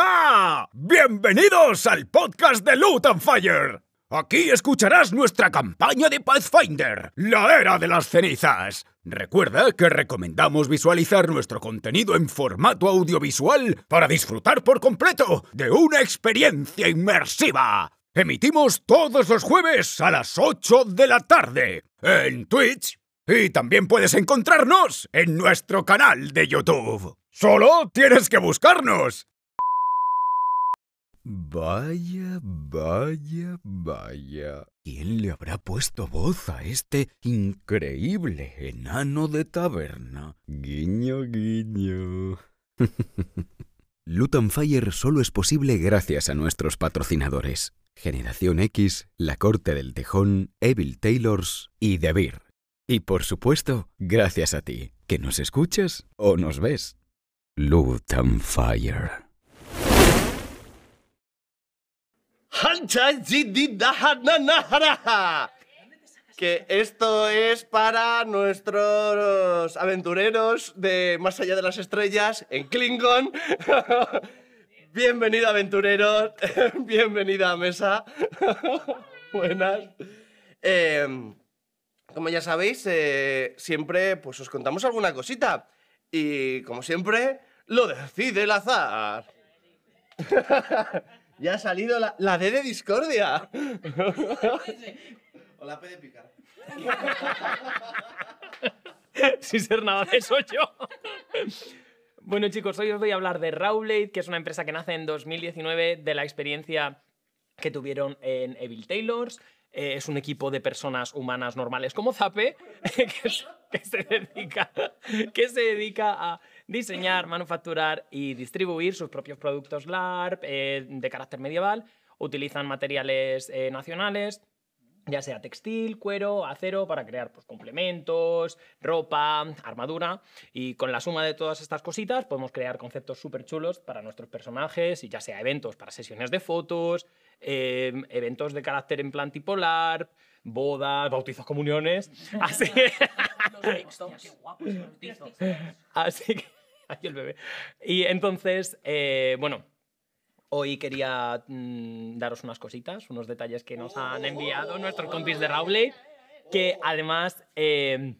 Hola, bienvenidos al podcast de Loot and Fire. Aquí escucharás nuestra campaña de Pathfinder, la era de las cenizas. Recuerda que recomendamos visualizar nuestro contenido en formato audiovisual para disfrutar por completo de una experiencia inmersiva. Emitimos todos los jueves a las 8 de la tarde en Twitch y también puedes encontrarnos en nuestro canal de YouTube. Solo tienes que buscarnos. Vaya, vaya, vaya. ¿Quién le habrá puesto voz a este increíble enano de taberna? Guiño, guiño. Luton Fire solo es posible gracias a nuestros patrocinadores. Generación X, La Corte del Tejón, Evil Taylors y The Beer. Y por supuesto, gracias a ti, que nos escuchas o nos ves. Luton Fire. Hancha Jidi Daha Na Na Hara Ha. Que esto es para nuestros aventureros de Más allá de las estrellas en Klingon. Bienvenido aventureros, bienvenida a mesa. Buenas. Eh, como ya sabéis, eh, siempre pues os contamos alguna cosita y como siempre lo decide el azar. Ya ha salido la, la D de discordia. O la P de picar. Sin ser nada de eso yo. Bueno, chicos, hoy os voy a hablar de Rowblade, que es una empresa que nace en 2019 de la experiencia que tuvieron en Evil Taylors. Eh, es un equipo de personas humanas normales como Zape, que, se- que se dedica, que se dedica a diseñar, manufacturar y distribuir sus propios productos LARP eh, de carácter medieval. Utilizan materiales eh, nacionales, ya sea textil, cuero, acero, para crear pues, complementos, ropa, armadura. Y con la suma de todas estas cositas podemos crear conceptos súper chulos para nuestros personajes, y ya sea eventos para sesiones de fotos, eh, eventos de carácter en plan tipo LARP, bodas, bautizos, comuniones. Así que... Así que... Ay, el bebé. Y entonces, eh, bueno... Hoy quería mm, daros unas cositas, unos detalles que nos han enviado nuestros compis de Rowley, que además eh,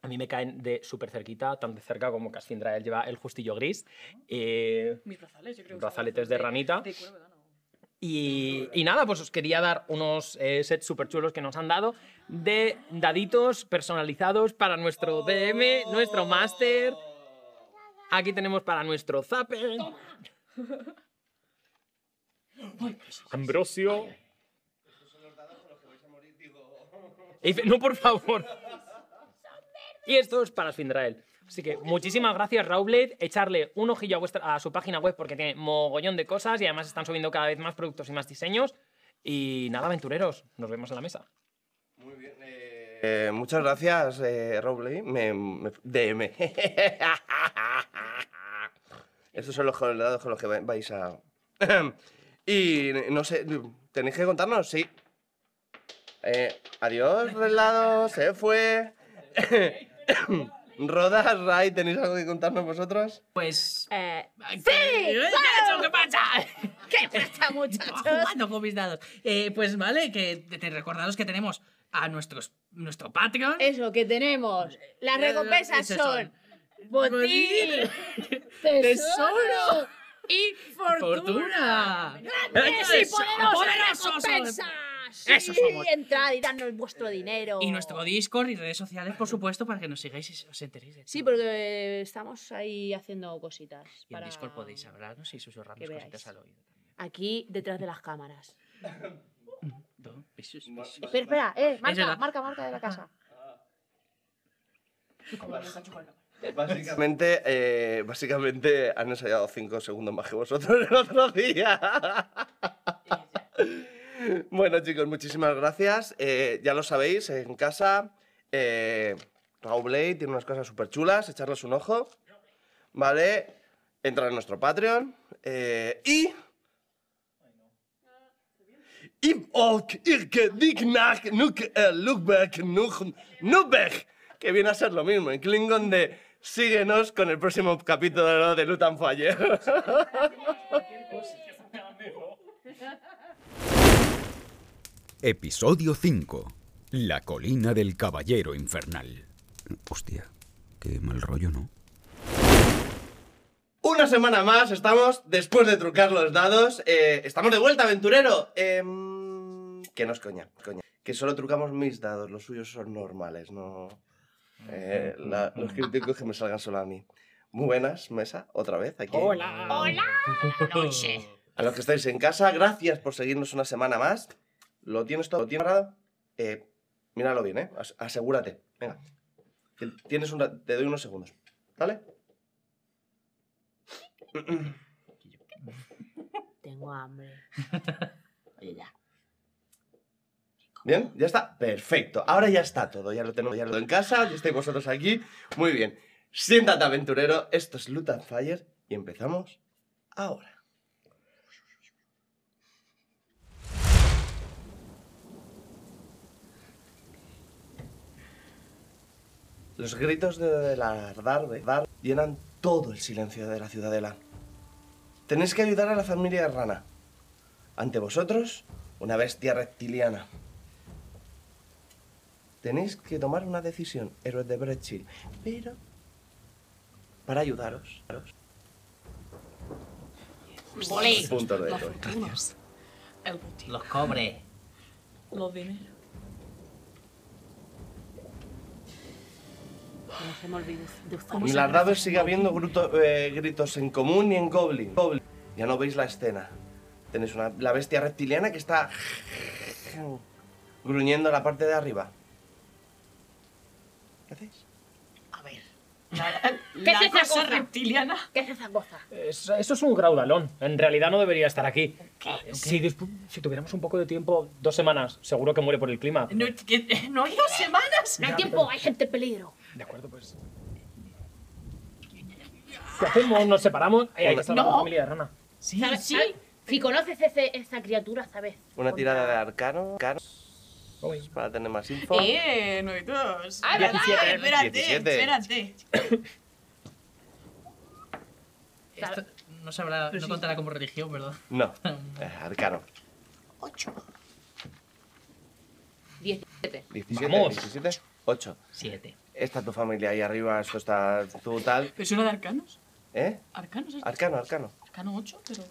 a mí me caen de súper cerquita, tan de cerca como que Asfindra lleva el justillo gris. eh, Mis brazales, yo creo que Brazaletes son de ranita. de cuerda, ¿no? y, y nada, pues os quería dar unos eh, sets súper chulos que nos han dado de daditos personalizados para nuestro DM, nuestro máster. Aquí tenemos para nuestro Zape. Ambrosio. Y dice, no, por favor. Y esto es para Findrael. Así que muchísimas gracias, Raulblade. Echarle un ojillo a, vuestra- a su página web porque tiene mogollón de cosas y además están subiendo cada vez más productos y más diseños. Y nada, aventureros, nos vemos en la mesa. Muy bien. eh, muchas gracias, eh, Robley. Me, me- DM. Estos son los con- dados con los que va- vais a. y no sé, ¿tenéis que contarnos? Sí. Eh, adiós, Relado, se fue. Rodas, Ray, ¿tenéis algo que contarnos vosotros? Pues. Eh, ¿Qué pasa? ¿Qué pasa? ¿Qué pasa, Estaba muchachos? jugando con mis dados. Eh, pues vale, que te, te recordaros que tenemos a nuestros, nuestro Patreon. Eso que tenemos. Las recompensas Esos son botín, Tesoro. tesoro y fortuna. ¡Fortuna! Eh, ¡Grandes y Eso, poderosas poderosos. recompensas! Esos Sí, somos. entrad y dadnos vuestro dinero. Y nuestro Discord y redes sociales, por supuesto, para que nos sigáis y os enteréis. de Sí, todo. porque estamos ahí haciendo cositas. Y en para- Discord podéis hablarnos y susurrarnos que veáis. cositas al oído. también. Aquí, detrás de las cámaras. Do, besos, besos. Espera, espera, eh, marca, verdad. marca, marca de la casa. Básicamente, eh, básicamente han ensayado cinco segundos más que vosotros el otro día. bueno, chicos, muchísimas gracias. Eh, ya lo sabéis, en casa, eh, Raw Blade tiene unas cosas súper chulas, echarles un ojo. ¿Vale? Entrar en nuestro Patreon. eh, y. Im ook irke dik nach äh, nuk lukberg nubeg. Que viene a ser lo mismo en Klingon de síguenos con el próximo capítulo de Lutan Fire. Episodio 5. La colina del caballero infernal. Hostia, qué mal rollo, ¿no? Una semana más, estamos después de trucar los dados. eh, estamos de vuelta, aventurero. Em, que no es coña, es coña. Que solo trucamos mis dados, los suyos son normales, no. eh, la- los críticos que me salgan solo a mí. Muy buenas, mesa, otra vez aquí. Hola, noche. A los que estáis en casa, gracias por seguirnos una semana más. ¿Lo tienes todo? ¿Lo tienes parado? Eh, míralo bien, ¿eh? As- Asegúrate. Venga. Que Tienes un ra- Te doy unos segundos. ¿Vale? Tengo hambre. Oye, ya. Bien, ya está. Perfecto. Ahora ya está todo. Ya lo tenemos ya lo tengo en casa. Ya estáis vosotros aquí. Muy bien. Siéntate, aventurero. Esto es Loot and Fire. Y empezamos ahora. Los gritos de, de la darbe dar- llenan todo el silencio de la ciudadela. Tenéis que ayudar a la familia rana. Ante vosotros, una bestia reptiliana. Tenéis que tomar una decisión, héroes de Brechil, pero para ayudaros. Volé. Puntos de Las héroe. fortunas. El botín. Los cobre. Los dineros. No se me olvide. de usar. En las naves sigue habiendo gruto- eh, gritos en común y en goblin. Goblin. Ya no veis la escena. Tenéis una, la bestia reptiliana que está gruñendo la parte de arriba. ¿Qué hacéis? A ver. La es esa cosa cosa? reptiliana. ¿Qué hace esa cosa? Eso, eso es un graudalón. En realidad no debería estar aquí. Ah, Si, dispu- si tuviéramos un poco de tiempo, dos semanas, seguro que muere por el clima. Em- No, que- no hay dos semanas. No hay tiempo, hay gente en peligro. De acuerdo, pues. ¿Qué hacemos? ¿Nos separamos? Ahí hay que salvar a la No. familia de rana. Sí, sí. ¿Sabes? Si conoces ese- esa criatura, sabes. Una tirada de arcano, arcanos, Uy. para tener más info. Eh, no hay dos. Ah, verdad, 17. espérate, 17. espérate. Esto no sabrá, no contará como religión, ¿verdad? No, eh, arcano. Ocho. 17. 17, Vamos. 17, 8. Siete. Esta tu familia ahí arriba, esto está tú tal. ¿Pero es una de arcanos? ¿Eh? ¿Arcanos? es- Arcano, arcano. Arcano 8, pero.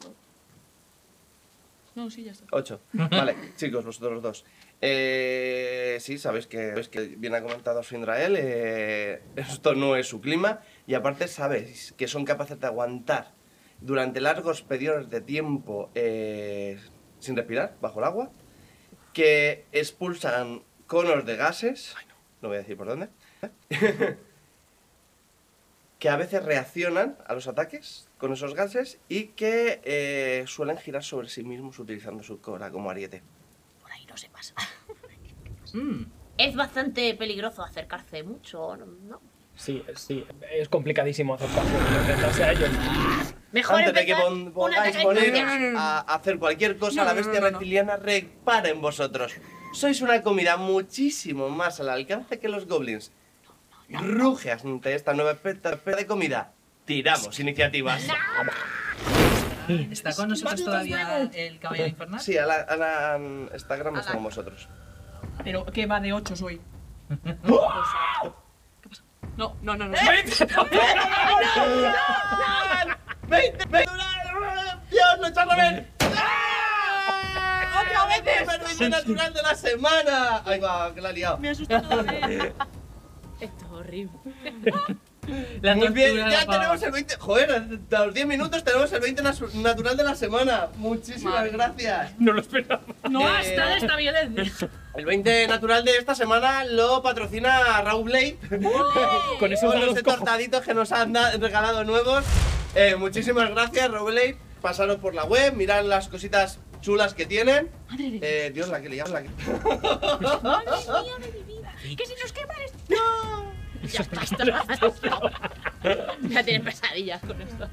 No, sí, ya está. 8. Vale, chicos, vosotros dos. Eh, sí, sabéis que, sabéis que bien ha comentado Sindrael, eh, esto no es su clima y aparte sabéis que son capaces de aguantar durante largos periodos de tiempo eh, sin respirar, bajo el agua, que expulsan conos de gases, no voy a decir por dónde, que a veces reaccionan a los ataques con esos gases y que eh, suelen girar sobre sí mismos utilizando su cola como ariete. Por ahí no se pasa. Mm. Es bastante peligroso acercarse mucho, ¿no? ¿no? Sí, sí. Es complicadísimo aceptar enfrentarse a ellos. Mejor Antes de que empezar pon- un pongáis ataque poneros cardíaco. a hacer cualquier cosa, No, la no, no, bestia no, no. reptiliana repara en vosotros. Sois una comida muchísimo más al alcance que los goblins. Ruge ante esta nueva espeta espeta de comida. Tiramos iniciativas. ¿Está con nosotros todavía el caballero infernal? Sí, a la, a la- esta grama está con vosotros. Ah. Pero que va de 8 hoy. pues, No, no, no, no. ¡Veinte! ¡Veinte! ¡Dios, lo echaron bien! ¡Otra vez el perdido natural de la semana! Ahí va, que la he liado. Me eh. asusta todo de... Esto es horrible. La Muy bien, tortura ya la pava. tenemos el 20. Joder, a los 10 minutos tenemos el 20 nasu- natural de la semana. Muchísimas gracias. No lo esperaba. No Eh, hasta de esta violencia. El 20 natural de esta semana lo patrocina Raw Blade. Con esos Con los dados cojo. tortaditos que nos han da- regalado nuevos. Eh, muchísimas gracias, Raw Blade. Pasaros por la web, mirad las cositas chulas que tienen. Madre de Eh, Dios, la que liamos, la que... Mío de mi vida, que si nos quema eres- Ya está, esto no- Ya tienen pesadillas con esto.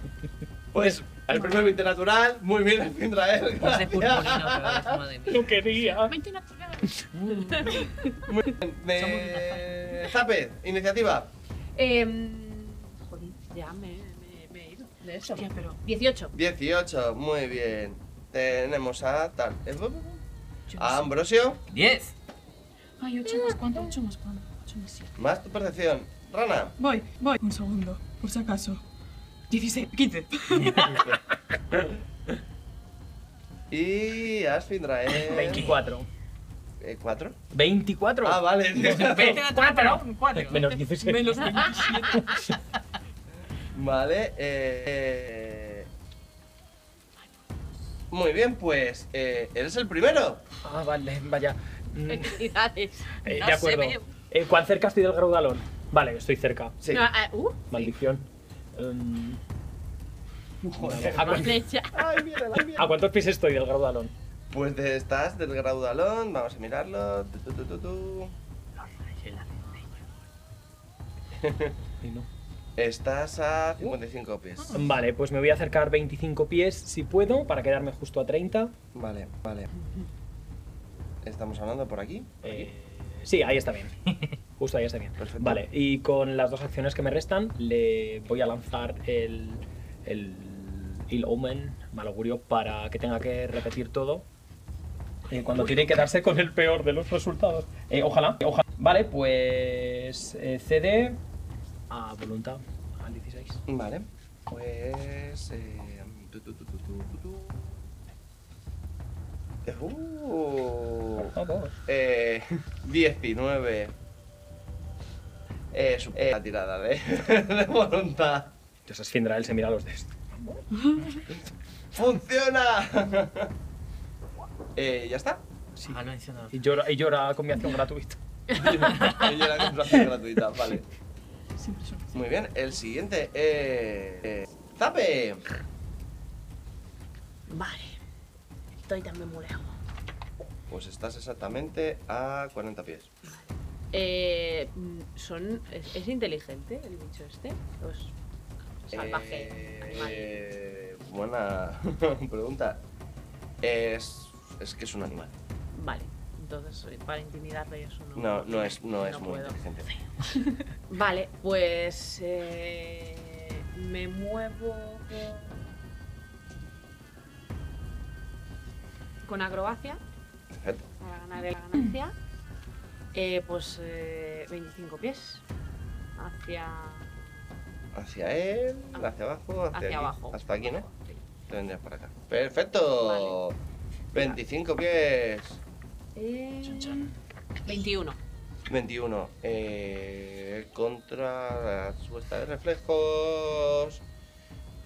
Pues, el primer 20 natural, muy bien, el fin Rael. Pues gracias. de purpurina otra vez, madre mía. Lo quería. Mente natural. Me... Zape, iniciativa. Joder, ya me, me- me he ido de eso. Hostia, Mm. pero. 18. Eh, 18, muy bien. Tenemos a tal. A Ambrosio, 10. Ay, 8 más cuánto, 8 más cuánto, 8 más 7. más tu percepción. Rana, Voy, voy. Un segundo, por si acaso. 16, 15. y Asfindra, eh. 24. eh, ¿Cuatro? ¿24? Ah, vale. Vete natural, pero cuatro. Menos 16. Menos Ah, 27. Vale, eh, eh. Muy bien, pues eh, eres el primero. Ah, vale, vaya. Mm, eh, Felicidades. no de se acuerdo. ve. Eh, ¿Cuán cerca estoy del graudalón? Vale, estoy cerca. Sí. No, ah, uh, Maldición. Um, Joder. ¿a, cuán- flecha. Ay, mírala, mírala. a cuántos pies estoy del graudalón? Pues de- estás del graudalón, vamos a mirarlo. Tu, tu, tu, tu, tu. Ay, no. Estás a 55 pies. Ah. Vale, pues me voy a acercar 25 pies si puedo, para quedarme justo a 30. Vale, vale. Estamos hablando por aquí. Eh, sí, ahí está bien. Justo ahí está bien. Perfecto. Vale, y con las dos acciones que me restan, le voy a lanzar el. el. el Omen, mal augurio, para que tenga que repetir todo. Eh, cuando tiene que quedarse con el peor de los resultados. Eh, ojalá, ojalá. Vale, pues. eh, CD. A voluntad, al 16. Vale. Pues. eh, tu, tu, tu, tu, tu, tu, tu. Uh. Vamos. Eh, 19. Eh, su- eh, la tirada de, de voluntad. Entonces, Sfindra, él se mira a los dedos. ¡Funciona! eh, ya está. Ah, no dice nada. Y llora, y llora con mi acción gratuita. Oye, la contratación gratuita, vale. Siempre son. Muy bien, el siguiente. Eh, eh, ¡Zape! Vale. Estoy también muy lejos. Pues estás exactamente a 40 pies. Eh, mm, son, es, es inteligente el bicho este? ¿O es salvaje? animal? Eh, buena pregunta. Es, es que es un animal. Vale. Entonces, eh, para intimidarle eso no... No, no es, no es No muy puedo. inteligente. Vale, pues... eh, me muevo... con- Con acrobacia. Perfecto. para ganar el- la ganancia. Eh, pues eh, 25 pies hacia, Hacia él, hacia abajo, hacia, Ah. hacia aquí. abajo. Hasta aquí, ¿no? Sí. Te vendrías para acá. ¡Perfecto! 25 pies. Eh, 21. 21. Eh, contra la suesta de reflejos.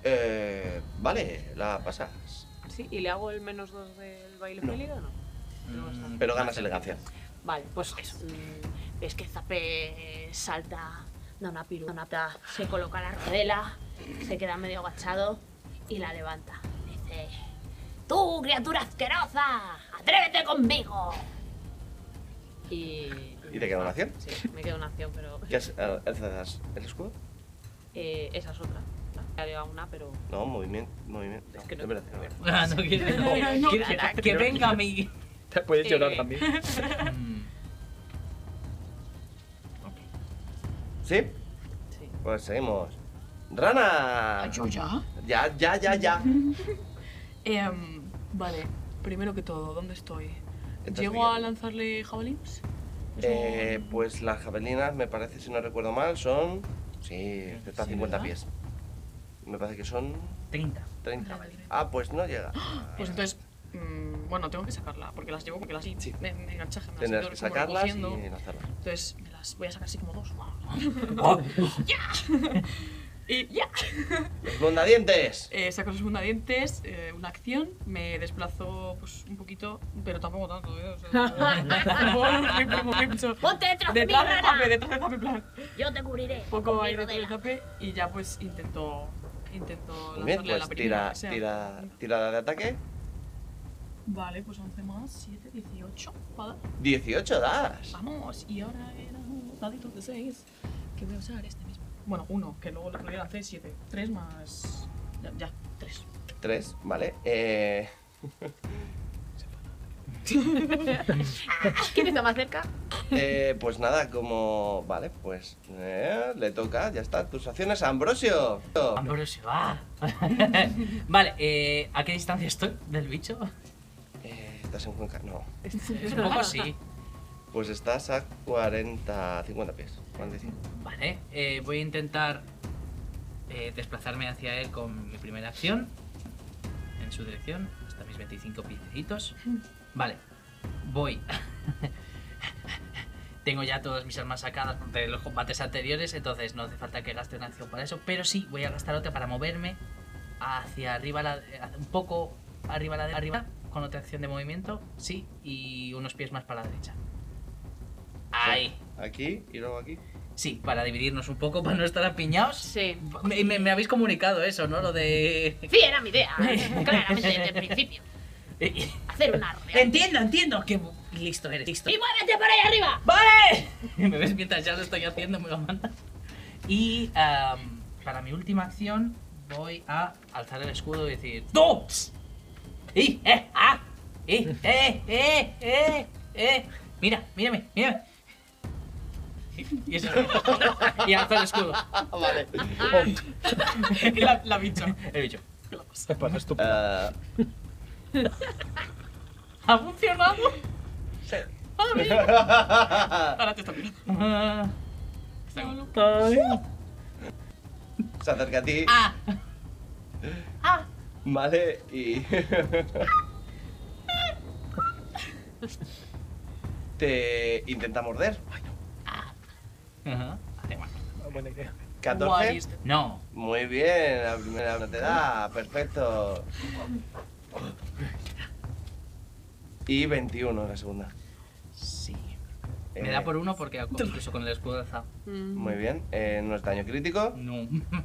Eh, vale, la pasas. Sí, y le hago el menos 2 del baile No. peligro, ¿no? Pero está. Pero ganas elegancia. Vale, pues eso. Mm, Ves que Zape salta, da una pirueta, se coloca la rodela, se queda medio agachado y la levanta. Dice: ¡Tú, criatura asquerosa! ¡Atrévete conmigo! Y. ¿Y te queda una acción? Sí, me queda una acción, pero. ¿Qué has- alzas el escudo? Eh, esa es otra. Había una, pero. No, movimiento, movimiento. No, Es que no. espérate, a ver. Ah, no quiere. no, Quiere- nada, que venga mi. Te puedes llorar Eh. también. ¿Sí? Sí. Pues seguimos. ¡Rana! ¿Yo ya? Ah, Ya, ya, ya, ya. Em, vale, primero que todo, ¿dónde estoy? Estás ¿Llego bien. a lanzarle jabalins? Eh, pues las jabelinas, me parece, si no recuerdo mal, son. Sí, está a Sí, 50 ¿verdad? pies. Me parece que son 30. 30. Ah, pues no llega. Pues entonces, mm, bueno, tengo que sacarla, porque las llevo, porque las sí. me, me enganchaje, me las he Tendrás ido que como sacarlas recogiendo. y lanzarlas. Entonces, me las voy a sacar así como dos. Y ya. ¡Los mondadientes! Eh, saco los fundadientes, eh, una acción, me desplazo pues un poquito, pero tampoco tanto, ¿eh? O sea, tampoco- tampoco me- me- me- mucho. ¡Ponte detrás de mí, Detrás del rana! tape, detrás del tape, en plan. Yo te cubriré. Poco con mi ahí detrás del rodela. tape y ya pues intento. Intento Muy lanzarle bien, a la pues primera. tira, que sea. tira, tirada de ataque. Vale, pues 11 más 7, 18. ¿vale? 18 das. Vamos, y ahora era un dadito de 6 que voy a usar este mismo. Bueno, uno, que luego lo podría hacer 7. 3 más. Ya, ya 3. 3, vale. Eh, ¿Quién está más cerca? eh, pues nada, como. Vale, pues. eh, le toca, ya está. Tus acciones, Ambrosio. Ambrosio, ah. vale, eh, ¿a qué distancia estoy del bicho? Eh, ¿Estás en Cuenca? No. Es un poco así. Pues estás a 40, 50 pies. 45. Vale, eh, voy a intentar eh, desplazarme hacia él con mi primera acción. En su dirección, hasta mis 25 piecitos. Vale, voy. Tengo ya todas mis armas sacadas de los combates anteriores, entonces no hace falta que gaste una acción para eso. Pero sí, voy a gastar otra para moverme hacia arriba, a la- eh, un poco arriba a la derecha, con otra acción de movimiento, sí, y unos pies más para la derecha. Ahí. Aquí y luego aquí. Sí, para dividirnos un poco, para no estar apiñados. Sí. Me, me- me habéis comunicado eso, ¿no? Lo de... Sí, era mi idea. eh, Claramente, desde el principio. Hacer una real. entiendo, entiendo. Qué bu- listo eres, listo. ¡Y muévete por ahí arriba! ¡Vale! me ves mientras ya lo estoy haciendo, me lo mandas. Y am, para mi última acción voy a alzar el escudo y decir... ¡No! Psst. ¡Y, eh, ah! ¡Y, eh, eh, eh, eh! Mira, mírame, mírame. Y eso Y alza el escudo. vale. Oh, la, la bicho. El bicho. Eh, ¿Ha funcionado? Ah, mira. Ahora te está mirando. Ah, se acerca a ti. Ah, Vale, y. Te intenta morder. Ajá. Vale, bueno. 14. No. Muy bien, la primera no te da. Perfecto. Y 21 la segunda. Sí. Me Eh, da por uno porque incluso con el escudo alzado. Muy bien, eh, no es daño crítico. No.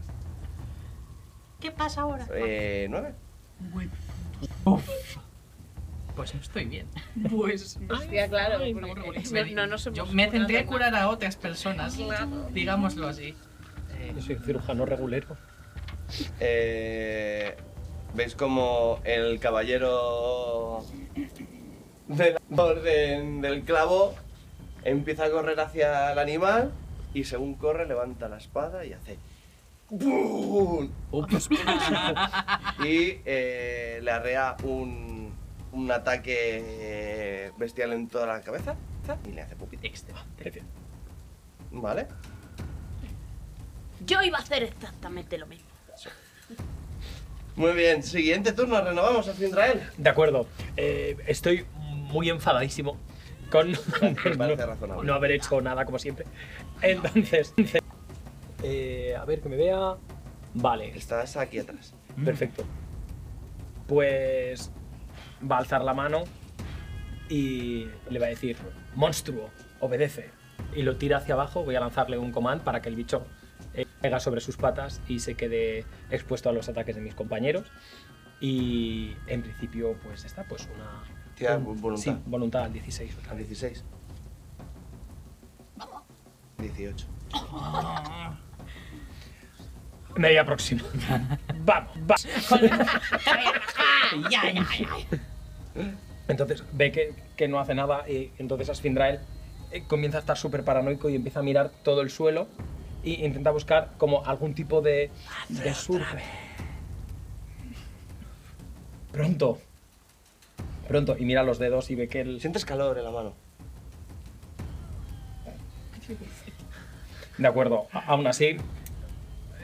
¿Qué pasa ahora? Eh, 9. Pues no estoy bien. Pues. Hostia, claro. Ay, porque no, no, no nos Yo hemos me centré en curado curar a otras personas. Digámoslo así. Eh, Yo soy cirujano regulero. Eh, ¿Veis como el caballero de la orden del clavo empieza a correr hacia el animal y según corre levanta la espada y hace ¡Bum! y eh, le arrea un, un ataque eh, bestial en toda la cabeza y le hace pupita. este excelente. ¿Vale? más. Yo iba a hacer exactamente lo mismo. Muy bien, siguiente turno, renovamos a Findrael. De acuerdo. Eh, estoy muy enfadadísimo con Me parece no, razonable. no haber hecho nada como siempre. Entonces, eh, a ver que me vea. Vale, Estás aquí atrás. perfecto. Pues va a alzar la mano y le va a decir, monstruo, obedece. Y lo tira hacia abajo, voy a lanzarle un command para que el bicho eh, pega sobre sus patas y se quede expuesto a los ataques de mis compañeros. Y en principio, pues está, pues una... Tira un- voluntad. Sí, voluntad al 16. otra A vez. 16. 18. Media próxima. vamos, vamos. Ya, ya, ya. Entonces ve que, que no hace nada y entonces Asfindrael eh, comienza a estar súper paranoico y empieza a mirar todo el suelo e intenta buscar como algún tipo de, de surco. Pronto. Pronto. Y mira los dedos y ve que el... Sientes calor en la mano. De acuerdo. a- Aún así,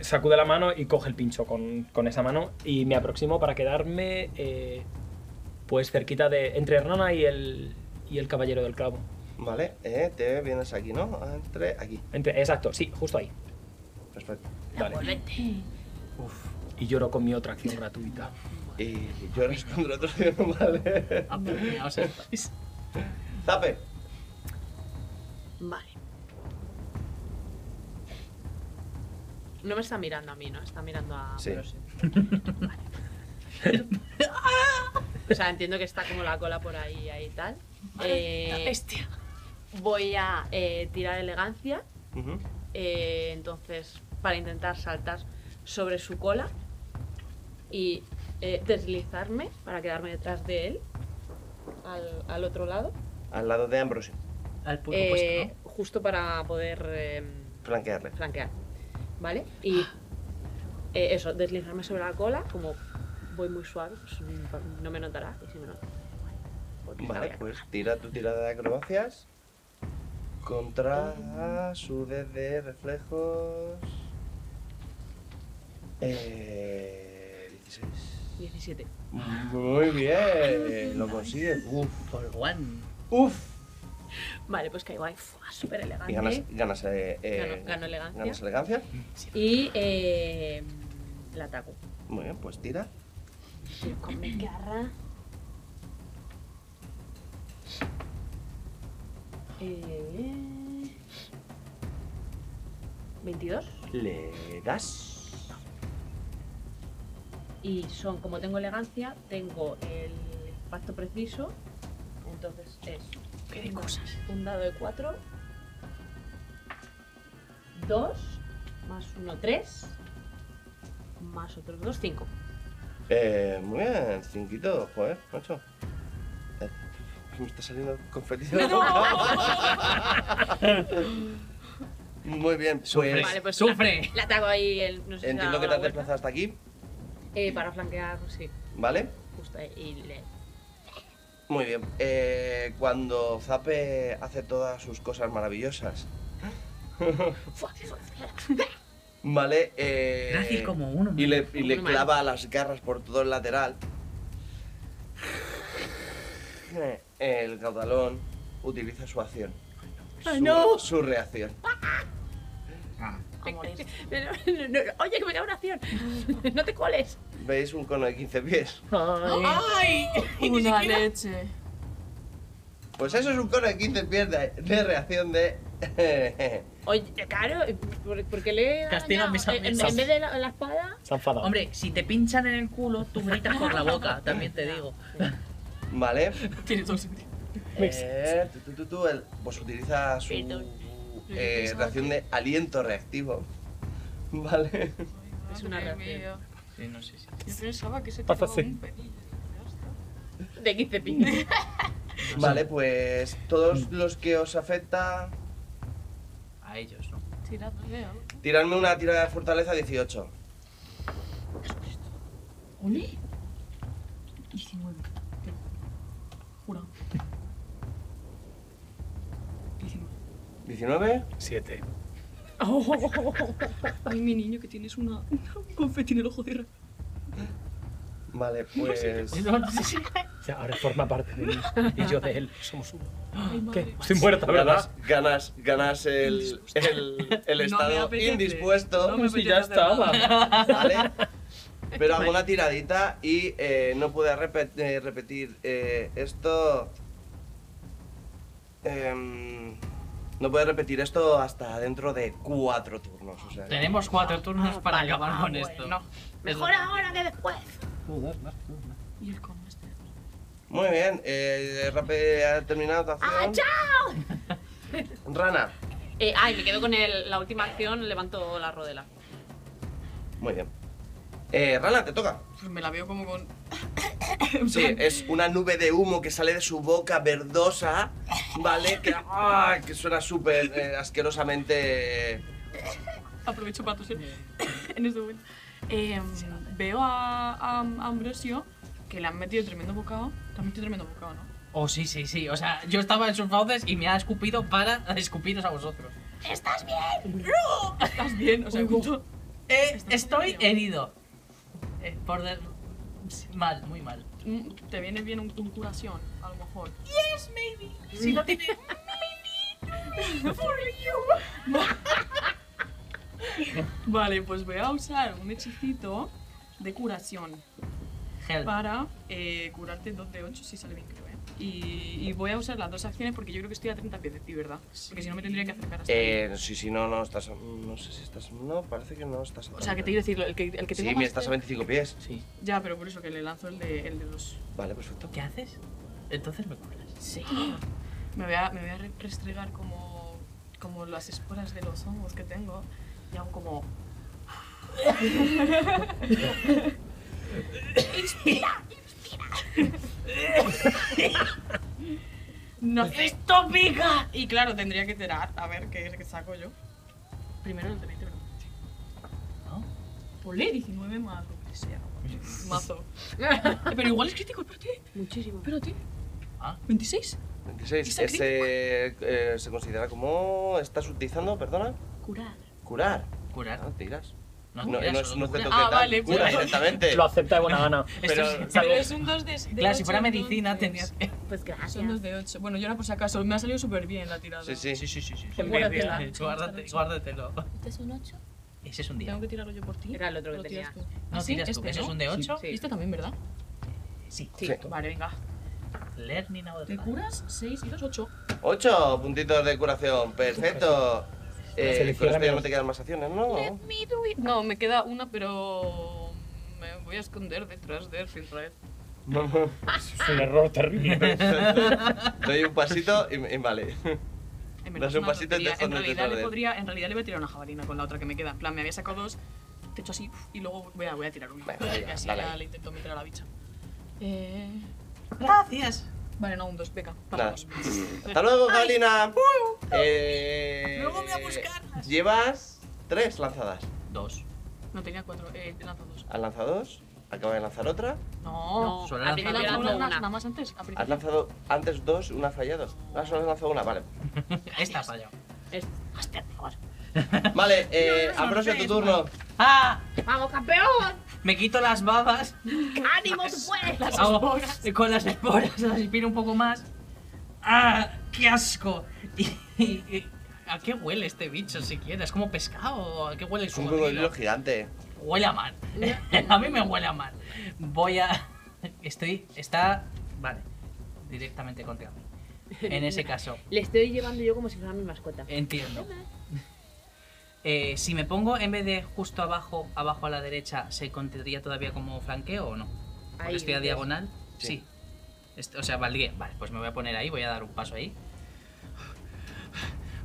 sacude la mano y coge el pincho con, con esa mano y me aproximo para quedarme eh, pues cerquita de... entre Hernana y el, y el Caballero del Clavo. Vale, eh, te vienes aquí, ¿no? Ah, Entre aquí. Entre- exacto, sí, justo ahí. Perfecto. Vale. Uf, y lloro con mi otra acción gratuita. Y lloras contra otro tío, ¿vale? Ah, Apiñaos estáis. Zape. Vale. No me está mirando a mí, ¿no? Está mirando a... Sí. Brose. Vale. o sea, entiendo que está como la cola por ahí, ahí y tal. Eh, Bestia. voy a eh, tirar elegancia. Ujú. eh, entonces, para intentar saltar sobre su cola y eh, deslizarme para quedarme detrás de él al, al otro lado. Al lado de Ambrosio. Al pulpo eh, puesto, Justo para poder... em, Flanquearle. flanquear. ¿Vale? Y eh, eso, deslizarme sobre la cola, como voy muy suave, pues, mm, pa- no me notará. Y si me nota, porque Vale, sabía. pues tira tu tirada de acrobacias. Contra su D de reflejos. Eh, 16. 17. Muy bien, lo consigues. Uf, Por one. uf. Vale, pues caigo ahí, súper Y ganas, elegante. y ganas, eh, eh, Gano- gano elegancia. ganas elegancia. Y eh, la ataco. Muy bien, pues tira. Pero con mi garra. Eh, 22. Le das. Y son, como tengo elegancia, tengo el pacto preciso. Entonces es. ¿Qué de cosas? Un dado de 4. 2. Más 1, 3. Más otros 2, 5. Eh, muy bien, cinquito, joder, macho. Eh, Me está saliendo confeti de la boca. Muy bien, Sufre. pues Vale, pues Sufre. La ataco ahí, el, no sé si entiendo la- que te la has vuelta. desplazado hasta aquí, Eh, para flanquear, sí, ¿vale? justo ahí, y le... Muy bien. Eh, cuando Zape hace todas sus cosas maravillosas, ¡Fua, fua, fua! ¿vale? Eh, Gracias como uno. Y le, y Como le un humano. clava las garras por todo el lateral. El caudalón utiliza su acción. Ay, Su- no. su reacción. Ah, A morir. Pero, no, no, oye, que me da una acción. No te coles. ¿Veis un cono de 15 pies? Una leche. Pues eso es un cono de 15 pies de, de reacción de. Oye, claro, ¿por, por qué le. eh, Castiga mis en, en amigos. vez de la, la espada. Se ha enfadado. Hombre, si te pinchan en el culo, tú gritas por la boca, también te digo. vale. Tiene todo el sentido. Eh, tú, tú, tú, tú, el- pues utiliza su Perdón. eh, Pensaba reacción de aliento reactivo. Vale. Es una Madre reacción. mía. Sí, Eh, no sé si. Yo pensaba que se te Pasa así. un pelillo. Ya está. De 15 pines. Vale, pues todos los que os afecta, A ellos, ¿no? Tirando de algo. tiradme una tirada de fortaleza 18. ¿Ole? 19. Jura. 19. 19. Siete. Ay, mi niño, que tienes una, un confeti en el ojo de ra- Vale, pues. Ya, ahora forma parte de mí y yo de él. Somos uno. Ay, ¿Qué? madre. Estoy muerta, ¿verdad? Ganas, ganas, ganas el, el, el No me estado apetece. indispuesto. No me Si ya apetece hacer estaba. ¿Vale? Pero hago una tiradita y eh, no puedo repe- eh, repetir eh, esto. Em, no puedo repetir esto hasta dentro de cuatro turnos. O sea, Tenemos cuatro turnos Ah, para vale, acabar ah, con bueno. esto. Es Mejor verdad. ahora que después. Y el con este. Muy bien, eh, Rape ha terminado tu ¡Ah, acción. chao! Rana. Eh, ay, me quedo con el- la última acción, levanto la rodela. Muy bien. Eh, Rana, te toca. Pues me la veo como con. Sí, es una nube de humo que sale de su boca verdosa, ¿vale? Que, ¡ah! que suena súper eh, asquerosamente. Aprovecho para toser en este momento. Eh, veo a, a, a Ambrosio que le han metido tremendo bocado. Te han metido tremendo bocado, ¿no? Oh, sí, sí, sí. O sea, yo estaba en sus fauces y me ha escupido para escupiros a vosotros. ¿Estás bien? O sea, justo. Eh, ¿Estás estoy herido? herido. Eh, por de- Mal, muy mal. Mm, Te viene bien un, un curación, a lo mejor. Yes, maybe. Si no tiene. Vale, pues voy a usar un hechicito de curación. Help. para eh, curarte 2 de 8 si sale bien, creo, ¿eh? Y, y voy a usar las dos acciones porque yo creo que estoy a 30 pies de ti, ¿verdad? Porque si no me tendría que acercar hasta ahí. Eh, sí, sí, no, no estás. No sé si estás. No, parece que no estás. a O sea, que te tanto. quiero decir, el que, el que tengo Sí, más mira, estás a cerca- 25 pies. Sí. Ya, pero por eso que le lanzo el de, el de los... Vale, perfecto. ¿Qué haces? Entonces me curas. Sí. Me voy a, me voy a re- restregar como, como las esporas de los hongos que tengo y hago como... ¡Inspira! ¡Inspira! ¡No pica! Y claro, tendría que tirar. A ver, ¿qué, qué saco yo? Primero el de 20, ¿verdad? Sí. ¿No? Ole, 19 más lo que sea. Mazo. Pero igual es crítico, espérate. Muchísimo. Espérate. Ah. ¿26? 26. Esa Ese, eh, se considera como. ¿Estás utilizando, perdona? Curar. curar. Curar. Ah, tiras. No, No, curar, no es, solo no es cura. de Ah, toquetar, vale, cura pues- directamente. Lo acepta de buena gana. Esto Pero- es- Pero es un 2 de, de claro, si ocho, fuera medicina entonces. tendrías. Pues Es un 2 gracias. de 8. Bueno, yo ahora por si acaso, me ha salido súper bien la tirada. Sí, sí. Sí, sí, sí, sí. sí. Guárdatela. Guárdate- guárdatelo. ¿Este es un 8? Ese es un día. ¿Tengo que tirarlo yo por ti? Era el otro que Lo tiras tenía. tú. No, Ah, sí, tiras tú. este, Ese ¿no? es un de 8. Sí. Este también, ¿verdad? Sí. Sí. Vale, venga. Learning out. Te curas 6 y 2, 8. Ocho puntitos de curación. Perfecto. Eh, con Selecciona esto ya no menos. te quedan más acciones, ¿no? Me do it. No, me queda una, pero. Me voy a esconder detrás de Finraed. Es un error terrible. Doy un pasito y, y vale. En Das verdad, un una pasito y te tontería. En escondes realidad detrás de le él. podría, en realidad le voy a tirar una jabalina con la otra que me queda. En plan, me había sacado dos, te echo así pf, y luego voy a, voy a tirar una. Venga, venga, Y así dale. ya le intento meter a la bicha. Eh, Gracias. vale, no, un dos, venga, Nada. vámonos. Hasta luego, Galina. Eh, Uh. Luego voy a buscarlas. Llevas tres lanzadas. Dos. No tenía cuatro, eh, lanza dos. Has lanzado dos. Acabas de lanzar otra. No, solo al he lanza principio lanzado lanzó una, una. nada más antes. al principio. Has lanzado antes dos, una ha fallado. Ah, solo has lanzado una, vale. Esta ha fallado. Es- Hostia, por favor. Vale, eh, Ambrosio, tu turno. ¡Ah! ¡Vamos, campeón! Me quito las babas. ¡Ánimo, tú puedes! hago- Con las esporas las inspiro un poco más. ¡Ah! ¡Qué asco! Y, y- ¿A qué huele este bicho siquiera? ¿Es como pescado? ¿A qué huele Es su un cocodrilo? cocodrilo gigante. Huele a mal. a mí me huele a mal. Voy a. Estoy. Está. Vale. Directamente contra mí. En ese caso, Le estoy llevando yo como si fuera mi mascota. entiendo. Eh, si me pongo en vez de justo abajo, abajo a la derecha, ¿se contaría todavía como flanqueo o no? Porque Ahí, estoy a ¿ves? diagonal. Sí. Sí. Est- o sea, valdría. Vale, pues me voy a poner ahí, voy a dar un paso ahí.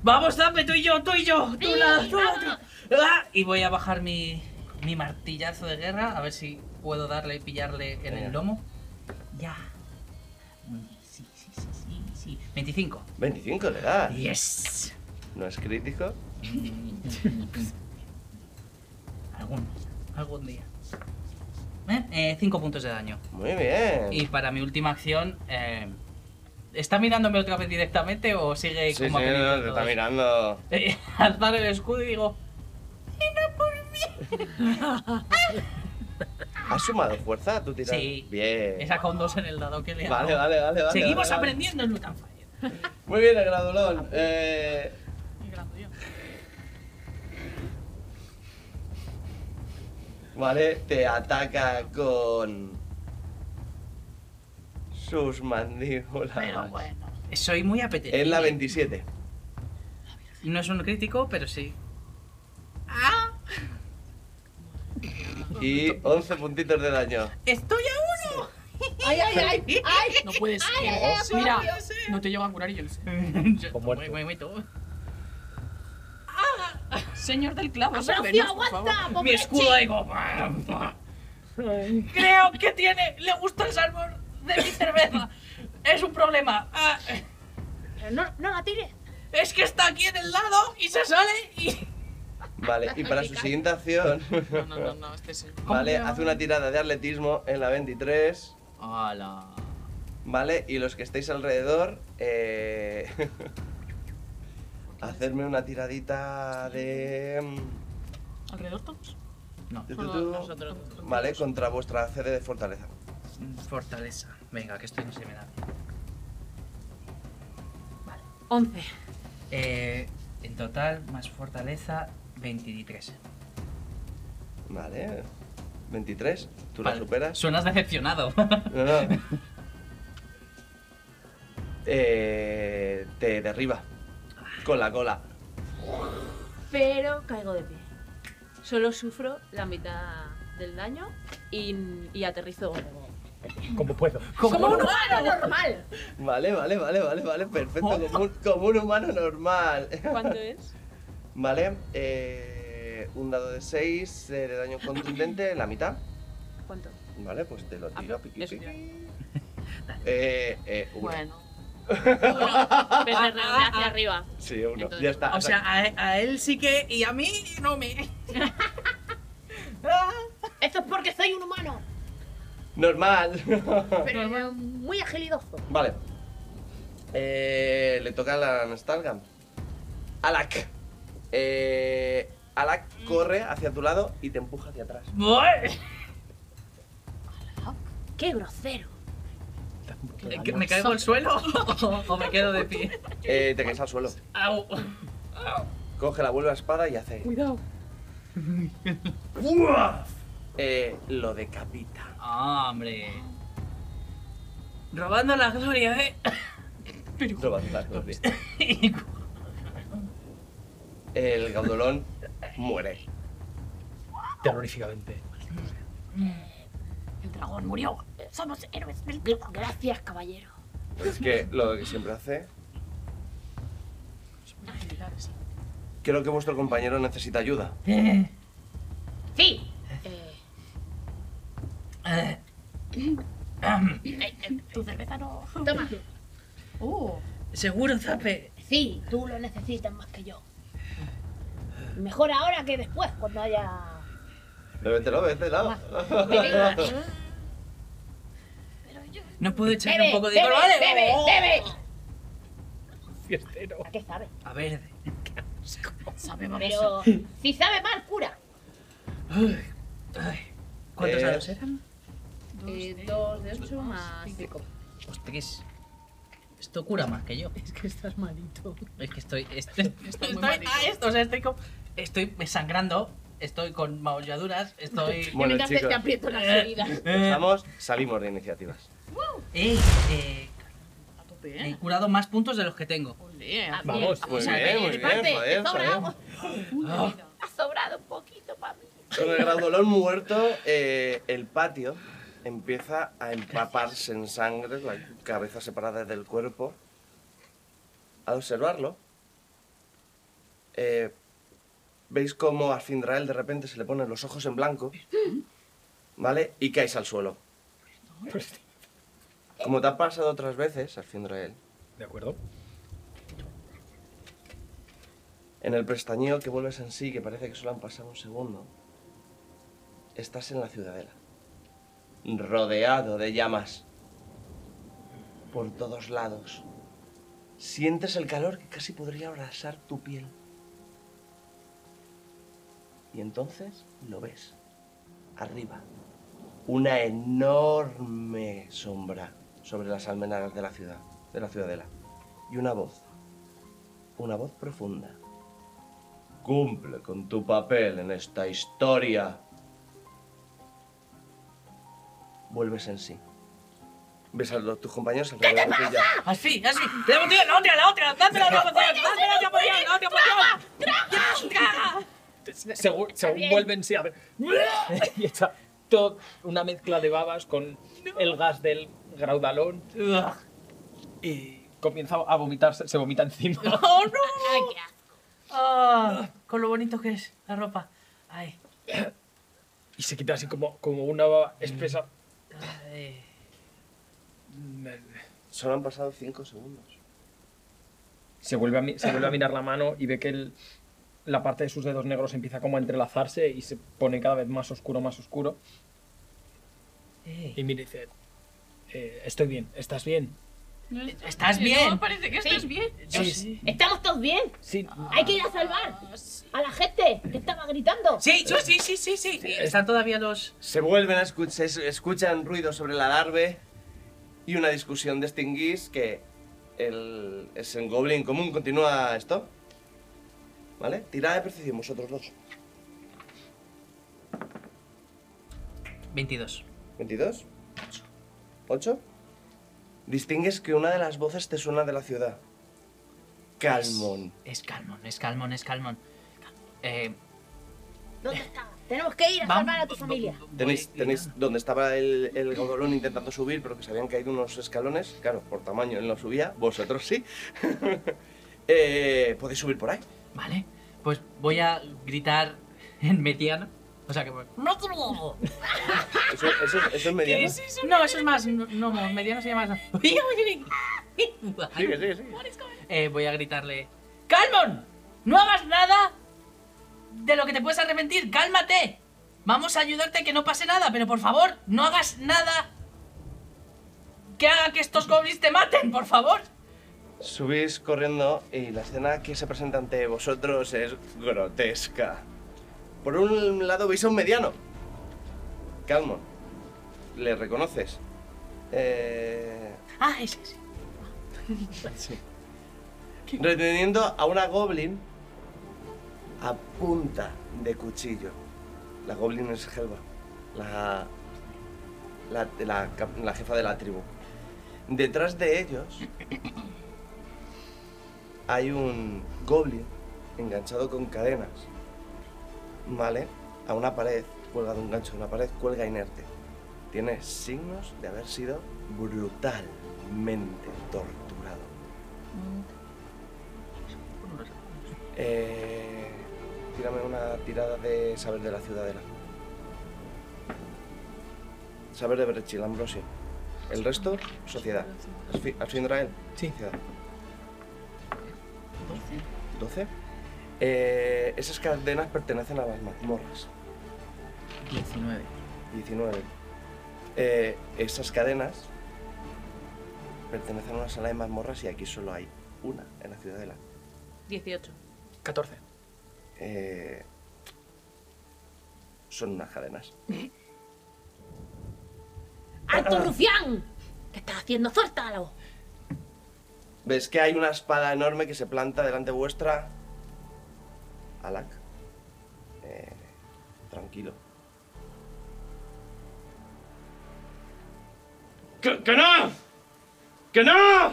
¡Vamos, dame tú y yo, tú y yo! ¡Tú la, tú la, tú! ¡Ah! Y voy a bajar mi, mi martillazo de guerra, a ver si puedo darle y pillarle en Venga. el lomo. Ya. Mm, Sí, sí, sí, sí, sí. 25. 25 le das. ¡Yes! No es crítico. algún, algún día. ¿Eh? Eh, cinco puntos de daño. Muy bien. Y para mi última acción, eh, ¿está mirándome otra vez directamente o sigue Sí, sí, como a peligro no, te todo? está mirando. Eh, alzar el escudo y digo, ¿Has sumado fuerza a tu tirada? Sí. Bien. he sacado un dos en el dado que le he dado. Vale, vale, vale, vale. Seguimos vale, vale. aprendiendo en Lutan Fire. Muy bien, el gradulón. Eh, Y grabando yo. vale, te ataca con. Sus mandíbulas. Pero bueno, soy muy apetecible. Es la 27. No es un crítico, pero sí. Y 11 puntitos de daño. ¡Estoy a uno! ¡Ay, ay, ay! ¡Ay! No puedes. eh, Mira, no te llego a curar y yo lo sé. Yo- Con muerto. muy- muy- muy todo. Señor del clavo, ¡Ambrosio, sácanos, por aguanta! favor. Mi pobre escudo digo. Creo que tiene. Le gusta el sabor de mi cerveza. Es un problema. Ah, chico! ¡No, no la tires! es que está aquí en el lado y se sale y. Vale, y para su siguiente acción, No, no, no, no, este señor. vale, hace una tirada de atletismo en la 23. Hola. Vale, y los que estáis alrededor, eh... hacerme una tiradita de... ¿Alrededor todos? No. Tu, tu, Solo tu. nosotros. Vale, contra vuestra CD de fortaleza. Fortaleza. Venga, que esto no se me da. 11. Eh, en total, más fortaleza, 23. Vale. 23, tú la Vale. superas. Suenas decepcionado. No, no. Eh, te derriba con la cola. Pero caigo de pie. Solo sufro la mitad del daño y, y aterrizo Como puedo. como un humano normal. Vale, vale, vale, vale, vale, perfecto, como un, como un humano normal. ¿Cuánto es? Vale, eh, un dado de 6 de daño contundente, la mitad. ¿Cuánto? Vale, pues te lo tiro piqui eso piqui. ya. Eh, eh, uno. Bueno. Pues de redondear hacia arriba. Sí, uno. Entonces, ya está. O sea, a, a él sí que y a mí no me. Ah. Esto es porque soy un humano, Normal. pero muy agilidoso. vale, Eh, le toca a la Nastalgam. Alak. Eh, Alak corre hacia tu lado y te empuja hacia atrás. ¡Qué grosero! ¿Me caigo al suelo o, o me quedo de pie? Eh, te caes al suelo. Au. Coge la vuelve a espada y hace. Cuidado. Eh, lo decapita. Hombre. Robando la gloria eh. de. Pero Lo va a hacer, lo dice. El gaudolón muere. Terroríficamente. El dragón murió. Somos héroes del Gr- Gracias, caballero. Es que lo que siempre hace. habilidades. Creo que vuestro compañero necesita ayuda. Sí. Eh, Tu cerveza no. eh, toma. Oh, Uh. Seguro, Zape. Sí, tú lo necesitas más que yo. Mejor ahora que después, cuando haya... Bébetelo, bébetelo. Pero yo. No puedo echarle Bebe, un poco de bebe, color. ¡Vale! bebe, oh. bebe. Fiestero. ¿A qué sabe? A verde. Sabemos eso. Pero si sabe mal, cura. Ay, ay. ¿Cuántos Eh, dados eran? dos, de- eh, dos de ocho ocho más más cinco. cinco. Hostias. Esto cura más que yo. Es que estás malito. Es que estoy. Estoy, Estás muy estoy- malito. ah, esto, o sea, estoy con- Estoy sangrando. Estoy con maolladuras. Estoy. Bueno, Mientras te- chicos. te aprieto las heridas. Eh, Estamos, salimos de iniciativas. eh, eh, a tope, he ¿eh? curado más puntos de los que tengo. Olé. Ah, Vamos. bien, Muy o sea, bien, de muy mi bien, parte, joder, te sobra joder. algo. Ah, Ha sobrado un poquito para mí. Con el graudolón muerto, eh, el patio empieza a empaparse en sangre, la cabeza separada del cuerpo. Al observarlo, eh, veis cómo a Cindrael de repente se le ponen los ojos en blanco, Mm. ¿vale? Y caes al suelo. Pues Como te ha pasado otras veces, a Cindrael, De acuerdo. En el pestañeo que vuelves en sí, que parece que solo han pasado un segundo, estás en la ciudadela, rodeado de llamas por todos lados. Sientes el calor que casi podría abrasar tu piel. Y entonces lo ves, arriba, una enorme sombra sobre las almenadas de la ciudad, de la ciudadela, y una voz, una voz profunda. Cumple con tu papel en esta historia. Vuelves en sí. Ves a los- tus compañeros alrededor de tuya. Así, así. La botella, la otra, la otra. Date la otra botella. Date la otra botella, la otra botella. Según, según bien. vuelven, sí, a ver. Y echa todo una mezcla de babas con el gas del graudalón y comienza a vomitarse, se vomita encima. ¡Oh, no! Ay, qué asco. Ah, con lo bonito que es la ropa. Ay. Y se quita así como, como una baba espesa. ay. Solo han pasado cinco segundos. Se vuelve, a, mi- se vuelve a mirar la mano y ve que el- la parte de sus dedos negros empieza como a entrelazarse y se pone cada vez más oscuro, más oscuro. Ey. Y mira y dice, eh, estoy bien, ¿estás bien? ¿Estás bien? No, parece que estás Sí. bien. Yo sí. Estamos todos bien. Sí, Hay que ir a salvar a la gente que estaba gritando. Sí, yo sí, sí, sí, sí. Están todavía los. Se vuelven a escuchar, se es- escuchan ruidos sobre la adarve y una discusión de Stinguis que el, es en Goblin común. Continúa esto. ¿Vale? Tirada de percepción vosotros dos. 22. ¿22? ¿8? Distingues que una de las voces te suena de la ciudad. Calmon. Es Calmon, es Calmon, es Calmon. Eh, ¿Dónde está? Tenemos que ir a vam- salvar a tu vo- familia. vo- voy- Tenéis, tenéis donde estaba el, el gaudolón intentando subir, pero que se habían caído unos escalones. Claro, por tamaño él no subía, vosotros sí. Eh, Podéis subir por ahí. Vale, pues voy a gritar en mediano. O sea que voy. Eso, eso es- eso es mediano. No, eso es más. No, no, mediano se llama eso. Sigue, sigue, sigue. Eh, voy a gritarle. ¡Calmon! ¡No hagas nada! De lo que te puedes arrepentir, cálmate. Vamos a ayudarte a que no pase nada, pero por favor, no hagas nada que haga que estos goblins te maten, por favor. Subís corriendo y la escena que se presenta ante vosotros es grotesca. Por un lado veis a un mediano. Calmon. Le reconoces. Eh, Ah, ese, ese. reteniendo a una goblin a punta de cuchillo. La goblin es Helva, la, la, la cap- la jefa de la tribu. Detrás de ellos hay un goblin enganchado con cadenas, ¿vale? A una pared, cuelga de un gancho de una pared, cuelga inerte. Tiene signos de haber sido brutalmente torturado. Eh, tírame una tirada de saber de la ciudadela. Saber de Brechil, Ambrosi. El resto, sociedad. Al fi- al fin Rael. Sí. Ciudad. 12. Eh, esas cadenas pertenecen a las mazmorras. 19. 19. Eh, esas cadenas pertenecen a una sala de mazmorras y aquí solo hay una en la ciudadela. 18. 14. Eh, son unas cadenas. ¡Alto rufián! ¿Qué estás haciendo? ¡Suéltalo! ¿Ves que hay una espada enorme que se planta delante vuestra? Alak. Eh, tranquilo. ¡Que, que no! ¡Que no!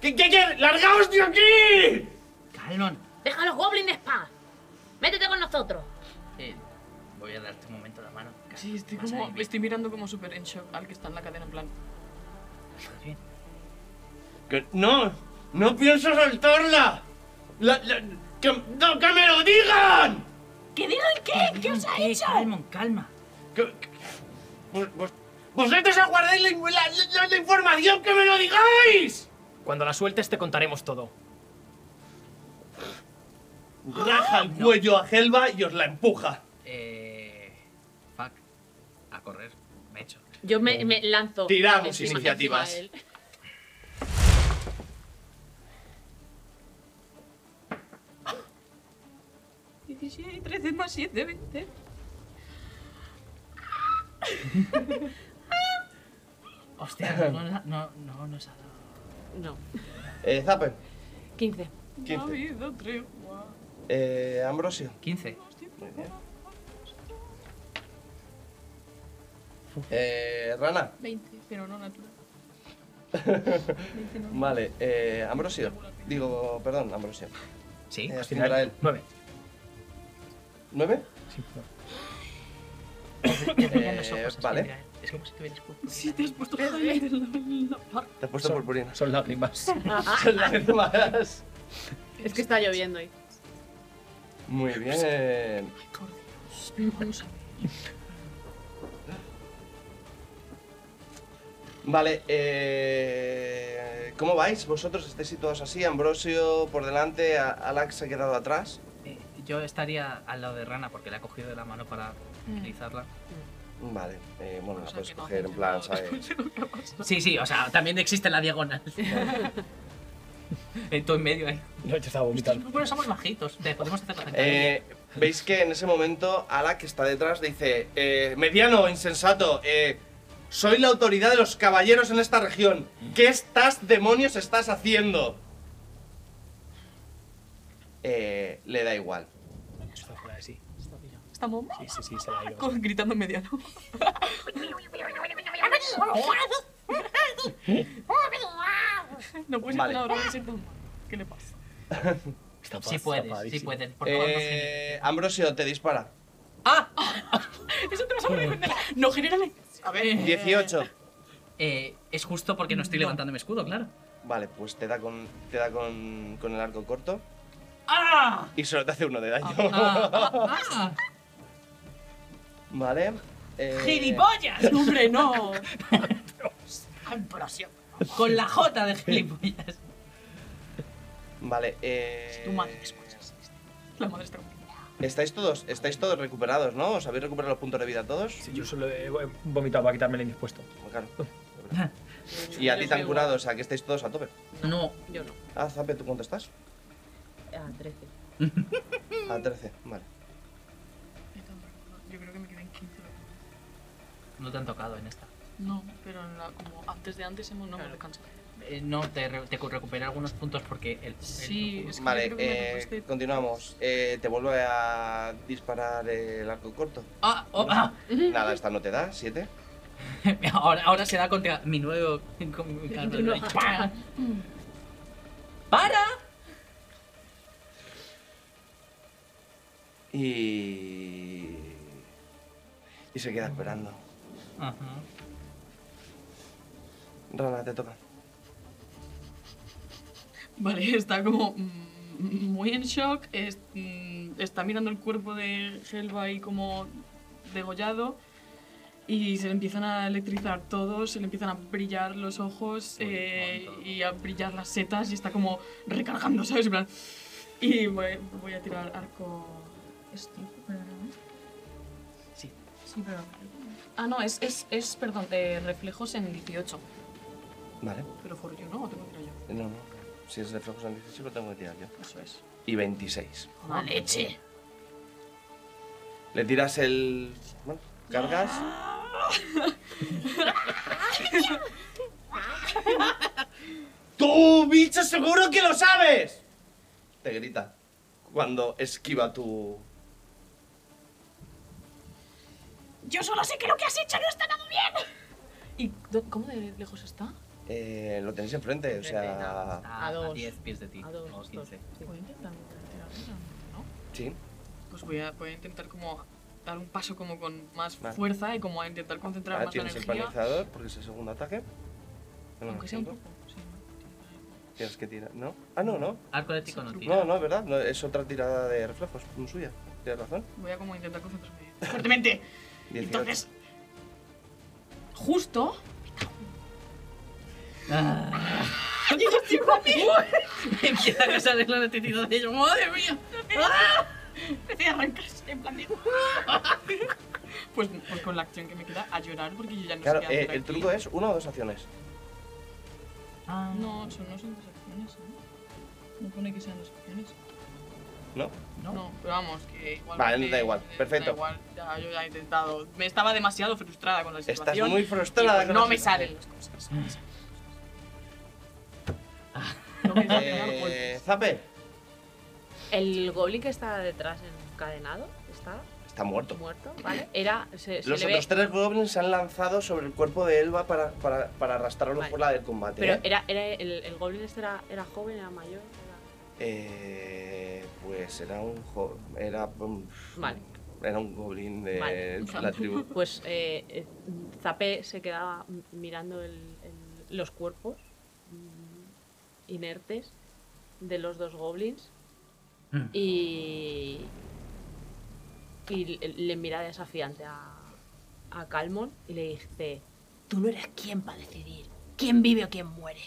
¡Que, que, que! ¡Largaos de aquí! Calmon, ¡Deja a los goblins en paz! ¡Métete con nosotros! eh, voy a darte un momento la mano. Calmon, Sí, estoy vas a como. vivir. Estoy mirando como súper en shock al que está en la cadena, en plan. ¡Que no! ¡No pienso soltarla! La- la- que, no, ¡Que me lo digan! ¿Que digan qué? ¿Qué os ha Eh, hecho? Calmon, calma. Que- que- vos- vos- ¡Vosotros aguardáis la, la- la- la información que me lo digáis! Cuando la sueltes te contaremos todo. Raja el cuello a Helva y os la empuja. Eh. Fuck. A correr. Me echo. Yo me, me lanzo. Tiramos encima- iniciativas. encima de él. ¡Ah! 17, 13 más 7, 20. Hostia, no, nos ha- no, no nos ha dado. No. Eh, Zape. 15. No ha 15. habido tres. guau. Eh, Ambrosio. 15. Muy bien. Eh, Rana. 20, pero no natural. Vale, eh, Ambrosio. Digo, perdón, Ambrosio. Sí. Eh, Al final, Azrael. 9. ¿Nueve? Brillan los ojos, así, eh, vale. mira, eh, Es como si tuvieras pulpo. Sí, te has puesto highlight en la, en la Te has puesto purpurina. Son lágrimas. Son lágrimas. Es que está lloviendo ahí. Muy Pues, bien. eh. Vamos a ver. Vale, eh, ¿cómo vais? ¿Vosotros estáis situados así? Ambrosio por delante, A- Alax se ha quedado atrás. Eh, yo estaría al lado de Rana porque le ha cogido de la mano para utilizarla. Vale, eh, bueno, la O puedes sea, Pues que no coger hace en plan, nada ¿sabes? después de lo que ha pasado. Sí, sí, o sea, también existe la diagonal. en todo Eh, en medio ahí. No, yo estaba vomitando. Bueno, somos bajitos. Te podemos hacer la gente. Eh, Veis que en ese momento Alax que está detrás dice, eh, mediano, insensato, eh, soy la autoridad de los caballeros en esta región. ¿Qué estás, demonios, estás haciendo? Eh, le da igual. Está fuera de sí. Estamos Sí, sí, sí, se la ha ido. con- gritando en mediano. No puedes Vale. hacer nada, ahora ser tan mal. ¿Qué le pasa? Está Si pas- está puedes, si padísimo. puedes. Por favor, no generes. Eh, Ambrosio, te dispara. Ah. Eso te lo sabes defender. No generales. A ver. 18. Eh, es justo porque no estoy levantando mi escudo, claro. Vale, pues te da con, te da con, con el arco corto Eh, ¡Ah! y solo te hace uno de daño. ¡Ah! ah, ah. Vale. eh, ¡Gilipollas! Hombre, no. Ambrosio. Con la J de gilipollas. Vale, eh. Tu madre escuchas. La madre está conmigo. Estáis todos, estáis todos recuperados, ¿no? ¿Os habéis recuperado los puntos de vida todos? Sí, yo solo he vomitado para quitarme el indispuesto. Bueno, claro. Y a ti te han curado, o sea que estáis todos a tope. No, Yo no. Ah, Zape, ¿tú cuánto estás? A 13. A 13, vale. Yo creo que me quedé en 15. no te han tocado en esta. No, pero en la- como antes de antes hemos, no hemos Claro. descansado. Eh, no, te, re- te cu- recuperé algunos puntos porque el. el- Sí, es que Vale, yo creo que me eh, propusiste- continuamos. Eh, te vuelve a disparar el arco corto. Ah, oh, ah, Nada, esta no te da, 7. ahora, ahora se da contra mi nuevo. con mi carro de- ¡Para! ¡Para! Y. Y se queda esperando. Ajá. Rana, te toca. Vale, está como mm, muy en shock, es- mm, está mirando el cuerpo de Helva ahí como degollado y se le empiezan a electrizar todos, se le empiezan a brillar los ojos Uy, eh, montón. y a brillar las setas y está como recargando, ¿sabes? En plan, Y voy, voy a tirar arco... ¿Esto? ¿Pero no? Sí. Sí, pero... Ah, no, es, es, es perdón, de reflejos en 18. Vale. Pero for you, ¿no? ¿O tengo que tirar yo? No, no. Si es reflejos en 16, lo tengo que tirar yo. Eso es. Y 26. ¡Toma leche! Le tiras el. Bueno, cargas. ¡Tú, bicho, seguro que lo sabes! Te grita cuando esquiva tu. Yo solo sé que lo que has hecho no está nada bien. ¿Y dó- cómo de lejos está? Eh, lo tenéis enfrente, o sea. Está A dos. 10 pies Ah, de ti. Oh, A dos, o dos. 15. Voy a intentar tirar una, ¿no? Sí. Pues voy a, voy a intentar como dar un paso como con más Vale. fuerza y como a intentar concentrar Ahora más la tienes el energía. panizador porque es el segundo ataque. Menos Aunque sea un cinco. poco. sí, ¿no? Tienes que tirar. ¿No? Ah, no, no. Arco eléctrico no tira. No, no, es verdad. No, es otra tirada de reflejos mm, suya. Tienes razón. Voy a como intentar concentrarme fuertemente. 18. Entonces, justo... Ah, ¡Ay, yo estoy conmigo! empieza a salir la necesidad de ello. ¡Madre mía! Empecé a arrancarse en plan de... pues, pues con la acción que me queda, a llorar porque yo ya no Claro, sé qué eh, hacer el aquí. truco es una o dos acciones. Ah, No, son, no son dos acciones, ¿eh? No pone que sean dos acciones. ¿No? No. No, pero vamos, que igual. Vale, da igual, perfecto. Da igual, ya, yo ya he intentado. Me estaba demasiado frustrada con la situación. Estás muy frustrada. pues, y con No la me salen situación. las cosas. no me salen las cosas. No me salen los Eh, golpes. Zape El goblin que está detrás encadenado está está muerto. muerto, ¿vale? Era. Se, Los se Pues, le ve. otros tres goblins se han lanzado sobre el cuerpo de Elba para, para, para arrastrarlo Vale. por la del combate. Pero ¿eh? era, era el, el goblin este era, era joven, era mayor. era- Eh, pues era un jo- era un- Vale. era un goblin de Vale. la tribu. Pues eh, eh, Zapé se quedaba m- mirando el- el- los cuerpos mm, inertes de los dos goblins Mm. y, y le- le mira desafiante a, a Calmon y le dice, Tú no eres quien para decidir quién vive o quién muere.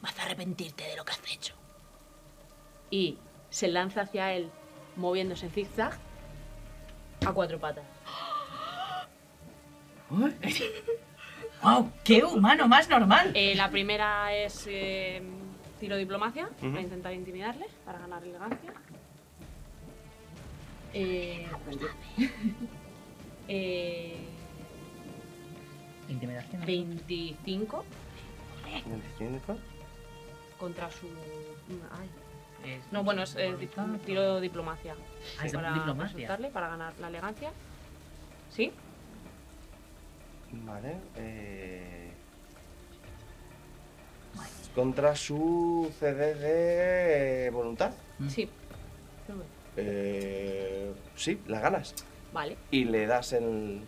Vas a arrepentirte de lo que has hecho. y se lanza hacia él moviéndose en zigzag a cuatro patas. ¡Wow! ¡Qué humano más normal! Eh, la primera es eh, tiro diplomacia, Ujú. a intentar intimidarle para ganar elegancia. Eh, eh, Intimidación. 25 25. contra su... ay. Es- No, bueno, es eh, di- tiro diplomacia. Ah, es para diplomacia. resultarle, para ganar la elegancia. ¿Sí? Vale. eh, contra su CD de eh, voluntad. Mm. Sí. Eh, sí, la ganas. Vale. Y le das el.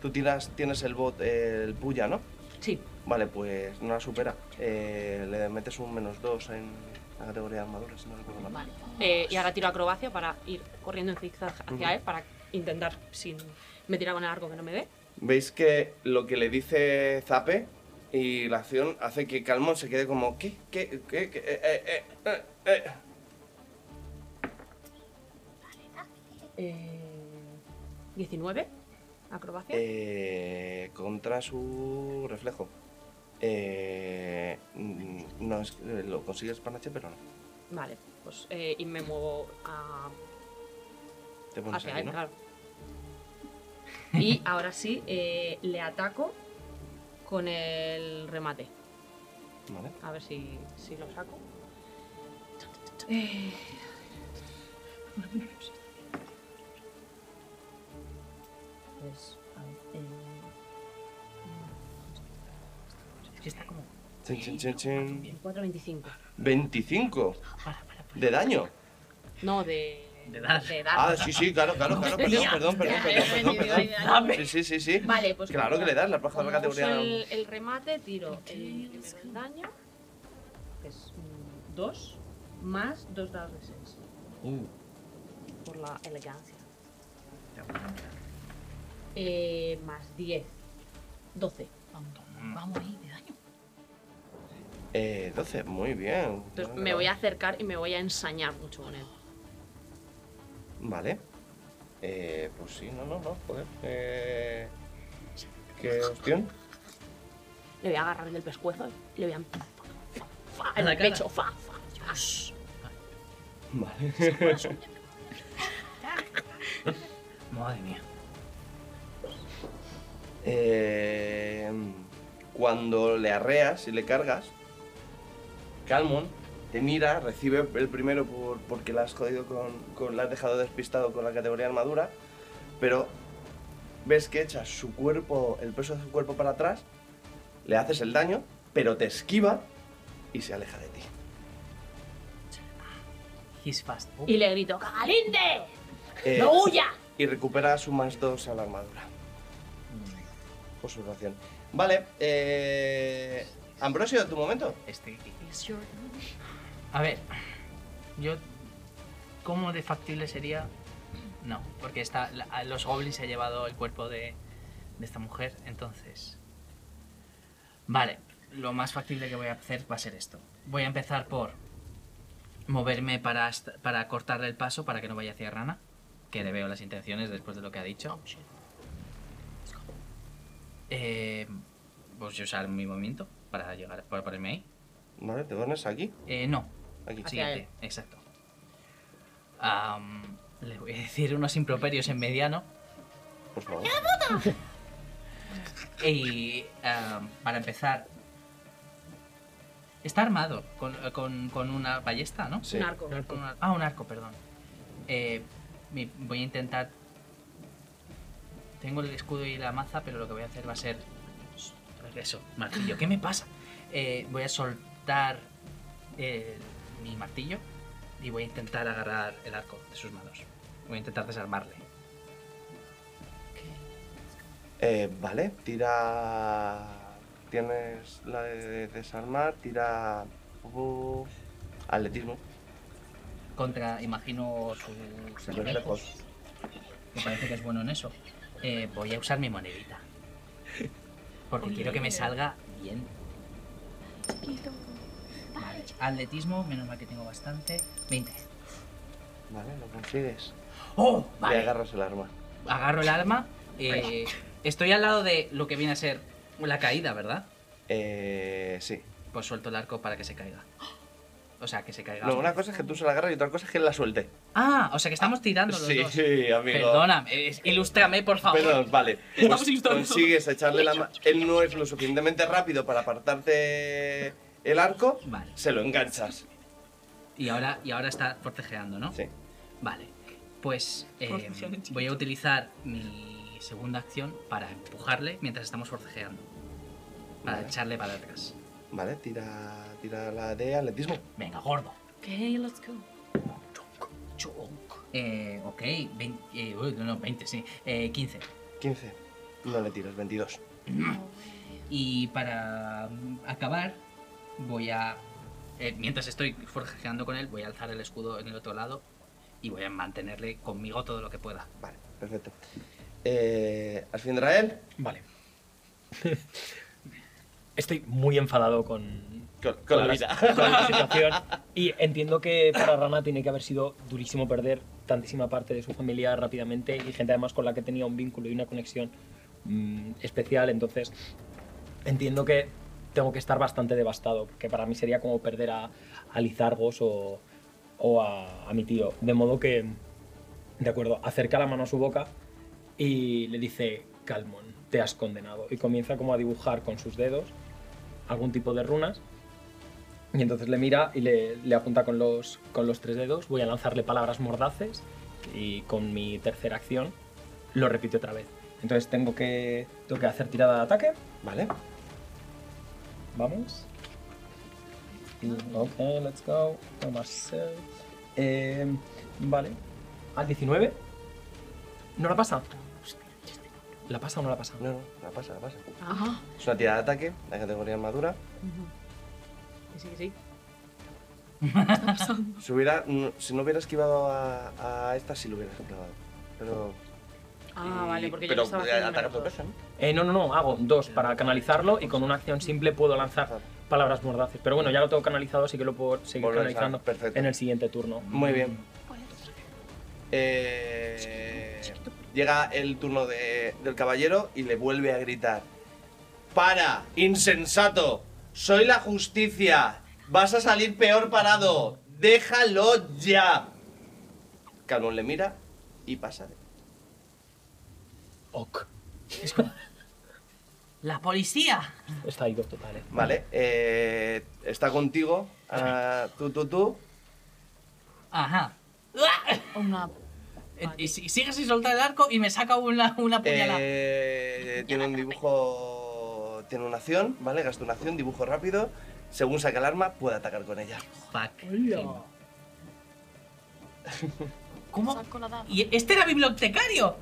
Tú tiras, tienes el bot, el puya, ¿no? Sí. Vale, pues no la supera. Eh, le metes un menos 2 en la categoría de armadura, si no recuerdo mal. Vale. Eh, y ahora tiro acrobacia para ir corriendo en zigzag hacia Ujú. él para intentar sin me tira con el arco que no me dé. Veis que lo que le dice Zape y la acción hace que Calmon se quede como. ¿Qué? ¿Qué? ¿Qué? ¿Qué? Eh, eh, eh, eh, eh. Eh, 19, acrobacia. Eh, contra su reflejo. Eh, mm, no, es que lo consigues panache, pero no. Vale, pues eh, y me muevo a, Te pones hacia ahí, él, ¿no? Ah, claro. Y ahora sí, eh, le ataco con el remate. Vale. A ver si, si lo saco. Eh, Pues, a ver, eh, Es que está como. Chin, chin, chin, chin. 4.25. 25 Para, para, para. de daño. No, de. De dar. Ah, sí, sí, claro, claro, claro. Perdón, perdón, perdón. perdón, perdón, Dame. Sí, sí, sí, sí. Vale, pues. Claro que le das, le has bajado la como categoría. uso El, el remate, tiro el primero del daño, que es 2, más 2 dados de 6. Uh. Por la elegancia. Eh, más 10. 12. Vamos ahí, de daño. Eh, 12, muy bien. Entonces Pues me voy a acercar y me voy a ensañar mucho con él. Vale. Eh, pues sí, no, no, no, joder. Eh, ¿Qué opción? Le voy a agarrar del pescuezo y le voy a. em- fa, fa, fa, en la el cara. pecho, fa, fa, fa. Vale. Madre mía. Eh, cuando le arreas y le cargas, Calmon te mira, recibe el primero por, porque la has jodido con, con. la has dejado despistado con la categoría armadura, pero ves que echas su cuerpo, el peso de su cuerpo para atrás, le haces el daño, pero te esquiva y se aleja de ti. He's fast. Oh, Y le grito: ¡Cagalinde! Eh, ¡No huya! y recupera su más 2 a la armadura. Por su ración. Vale, eh. Ambrosio, tu momento. Este. A ver. Yo. ¿Cómo de factible sería? No, porque está, la- a los goblins se ha llevado el cuerpo de, de esta mujer, entonces. Vale, lo más factible que voy a hacer va a ser esto. Voy a empezar por moverme para, hasta- para cortarle el paso para que no vaya hacia Rana, que le veo las intenciones después de lo que ha dicho. Eh, pues voy a usar mi movimiento para llegar para ponerme ahí. Vale, te pones aquí. Eh, no, Aquí. Hacia siguiente, exacto. Am, le voy a decir unos improperios en mediano Por favor. y am, para empezar está armado con, con- con una ballesta, ¿no? Sí. Un arco. Con un ar- ah, un arco, perdón. Eh, mi- voy a intentar. Tengo el escudo y la maza, pero lo que voy a hacer va a ser. Eso, martillo. ¿Qué me pasa? Eh, voy a soltar eh, mi martillo y voy a intentar agarrar el arco de sus manos. Voy a intentar desarmarle. Eh, vale, tira. Tienes la de desarmar, tira. Uf, Atletismo. Contra, imagino, sus Los reflejos. reflejos. Me parece que es bueno en eso. Eh, voy a usar mi monedita. Porque quiero que me salga bien. Vale. Atletismo, menos mal que tengo bastante. 20. Vale, lo consigues. ¡Oh! Le Vale. agarras el arma. Agarro el arma. eh, estoy al lado de lo que viene a ser la caída, ¿verdad? Eh. Sí. Pues suelto el arco para que se caiga. O sea, que se caiga. No, una cosa es que tú se la agarras y otra cosa es que la suelte. Ah, o sea que estamos tirando los Sí, dos. amigo. Perdóname, es- ilústrame, por favor. Perdón, vale. Estamos Pues ilustrando. consigues echarle la mano. Él no es lo suficientemente rápido para apartarte el arco. Vale. Se lo enganchas. Y ahora, y ahora está forcejeando, ¿no? Sí. Vale, pues eh, Forcejear en chiquito. voy a utilizar mi segunda acción para empujarle mientras estamos forcejeando. Para Vale. echarle para atrás. Vale, tira, tira la de atletismo. Venga, gordo. Ok, let's go. Eh, ok, 20, eh, uy, no, no, 20, sí. Eh, 15. 15. No le tiras, 22. Y para mm, acabar, voy a... eh, mientras estoy forcejeando con él, voy a alzar el escudo en el otro lado y voy a mantenerle conmigo todo lo que pueda. Vale, perfecto. Eh, Al fin de él. Vale. Estoy muy enfadado con, Con, con con con la situación. Y entiendo que para Rana tiene que haber sido durísimo perder tantísima parte de su familia rápidamente y gente además con la que tenía un vínculo y una conexión mm, especial. Entonces, entiendo que tengo que estar bastante devastado, porque para mí sería como perder a, a Lizargos o, o a, a mi tío. De modo que, de acuerdo, acerca la mano a su boca y le dice, Calmon, te has condenado. Y comienza como a dibujar con sus dedos algún tipo de runas. Y entonces le mira y le, le apunta con los, con los tres dedos. Voy a lanzarle palabras mordaces y con mi tercera acción lo repite otra vez. Entonces tengo que, tengo que hacer tirada de ataque. Vale. Vamos. Y- Ok, let's go. No más seis. Eh, vale. Al 19. ¿No la pasa? ¿La pasa o no la pasa? No, no, la pasa, la pasa. Ajá. Es una tirada de ataque, la categoría armadura. Que Sí, que sí. Si, hubiera, no- si no hubiera esquivado a, a esta, sí lo hubiera clavado. Pero. Ah, y- vale, porque yo pero no estaba eh, haciendo ataca menos por dos. pesa, ¿no? Eh, no, no, no, hago dos para canalizarlo y con una acción simple puedo lanzar palabras mordaces. Pero bueno, ya lo tengo canalizado, así que lo puedo seguir Volver a canalizando usar, perfecto. en el siguiente turno. Muy bien. Eh, llega el turno de- del caballero y le vuelve a gritar. ¡Para! ¡Insensato! ¡Soy la justicia! ¡Vas a salir peor parado! ¡Déjalo ya! Calmón le mira y pasa. Ok. ¡La policía! Está ahí dos totales. Vale, eh, está contigo. ah, tú, tú, tú. Ajá. Una... Eh, Y, si- sigue sin soltar el arco y me saca una, una puñalada. Eh, tiene un dibujo. Tiene una acción, ¿vale? Gasta una acción, dibujo rápido. Según saca el arma, puede atacar con ella. Fuck. ¿Cómo? Saco la dama. ¿Y este era bibliotecario?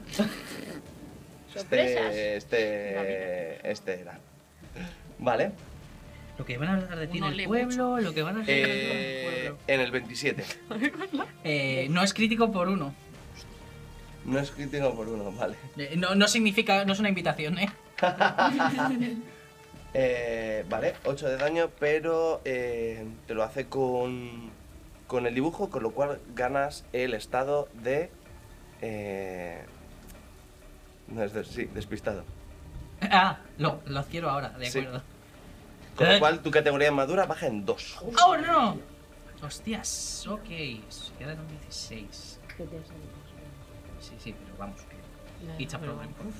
Sorpresas. Este. Este. Este era. Vale. Lo que van a hablar de ti en Uno el lee pueblo, lo que van a hablar eh, en el 27. Eh, no es crítico por uno. No es crítico por uno, vale. Eh, No, no significa, no es una invitación, ¿eh? Eh, vale, 8 de daño, pero eh, te lo hace con, con el dibujo, con lo cual ganas el estado de. eh, no es de- sí, despistado. Ah, lo, lo quiero ahora, de Sí. acuerdo. Con ¿Eh? lo cual tu categoría de madura baja en 2. ¡Oh, no! Hostias, ok. Se quedan un 16. ¿Qué te sale? Sí, sí, pero vamos. que- Ya, It's a Eh, pero problem. bueno.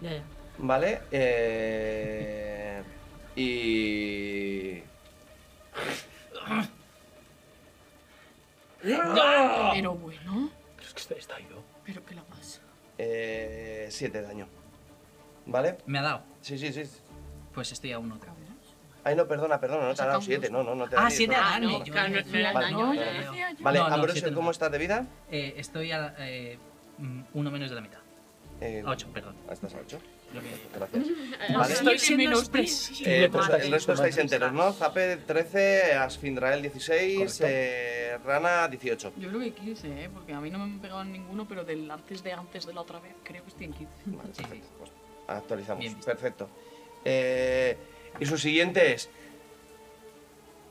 Ya, ya. Vale, eh, y. Pero bueno, Es que está- está ahí dos. pero que la pasa. 7 eh, de daño. ¿Vale? Me ha dado. Sí, sí, sí. Pues estoy a uno otra vez. Ay, no, perdona, perdona, no te ha dado 7. No, no, no te ha dado Ah, diez, siete no. Ah, daño. no, yo claro, dije, no era vale, daño, no, ya no, decía no. Vale, No, no, Ambrosio, siete ¿cómo no. estás de vida? Eh, estoy a eh, mm, uno menos de la mitad. Eh, A ocho, perdón. Estás a 8. Lo que- Gracias. Ah, Vale. sí, Estoy sí, siendo menos hostil. tres. Sí, Eh, pues, Vale. el resto estáis enteros, ¿no? Zape 13, Asfindrael 16, Correcto. eh, Rana 18. Yo creo que 15, ¿eh? Porque a mí no me han pegado en ninguno, pero del antes de antes de la otra vez creo que estoy en 15. Vale, Sí, sí. perfecto. Pues actualizamos. Bien visto. Perfecto. Eh, y su siguiente es.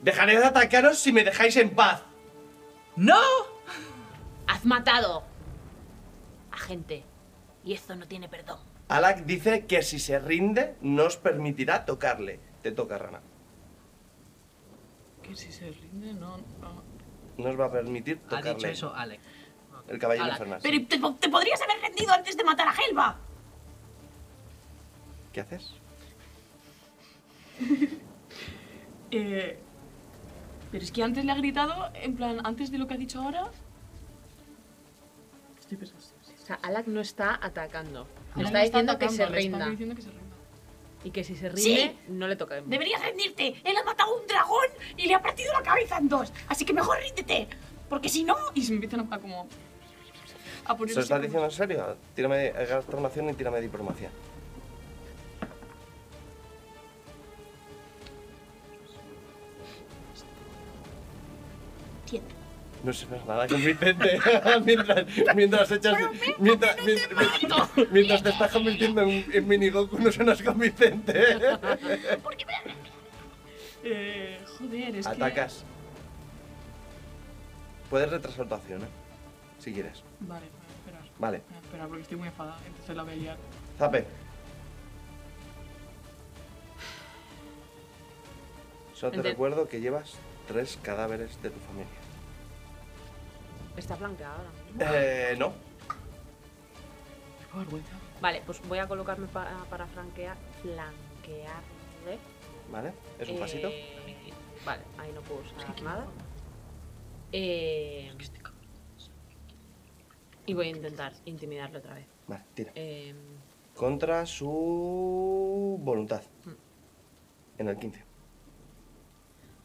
Dejaré de atacaros si me dejáis en paz. ¡No! Has matado a gente. Y esto no tiene perdón. Alak dice que si se rinde, no os permitirá tocarle. Te toca, Rana. Que si se rinde, no. no. No os va a permitir Ha tocarle. dicho eso Alec. El caballero Alak. Fernández. Pero te, te podrías haber rendido antes de matar a Helva. ¿Qué haces? Eh, pero es que antes le ha gritado, en plan, antes de lo que ha dicho ahora. Estoy pensando. O sea, Alak no está atacando. Le Le está diciendo que se atacando, le está rinda. diciendo que se rinda. Y que si se rinde, Sí. no le toca. Deberías rendirte. Él ha matado a un dragón y le ha partido la cabeza en dos. Así que mejor ríndete. Porque si no, Y se empiezan a como. A poner. ¿Se lo estás diciendo en serio? Tírame, gasta una acción y tírame diplomacia. Siete. No sé nada convincente. mientras, mientras echas. Mientras, mientras, mientras te estás convirtiendo en, en minigoku, no suenas convincente. Eh, joder, es Atacas. Puedes retrasar tu acción, ¿eh? Si quieres. que. Vale, voy a esperar. Vale. Voy a esperar porque estoy muy enfadada, entonces la voy a liar. Zape. Solo te Ente- recuerdo que llevas tres cadáveres de tu familia. Está blanqueada ahora. mismo. Eh, no. Qué vergüenza. Vale, pues voy a colocarme pa- para franquear. Flanquearle. ¿Vale? Es un pasito. Eh, Vale, ahí no puedo usar nada. Eh, y voy a intentar intimidarle otra vez. Vale, tira. Eh, Contra su voluntad. En el 15.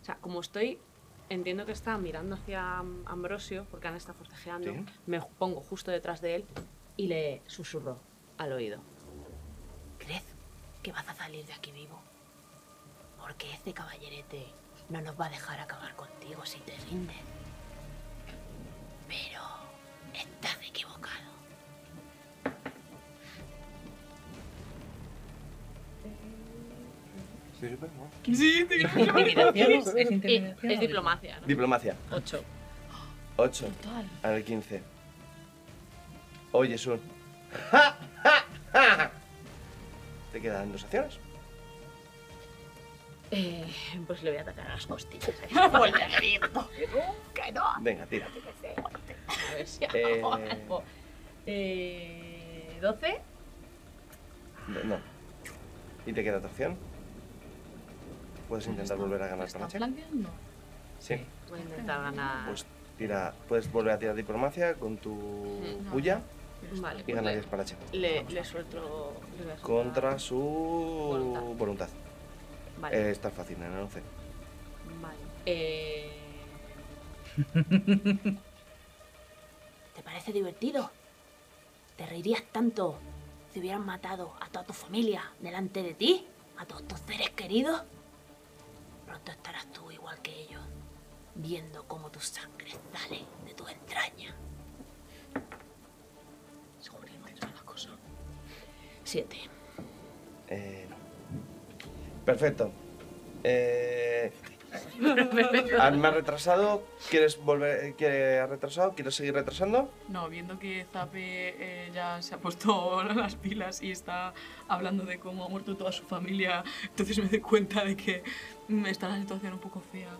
o sea, como estoy, entiendo que está mirando hacia Am- Ambrosio, porque Ana está forcejeando, Sí. me ju- pongo justo detrás de él y le susurro al oído. ¿Crees que vas a salir de aquí vivo? Porque este caballerete no nos va a dejar acabar contigo si te rindes. Pero estás equivocado. Estoy súper mal. Sí, te ¿Es intimidación? ¿Es Eh, intimidación? es diplomacia, ¿no? Diplomacia. 8. 8. En el 15. Oye, Sun. Te quedan dos acciones. Eh, pues le voy a atacar a las costillas. Ah. Venga, tira. A ver si Eh, hago algo. Eh, 12. No. ¿Y te queda otra acción? Puedes intentar volver a ganar con ¿Está H. flanqueando? Sí. Voy a intentar Ah. ganar. Pues tira. Puedes volver a tirar diplomacia con tu No. puya vale, y pues ganar le, 10 para H. le, le suelto. le voy a soltar- Ah. Contra su Voluntad. voluntad. Vale. Eh, está fácil, en el 11. vale. Eh, ¿Te parece divertido? ¿Te reirías tanto si hubieran matado a toda tu familia delante de ti? ¿A todos tus seres queridos? Pronto estarás tú igual que ellos, viendo cómo tu sangre sale de tu entraña. Seguro que no es mala cosa. Siete. Eh, no. Perfecto. Eh, al más retrasado, ¿quieres volver? eh, ¿Quiere ha retrasado? ¿Quieres seguir retrasando? No, viendo que Zape eh, ya se ha puesto las pilas y está hablando de cómo ha muerto toda su familia, entonces me doy cuenta de que mm, está la situación un poco fea.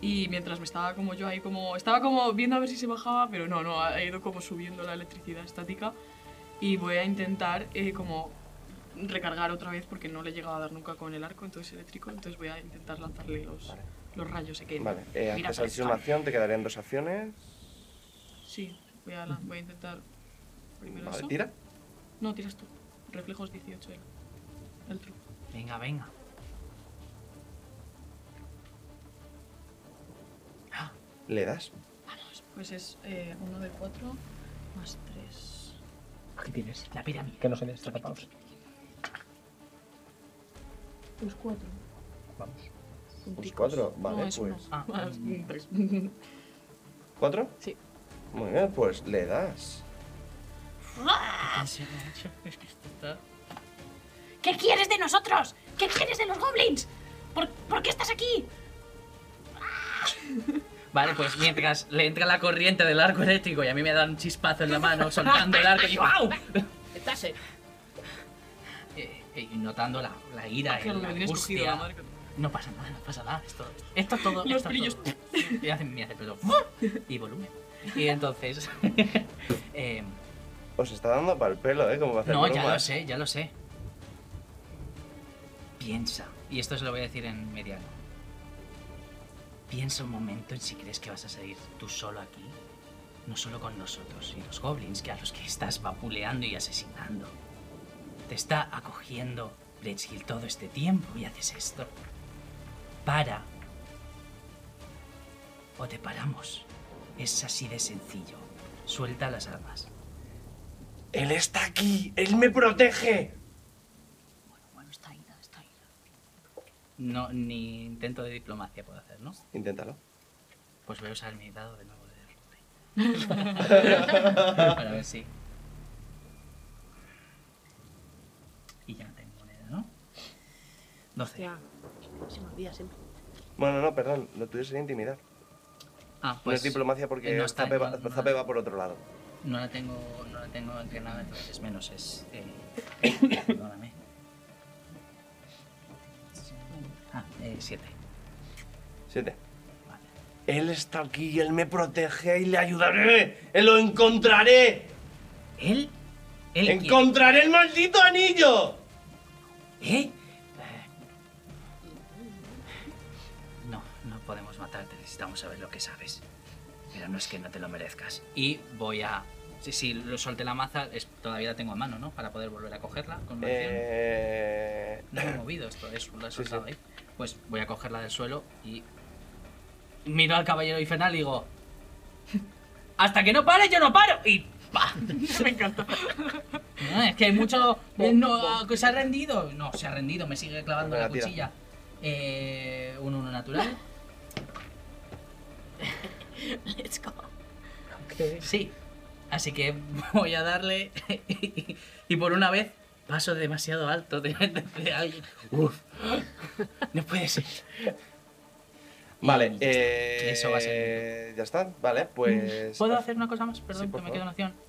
Y mientras me estaba como yo ahí como... Estaba como viendo a ver si se bajaba, pero no, no, ha ido como subiendo la electricidad estática. Y voy a intentar eh, como recargar otra vez porque no le he llegado a dar nunca con el arco, entonces eléctrico, entonces voy a intentar lanzarle los, Vale. los rayos. sé que- Vale. Eh, Mira, antes de pues, salir una acción, te quedarían dos acciones. Sí, voy a, la- voy a intentar primero Vale, Pues eso. tira. No, tiras tú. Reflejos 18 era. El truco. Venga, venga. Le das. Pues es 1 de 4 más 3. Aquí tienes. La pirámide. Que no se les tapados. Pues 4. Vamos. Pues cuatro. Vale, pues. Ah, Más mm. 3. ¿Cuatro? Sí. Muy bien, pues le das. Es que esto está... ¿Qué quieres de nosotros? ¿Qué quieres de los goblins? ¿Por, por qué estás aquí? Vale, pues mientras le entra la corriente del arco eléctrico y a mí me dan un chispazo en la mano, soltando el arco y ¡guau! Estás en- Eh, eh, y notando la, la ira, y Claro, la lo tienes cogido la angustia. madre. que- No pasa nada, no pasa nada. Esto, esto es todo. Los esto es brillos. todo. Y hace, me hace pelo. Y volumen. Y entonces. eh, Os está dando para el pelo, ¿eh? Como va a hacer no, ya lo bromas. sé, ya lo sé. Piensa. Y esto se lo voy a decir en mediano. Piensa un momento en si crees que vas a salir tú solo aquí. No solo con nosotros y los goblins, que a los que estás vapuleando y asesinando. Te está acogiendo Bridgehill todo este tiempo y haces esto. Para. O te paramos. Es así de sencillo. Suelta las armas. Él está aquí, él me protege. Bueno, está ida, está ida. No, ni intento de diplomacia puedo hacer, ¿no? Inténtalo. Pues voy a usar mi dado de nuevo de derrote. Para ver si. Y ya no tengo moneda, ¿no? 12. Ya. Se me olvida siempre. Bueno, no, perdón. Lo tuyo sería intimidar. Ah, no pues. es diplomacia porque no está- Zape va- no- no- Zape va por otro lado. No la tengo, no la tengo entrenada, entonces es menos, es. eh, perdóname. Ah, eh, 7. Siete. Él está aquí, él me protege y le ayudaré. Él lo encontraré. ¿Él? ¿Él quién? ¡Encontraré el maldito anillo! ¿Eh? No, no podemos matarte. Necesitamos saber lo que sabes. Pero no es que no te lo merezcas. Y voy a. Si sí, lo solté la maza, es- todavía la tengo a mano, ¿no? Para poder volver a cogerla con la acción. Eh... No me he movido, esto es lo he soltado ahí. Pues voy a cogerla del suelo y. Miro al caballero infernal y digo. ¡Hasta que no pare, yo no paro! Y. ¡pa! Me encanta. No, es que hay mucho. eh, No, que se ha rendido. No, se ha rendido, me sigue clavando Venga, la tira. cuchilla. Eh, un 1 natural. Let's go. Sí. Así que voy a darle. y por una vez paso demasiado alto. De, de- de alguien. Uf. No puede ser. Vale, Y ya está. eh... Eso va a ser Mm, Ya está, vale, pues... ¿Puedo hacer una cosa más? Perdón, Sí, por que me queda favor. una acción.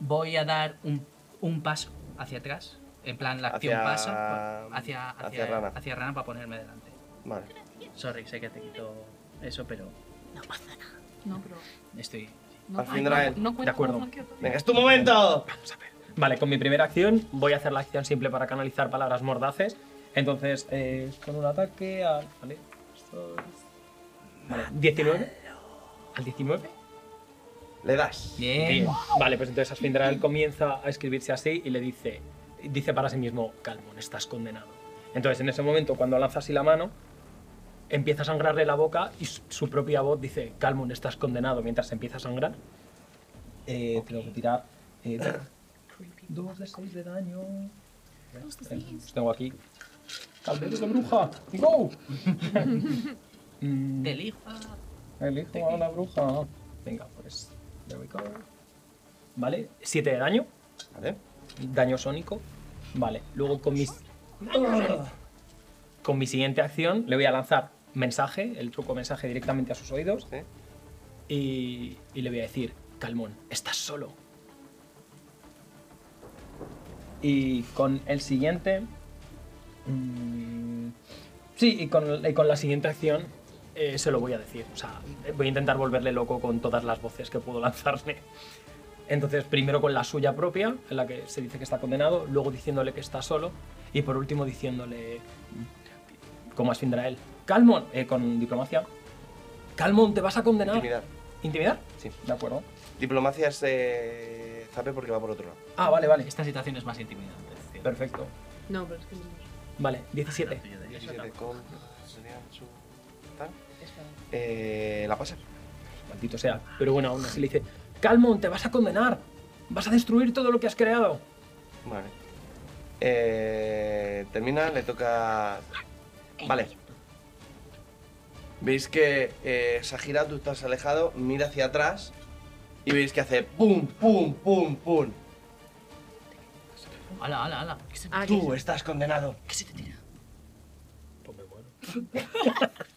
Voy a dar un, un paso hacia atrás. En plan, la acción Hacia- pasa hacia, hacia, hacia Rana. hacia Rana para ponerme delante. Vale. Sorry, sé que te quito eso, pero No, pero. estoy. No, Al fin trae- no cuenta de acuerdo. como flanqueo todavía. Venga, es tu momento. Vale, con mi primera acción voy a hacer la acción simple para canalizar palabras mordaces. Entonces, eh, es con un ataque al. Vale. esto es- Vale, 19. ¿Al 19? Le das. Bien. Vale, pues entonces Asfindrael comienza a escribirse así y le dice, dice para sí mismo, Calmon, estás condenado. Entonces en ese momento, cuando lanza así la mano, empieza a sangrarle la boca y su su propia voz dice, Calmon, estás condenado, mientras se empieza a sangrar. Eh, Tengo que tirar eh, dos de seis de daño. Los tengo aquí. ¡Calderos de bruja! ¡Go! Mm, Del hijo. Elijo a la bruja. Venga, pues. There we go. Vale, 7 de daño. Vale. Daño sónico. Vale, luego con mis. Con mi siguiente acción le voy a lanzar mensaje, el truco mensaje directamente a sus oídos. Sí. Y, y le voy a decir: Calmón, estás solo. Y con el siguiente. mm, Sí, y con, y con la siguiente acción eh, se lo voy a decir. O sea, eh, voy a intentar volverle loco con todas las voces que puedo lanzarle. Entonces, primero con la suya propia, en la que se dice que está condenado, luego diciéndole que está solo, y por último diciéndole, como Asfindrael, Calmon, eh, con diplomacia, Calmon, te vas a condenar. Intimidad. ¿Intimidar? Sí. De acuerdo. Diplomacia es... Eh... Zape porque va por otro lado. Ah, vale, vale. Esta situación es más intimidante. tío. Perfecto. No, pero es que no. Vale, 17. 17 con... sería su- tal. Eh... La pasa. Maldito sea. Pero bueno, aún así le dice, Calmon, te vas a condenar. Vas a destruir todo lo que has creado. Vale. Eh, termina, le toca. Vale. Veis que eh, Sajira, tú estás alejado, mira hacia atrás y veis que hace pum, pum, pum, pum. Ala, ala, ala. Ah, Tú eh. estás condenado.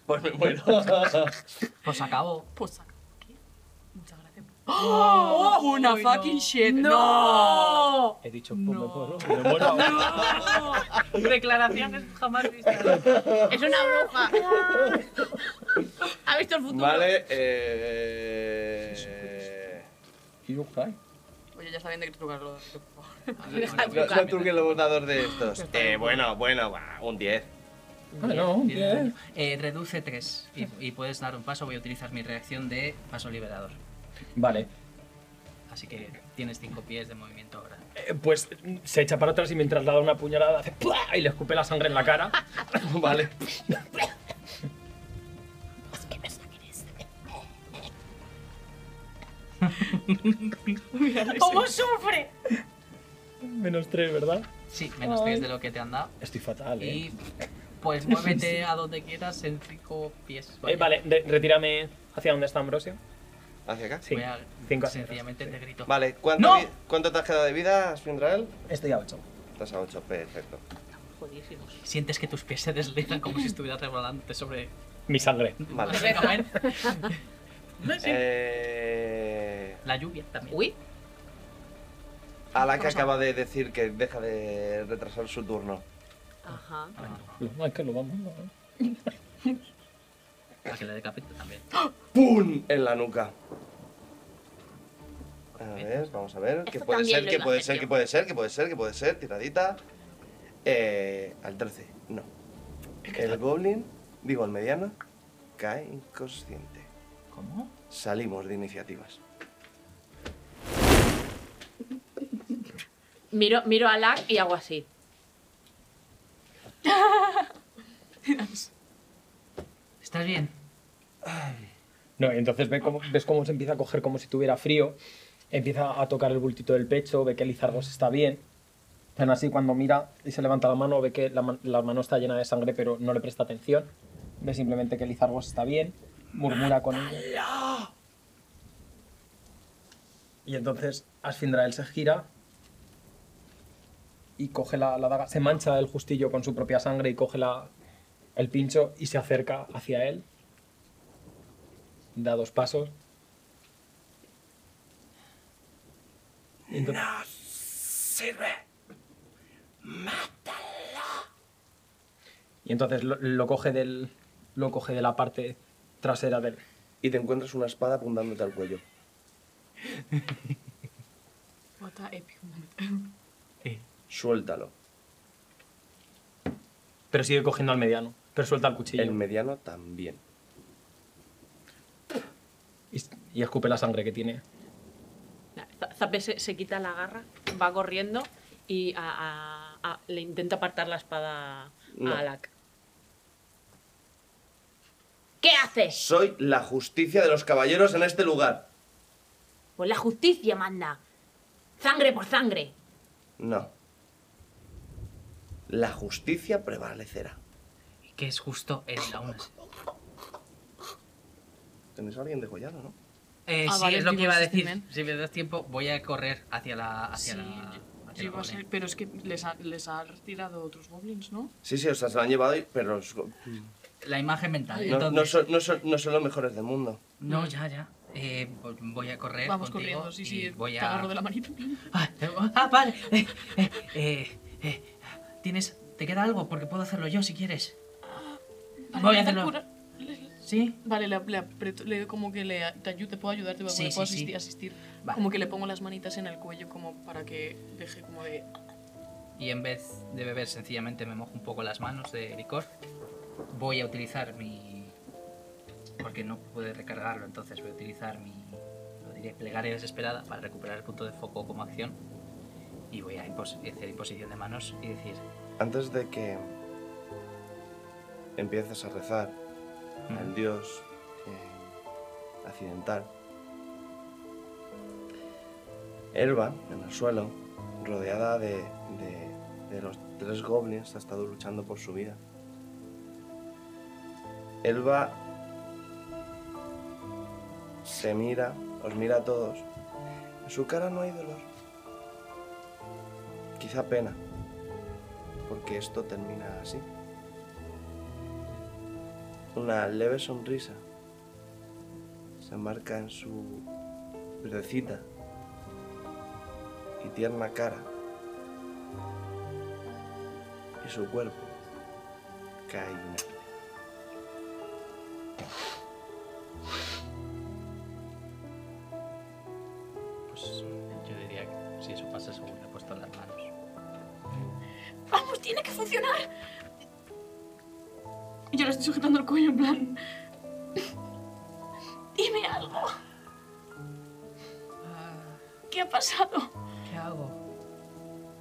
Pues me Pues me muero. muero. Pues acabo. Pues saca. ¿Qué? Muchas gracias. ¡Oh! ¡Una fucking shit! ¡No! He dicho, pues me No. muero. Me muero ahora. Declaraciones jamás vistas. Es una bruja. ha visto el futuro. vale, eh. Y yo, ay. Oye, ya saben de qué trucarlo. por favor. No, no truques los dados de estos. Eh, bueno, bueno, va, un 10. Ah, no, Oh, Bien, bien. bien. Eh, reduce 3 y, y puedes dar un paso. Voy a utilizar mi reacción de paso liberador. Vale. Así que tienes 5 pies de movimiento ahora. Eh, Pues mm, se echa para atrás y mientras le da una puñalada hace ¡pua! y le escupe la sangre en la cara. vale. ¿Cómo sufre? Menos tres, ¿verdad? Sí, menos 3 de lo que te han dado. Estoy fatal, eh. Y pues muévete a donde quieras en 5 pies. Eh, vale, re- retírame hacia donde está Ambrosio. ¿Hacia acá? Sí. Voy a- Cinco hacia sencillamente te grito. Vale, ¿cuánto, ¡No! vi- ¿cuánto te has quedado de vida, Swindrael? atrás. Estoy a 8. Estás a 8, perfecto. Sientes que tus pies se deslizan como si estuvieras revolándote sobre. Mi sangre. Vale. sobre la cama. Eh, La lluvia también. Uy, a la que acaba de decir que deja de retrasar su turno. ajá. No, es que lo vamos. ¿no? A que le decapite también. ¡Pum! En la nuca. A ver, vamos a ver. Que Esto puede también ser, lo que iba a puede hacer ser, que yo. puede ser, que puede ser, que puede ser. Tiradita. Eh, al 13. No. El goblin, digo el mediano, cae inconsciente. ¿Cómo? Salimos de iniciativas. Miro, miro a Lack y hago así. ¿Estás bien? No, y entonces ve cómo- ves cómo se empieza a coger como si tuviera frío, empieza a tocar el bultito del pecho, ve que el Izargos está bien. Pero así cuando mira y se levanta la mano, ve que la, man- la mano está llena de sangre, pero no le presta atención. Ve simplemente que el Izargos está bien, murmura con ella. Y entonces Asfindrael se gira y coge la, la daga, se mancha el justillo con su propia sangre y coge la, el pincho y se acerca hacia él da dos pasos. Y entonces- Y entonces lo, lo coge del. Lo coge de la parte trasera del. Y te encuentras una espada apuntándote al cuello. What a epic moment. Eh. Suéltalo. Pero sigue cogiendo al mediano. Pero suelta el cuchillo. El mediano también. Y, y escupe la sangre que tiene. Z- Zape se, se quita la garra, va corriendo y a- a- a- le intenta apartar la espada No. a Lack. ¿Qué haces? Soy la justicia de los caballeros en este lugar. Pues la justicia manda. Sangre por sangre. No. La justicia prevalecerá. Y que es justo el aún así. Tenéis a alguien degollado, ¿no? Eh, Ah, sí, vale, es lo tú que iba a ibas a decir. decirme. Si me das tiempo, voy a correr hacia la. Hacia Sí, la, yo- yo hacia la iba a goblin. ser- pero es que les ha, les ha retirado otros goblins, ¿no? Sí, sí, o sea, se la han llevado, y- pero los go- La imagen mental. no, Entonces, no son, no son- no son los mejores del mundo. No, ya, ya. Eh, vo- voy a correr. Vamos contigo corriendo, sí, y sí, Voy te a... agarro de la manita. Ah, ah, vale. Eh, eh, eh, eh. ¿Tienes. ¿Te queda algo? Porque puedo hacerlo yo si quieres. Vale, Voy a intenta hacerlo. curar- ¿Sí? Vale, le, le aprieto- le- como que le te, ayu- te puedo ayudar, te Sí, le puedo sí, sí. asisti- asistir. Vale. Como que le pongo las manitas en el cuello como para que deje como de... Y en vez de beber, sencillamente me mojo un poco las manos de licor. Voy a utilizar mi. Porque no pude recargarlo, entonces voy a utilizar mi. Lo diré, plegaria desesperada para recuperar el punto de foco como acción. Y voy a impos- hacer imposición de manos y decir. Antes de que empieces a rezar al dios eh, accidental, Elba, en el suelo, rodeada de, de- de los tres goblins, ha estado luchando por su vida. Elba se mira, os mira a todos. En su cara no hay dolor. Quizá pena porque esto termina así. Una leve sonrisa se marca en su verdecita y tierna cara y su cuerpo cae inerte. Pues yo diría que si eso pasa, seguro le he puesto las manos. Vamos, tiene que funcionar. Y Yo le estoy sujetando el cuello en plan... Dime algo. ¿Qué ha pasado? Ah. ¿Qué hago?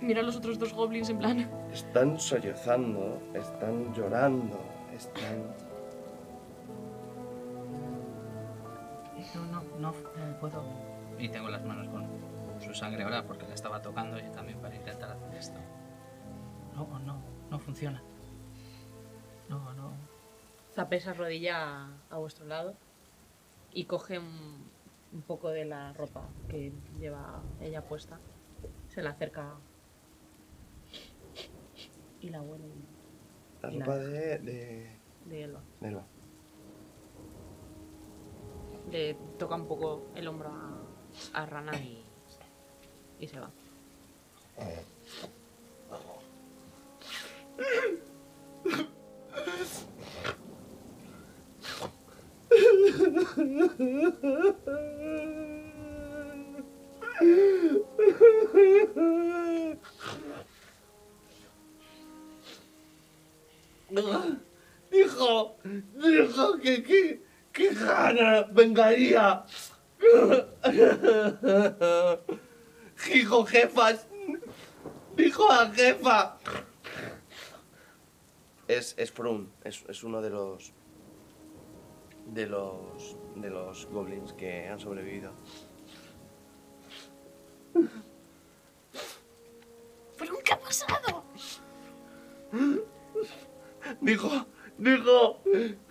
Mira a los otros dos goblins en plan... Están sollozando, están llorando, están... No, no, no, no puedo. Y tengo las manos con su sangre ahora porque la estaba tocando yo también para intentar hacer esto. No, oh, no, no funciona. No, no. Zape esa rodilla a, a vuestro lado y coge un, un poco de la ropa que lleva ella puesta. Se la acerca y la huele La Claro. ropa de... de... de hielo. de Elba. Le toca un poco el hombro a, a Rana y, y se va. Dijo, dijo que, que, que Hannah vengaría. Dijo jefas, dijo a jefa. Es, es Prun, es, es uno de los. de los. de los goblins que han sobrevivido. ¿Pero qué ha pasado? Dijo, dijo,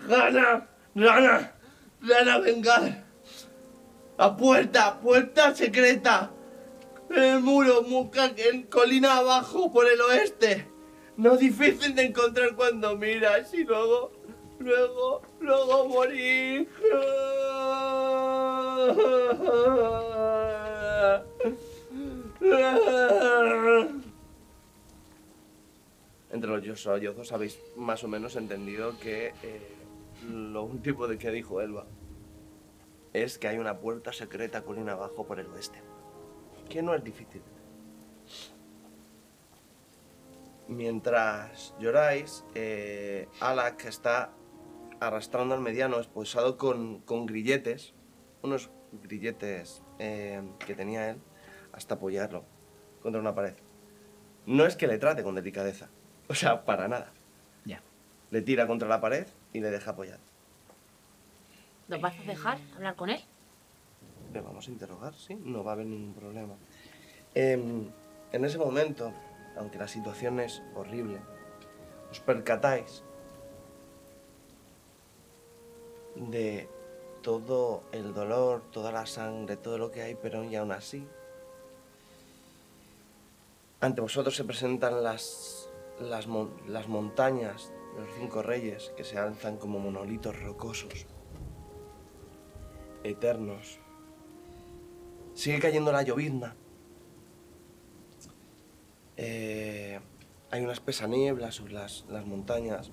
Hannah, Rana, Rana vengar. A puerta, puerta secreta. En el muro, muca, en colina abajo, por el oeste. No difícil de encontrar cuando miras y luego, luego, luego morir. Entre los yosoyozos habéis más o menos entendido que eh, lo último de que dijo Elba es que hay una puerta secreta colina abajo por el oeste. Que no es difícil. Mientras lloráis, eh, Alak está arrastrando al mediano, esposado con, con grilletes, unos grilletes eh, que tenía él, hasta apoyarlo contra una pared. No es que le trate con delicadeza, o sea, para nada. Ya. Le tira contra la pared y le deja apoyado. ¿Nos vas a dejar hablar con él? Le vamos a interrogar, sí, no va a haber ningún problema. Em, en ese momento, aunque la situación es horrible, os percatáis de todo el dolor, toda la sangre, todo lo que hay, pero y aún así, ante vosotros se presentan las, las, mon- las montañas de los cinco reyes que se alzan como monolitos rocosos, eternos. Sigue cayendo la llovizna. Eh, hay una espesa niebla sobre las, las montañas.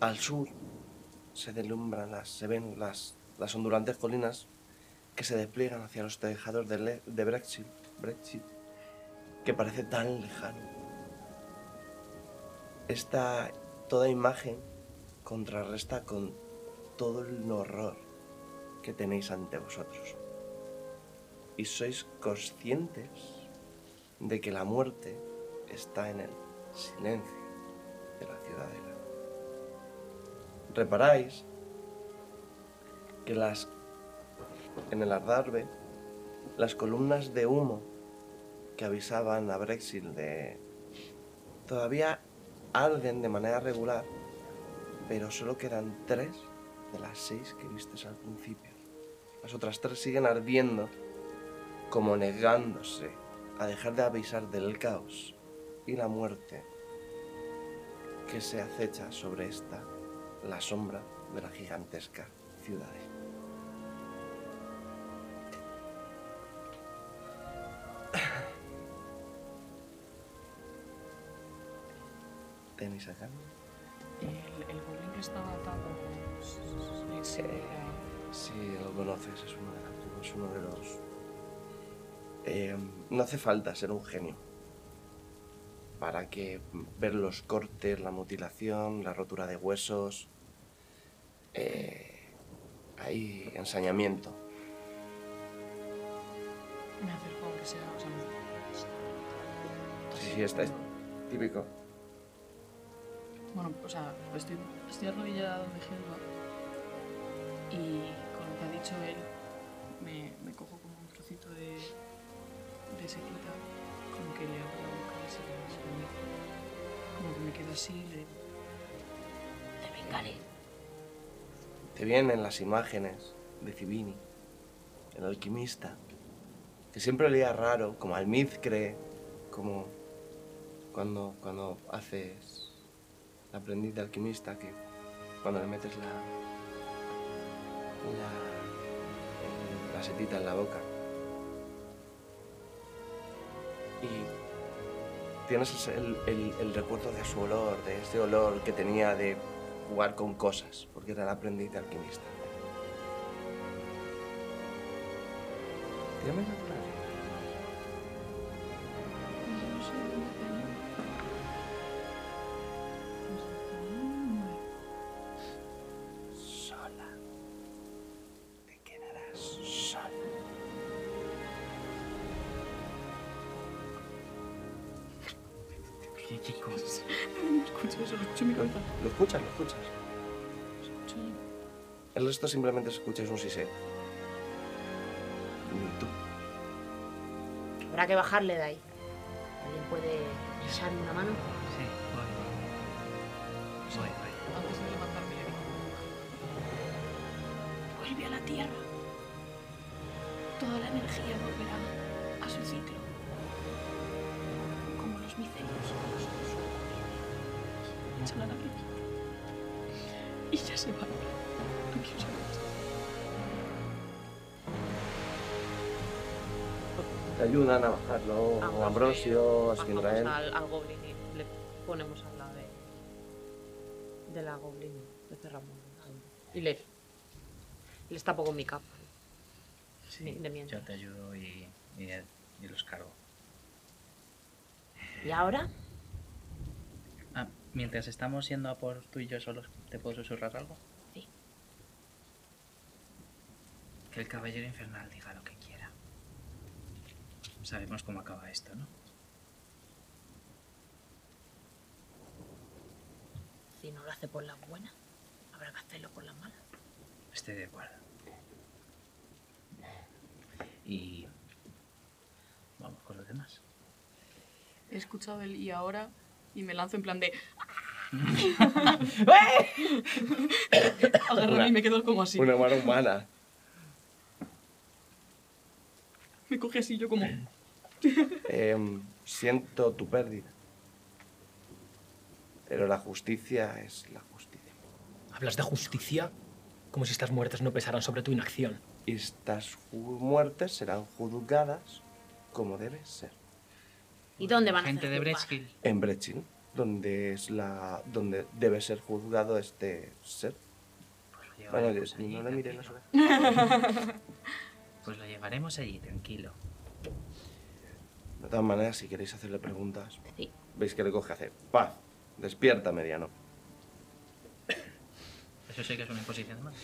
Al sur se deslumbran las, se ven las, las ondulantes colinas que se despliegan hacia los tejados de, Le- de Brexit, Brexit, que parece tan lejano. Esta toda imagen contrarresta con todo el horror que tenéis ante vosotros. Y sois conscientes de que la muerte está en el silencio de la ciudadela. Reparáis que las en el adarve las columnas de humo que avisaban a Brexit de todavía arden de manera regular, pero solo quedan tres de las seis que vistes al principio. Las otras tres siguen ardiendo como negándose a dejar de avisar del caos y la muerte que se acecha sobre esta, la sombra de la gigantesca ciudad. ¿Tenéis acá? El, el goblin que estaba atado. Sí, sí. Si lo conoces, es uno de, los- es uno de los... Eh, no hace falta ser un genio para que ver los cortes, la mutilación, la rotura de huesos... eh, hay ensañamiento. Me acerco aunque sea. O sea me- Sí, sí, está es típico. Bueno, o sea, estoy, estoy arrodillada donde Helga. Y con lo que ha dicho él, me, me cojo como un trocito de, de sequita, como que le abro la boca y se lo- se lo meto. Como que me quedo así y le digo, Te vengaré. Te vienen las imágenes de Civini, el alquimista, que siempre olía raro, como almizcre, como cuando, cuando haces la aprendiz de alquimista, que cuando le metes la, la, la setita en la boca. Y tienes ese- el, el- el recuerdo de su olor, de ese olor que tenía de jugar con cosas, porque era el aprendiz de alquimista. Ya me calcularé. Escucho eso, lo escucho en mi cabeza. Lo escuchas, lo escuchas. El resto simplemente se escucha es un siseo. Ni tú. Habrá que bajarle de ahí. ¿Alguien puede echarme una mano? Sí, voy. Voy, voy. Antes de levantarme, le digo, Vuelve a la Tierra. Toda la energía volverá a su ciclo. Como los micelios. échala a la niña. Y ya se va. No quiero saber más. Te ayudan a bajarlo. Ambrosio, A Ambrosio, a Bajamos Skindrael. al, al goblin y le ponemos al lado de, de la goblin. Le cerramos. Y le, les tapo con mi capa. Sí, de mientras. yo te ayudo y, y, y los cargo. ¿Y ahora? Ah, mientras estamos yendo a por tú y yo solos, ¿te puedo susurrar algo? Sí. Que el caballero infernal diga lo que quiera. Sabemos cómo acaba esto, ¿no? Si no lo hace por las buenas, habrá que hacerlo por las malas. Estoy de acuerdo. Y. Vamos con los demás. He escuchado el y ahora y me lanzo en plan de. Agárrame y me quedo como así. Una mano humana. Me coge así yo como. Em, siento tu pérdida. Pero la justicia es la justicia. Hablas de justicia como si estas muertes no pesaran sobre tu inacción. Estas ju- muertes serán juzgadas como debe ser. ¿Y dónde van Gente a de hacer Brechin. En Brechin, donde es la. donde debe ser juzgado este ser. Pues lo Bueno, llevaremos yo- allí, no le miré las tranquilo. orejas. Pues lo llevaremos allí, tranquilo. De todas maneras, si queréis hacerle preguntas, Sí. veis que le coge hace. Paz, despierta, mediano. Eso sí que es una imposición más.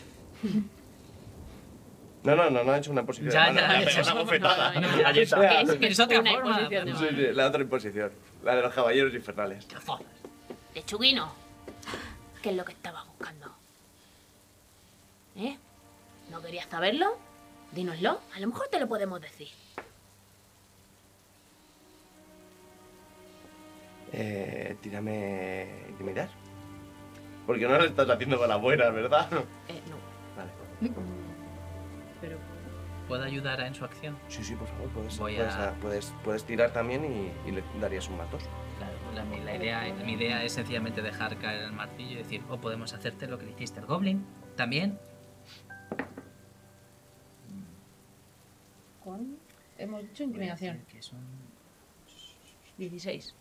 No, no, no, no ha hecho una posición. Ya, de mano. ya, ya, ya, ya. bofetada. No, no, ya está. Que es- Pero es otra una forma. imposición de Sí, sí, la otra imposición. La de los caballeros infernales. Lechuguino. ¿Qué es lo que estabas buscando? ¿Eh? ¿No querías saberlo? Dínoslo. A lo mejor te lo podemos decir. Eh, tírame intimidar. Porque no lo estás haciendo para buenas, ¿verdad? Eh, no. Vale. Pero ¿Puedo ayudar a- en su acción? Sí, sí, por favor, puedes, Voy puedes, a- ah, puedes, puedes tirar también y, y le darías un matos. Claro, la, mi, la idea, mi idea es sencillamente dejar caer el martillo y decir, o podemos hacerte lo que le hiciste al goblin, también. Con- Hemos dicho inclinación. Que son 16.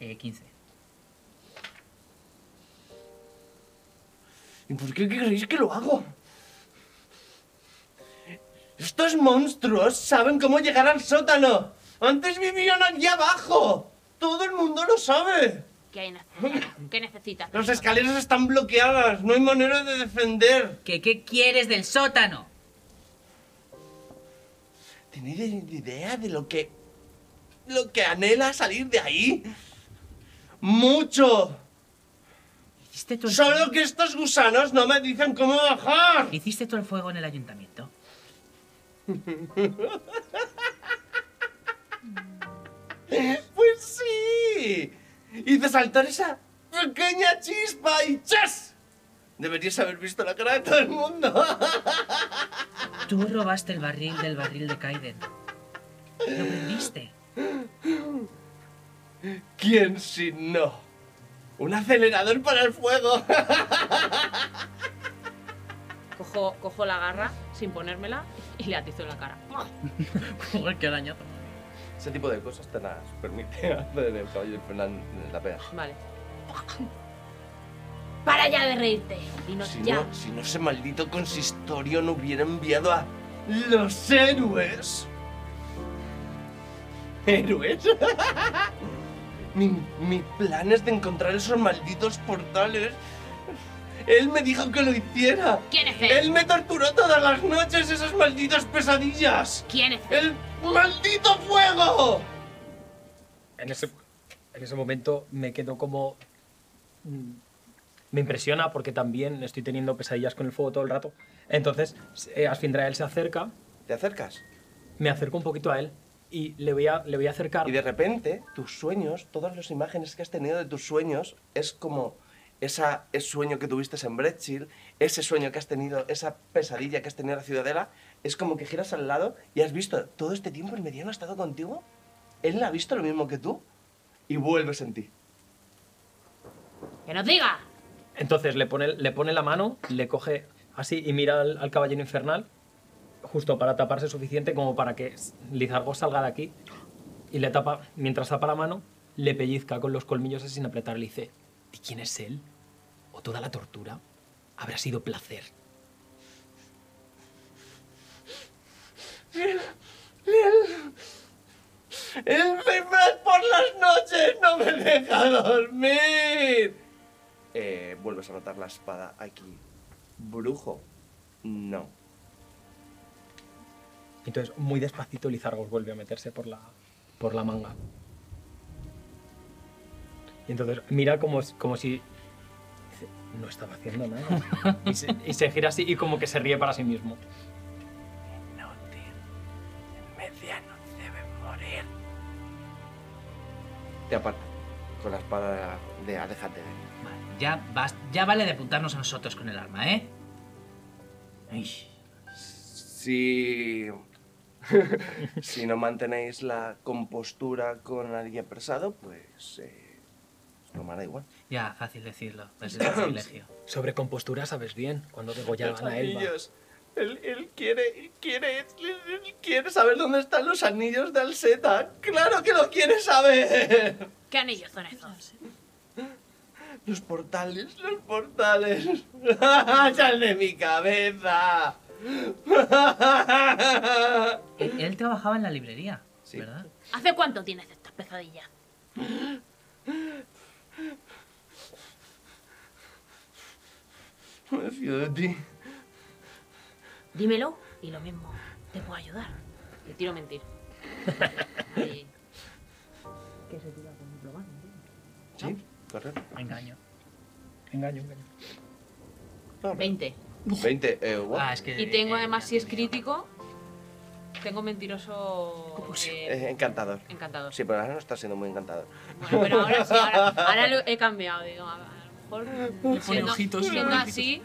eh, 15. ¿Y por qué creéis que lo hago? Estos monstruos saben cómo llegar al sótano. Antes vivían allí abajo. Todo el mundo lo sabe. ¿Qué hay necesitas? ¿Qué necesitas? Las escaleras están bloqueadas. No hay manera de defender. ¿Qué, ¿Qué quieres del sótano? ¿Tenéis idea de lo que... lo que anhela salir de ahí? Mucho. ¿Hiciste Pues tú el, Solo que estos gusanos no me dicen cómo bajar. ¿Hiciste tú el fuego en el ayuntamiento? Pues sí. Hice saltar esa pequeña chispa y ¡chas! Deberías haber visto la cara de todo el mundo. Tú robaste el barril del barril de Kaiden. Lo prendiste. ¿Quién si no? Un acelerador para el fuego. Cojo, cojo la garra sin ponérmela y le atizo en la cara. Joder, qué daño. Ese tipo de cosas te las permite hacer el caballo infernal en la pega. Vale. ¡Para ya de reírte! Dinos Si ya. no, si no ese maldito consistorio no hubiera enviado a los héroes héroes. Mi- mis planes de encontrar esos malditos portales. Él me dijo que lo hiciera. ¿Quién es él? Él me torturó todas las noches esas malditas pesadillas. ¿Quién es ¡El maldito fuego! En ese, en ese momento me quedo como... mm, Me impresiona porque también estoy teniendo pesadillas con el fuego todo el rato. Entonces, eh, Asfindrael se acerca, Te acercas me acerco un poquito a él y le voy a, le voy a acercar... y de repente tus sueños, todas las imágenes que has tenido de tus sueños, es como esa, ese sueño que tuviste en Brechil, ese sueño que has tenido, esa pesadilla que has tenido en la ciudadela, es como que giras al lado y has visto todo este tiempo el mediano ha estado contigo. Él la ha visto lo mismo que tú y vuelves en ti. ¡Que nos diga! Entonces le pone, le pone la mano, le coge así y mira al, al caballero infernal, justo para taparse suficiente como para que s- Lizargo salga de aquí. Y le tapa, mientras tapa la mano, le pellizca con los colmillos así sin apretar. Le dice: ¿Y quién es él? O toda la tortura habrá sido placer. Él, él, él me ve por las noches, no me deja dormir. Eh, vuelves a notar la espada aquí. Brujo. No. Entonces, muy despacito, Lizargos vuelve a meterse por la, por la manga. Y entonces mira como, s- como si. dice, No estaba haciendo nada. Y se, y se gira así y como que se ríe para sí mismo. Medianos deben morir. Te aparta con la espada de, la- de aléjate de él. Ya, bas- ya vale de apuntarnos a nosotros con el arma, ¿eh? Ay, Si. si no mantenéis la compostura con alguien apresado, pues. Eh, os tomará igual. ya, fácil decirlo. Pues es un privilegio. Sobre compostura sabes bien, cuando degollaban Los a Elba. anillos. Él, él quiere, él quiere, él- él quiere saber dónde están los anillos de Alseta. ¡Claro que lo quiere saber! ¿Qué anillos son esos? Los portales, los portales. ¡Sal de mi cabeza! Él, él trabajaba en la librería, Sí. ¿verdad? ¿Hace cuánto tienes estas pesadillas? Me fío de ti. Dímelo y lo mismo. Te puedo ayudar. Le tiro mentir. Ay, Sí, correcto. Engaño. Engaño, engaño. 20. 20 euros. Ah, es que. Y tengo eh, además, ya si es tenía. crítico, tengo mentiroso eh, encantador. encantador. Sí, pero ahora no está siendo muy encantador. Bueno, pero ahora sí, ahora, ahora lo he cambiado, digo, a, a lo mejor mm, siendo, ojitos, le siendo pone así,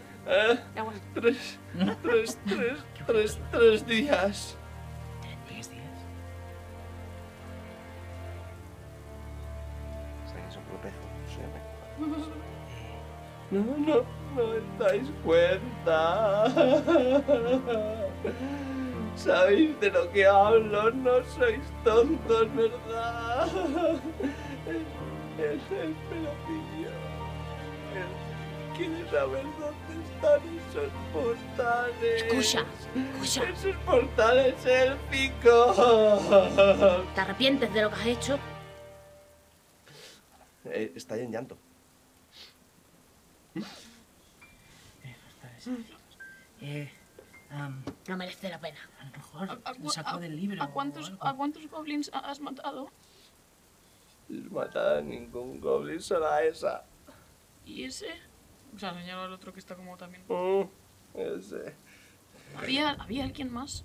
le hago así. tres, tres, tres, tres, tres días. Tres días. Estáis un grupejo, sígueme. No, no, no os dais cuenta. Sabéis de lo que hablo, no sois tontos, ¿verdad? El, el, el me lo pidió. Él quiere saber dónde están esos portales. Escucha, escucha. Esos portales élficos. ¿Te arrepientes de lo que has hecho? Eh, está en llanto. Eh, am, No merece la pena. a lo mejor ¿A- a lo cua- sacó del libro. ¿A cuántos, o algo. ¿A cuántos goblins ha- has matado? No matada a ningún goblin, será esa. ¿Y ese? O sea, señalo al otro que está como también. Mm, ese. ¿Había, ¿había alguien más?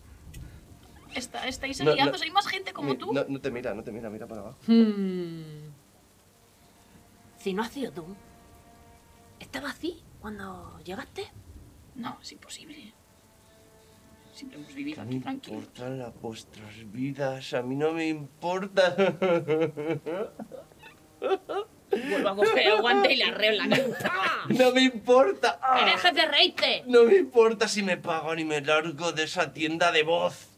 Está, ¿Estáis No, no. aliados? ¿Hay más gente como Mi- tú? No, no te mira, no te mira, mira para abajo. Hmm. Si no has sido tú, ¿estaba así cuando llegaste? No, es imposible. Siempre hemos vivido A aquí mí me tranquilos. importan las vuestras vidas, a mí no me importa. Vuelvo a coger el guante y le arreo en la cara. no me importa. ¡Ah! ¡Que Ah, dejes de reírte! no me importa si me pagan y me largo de esa tienda de voz.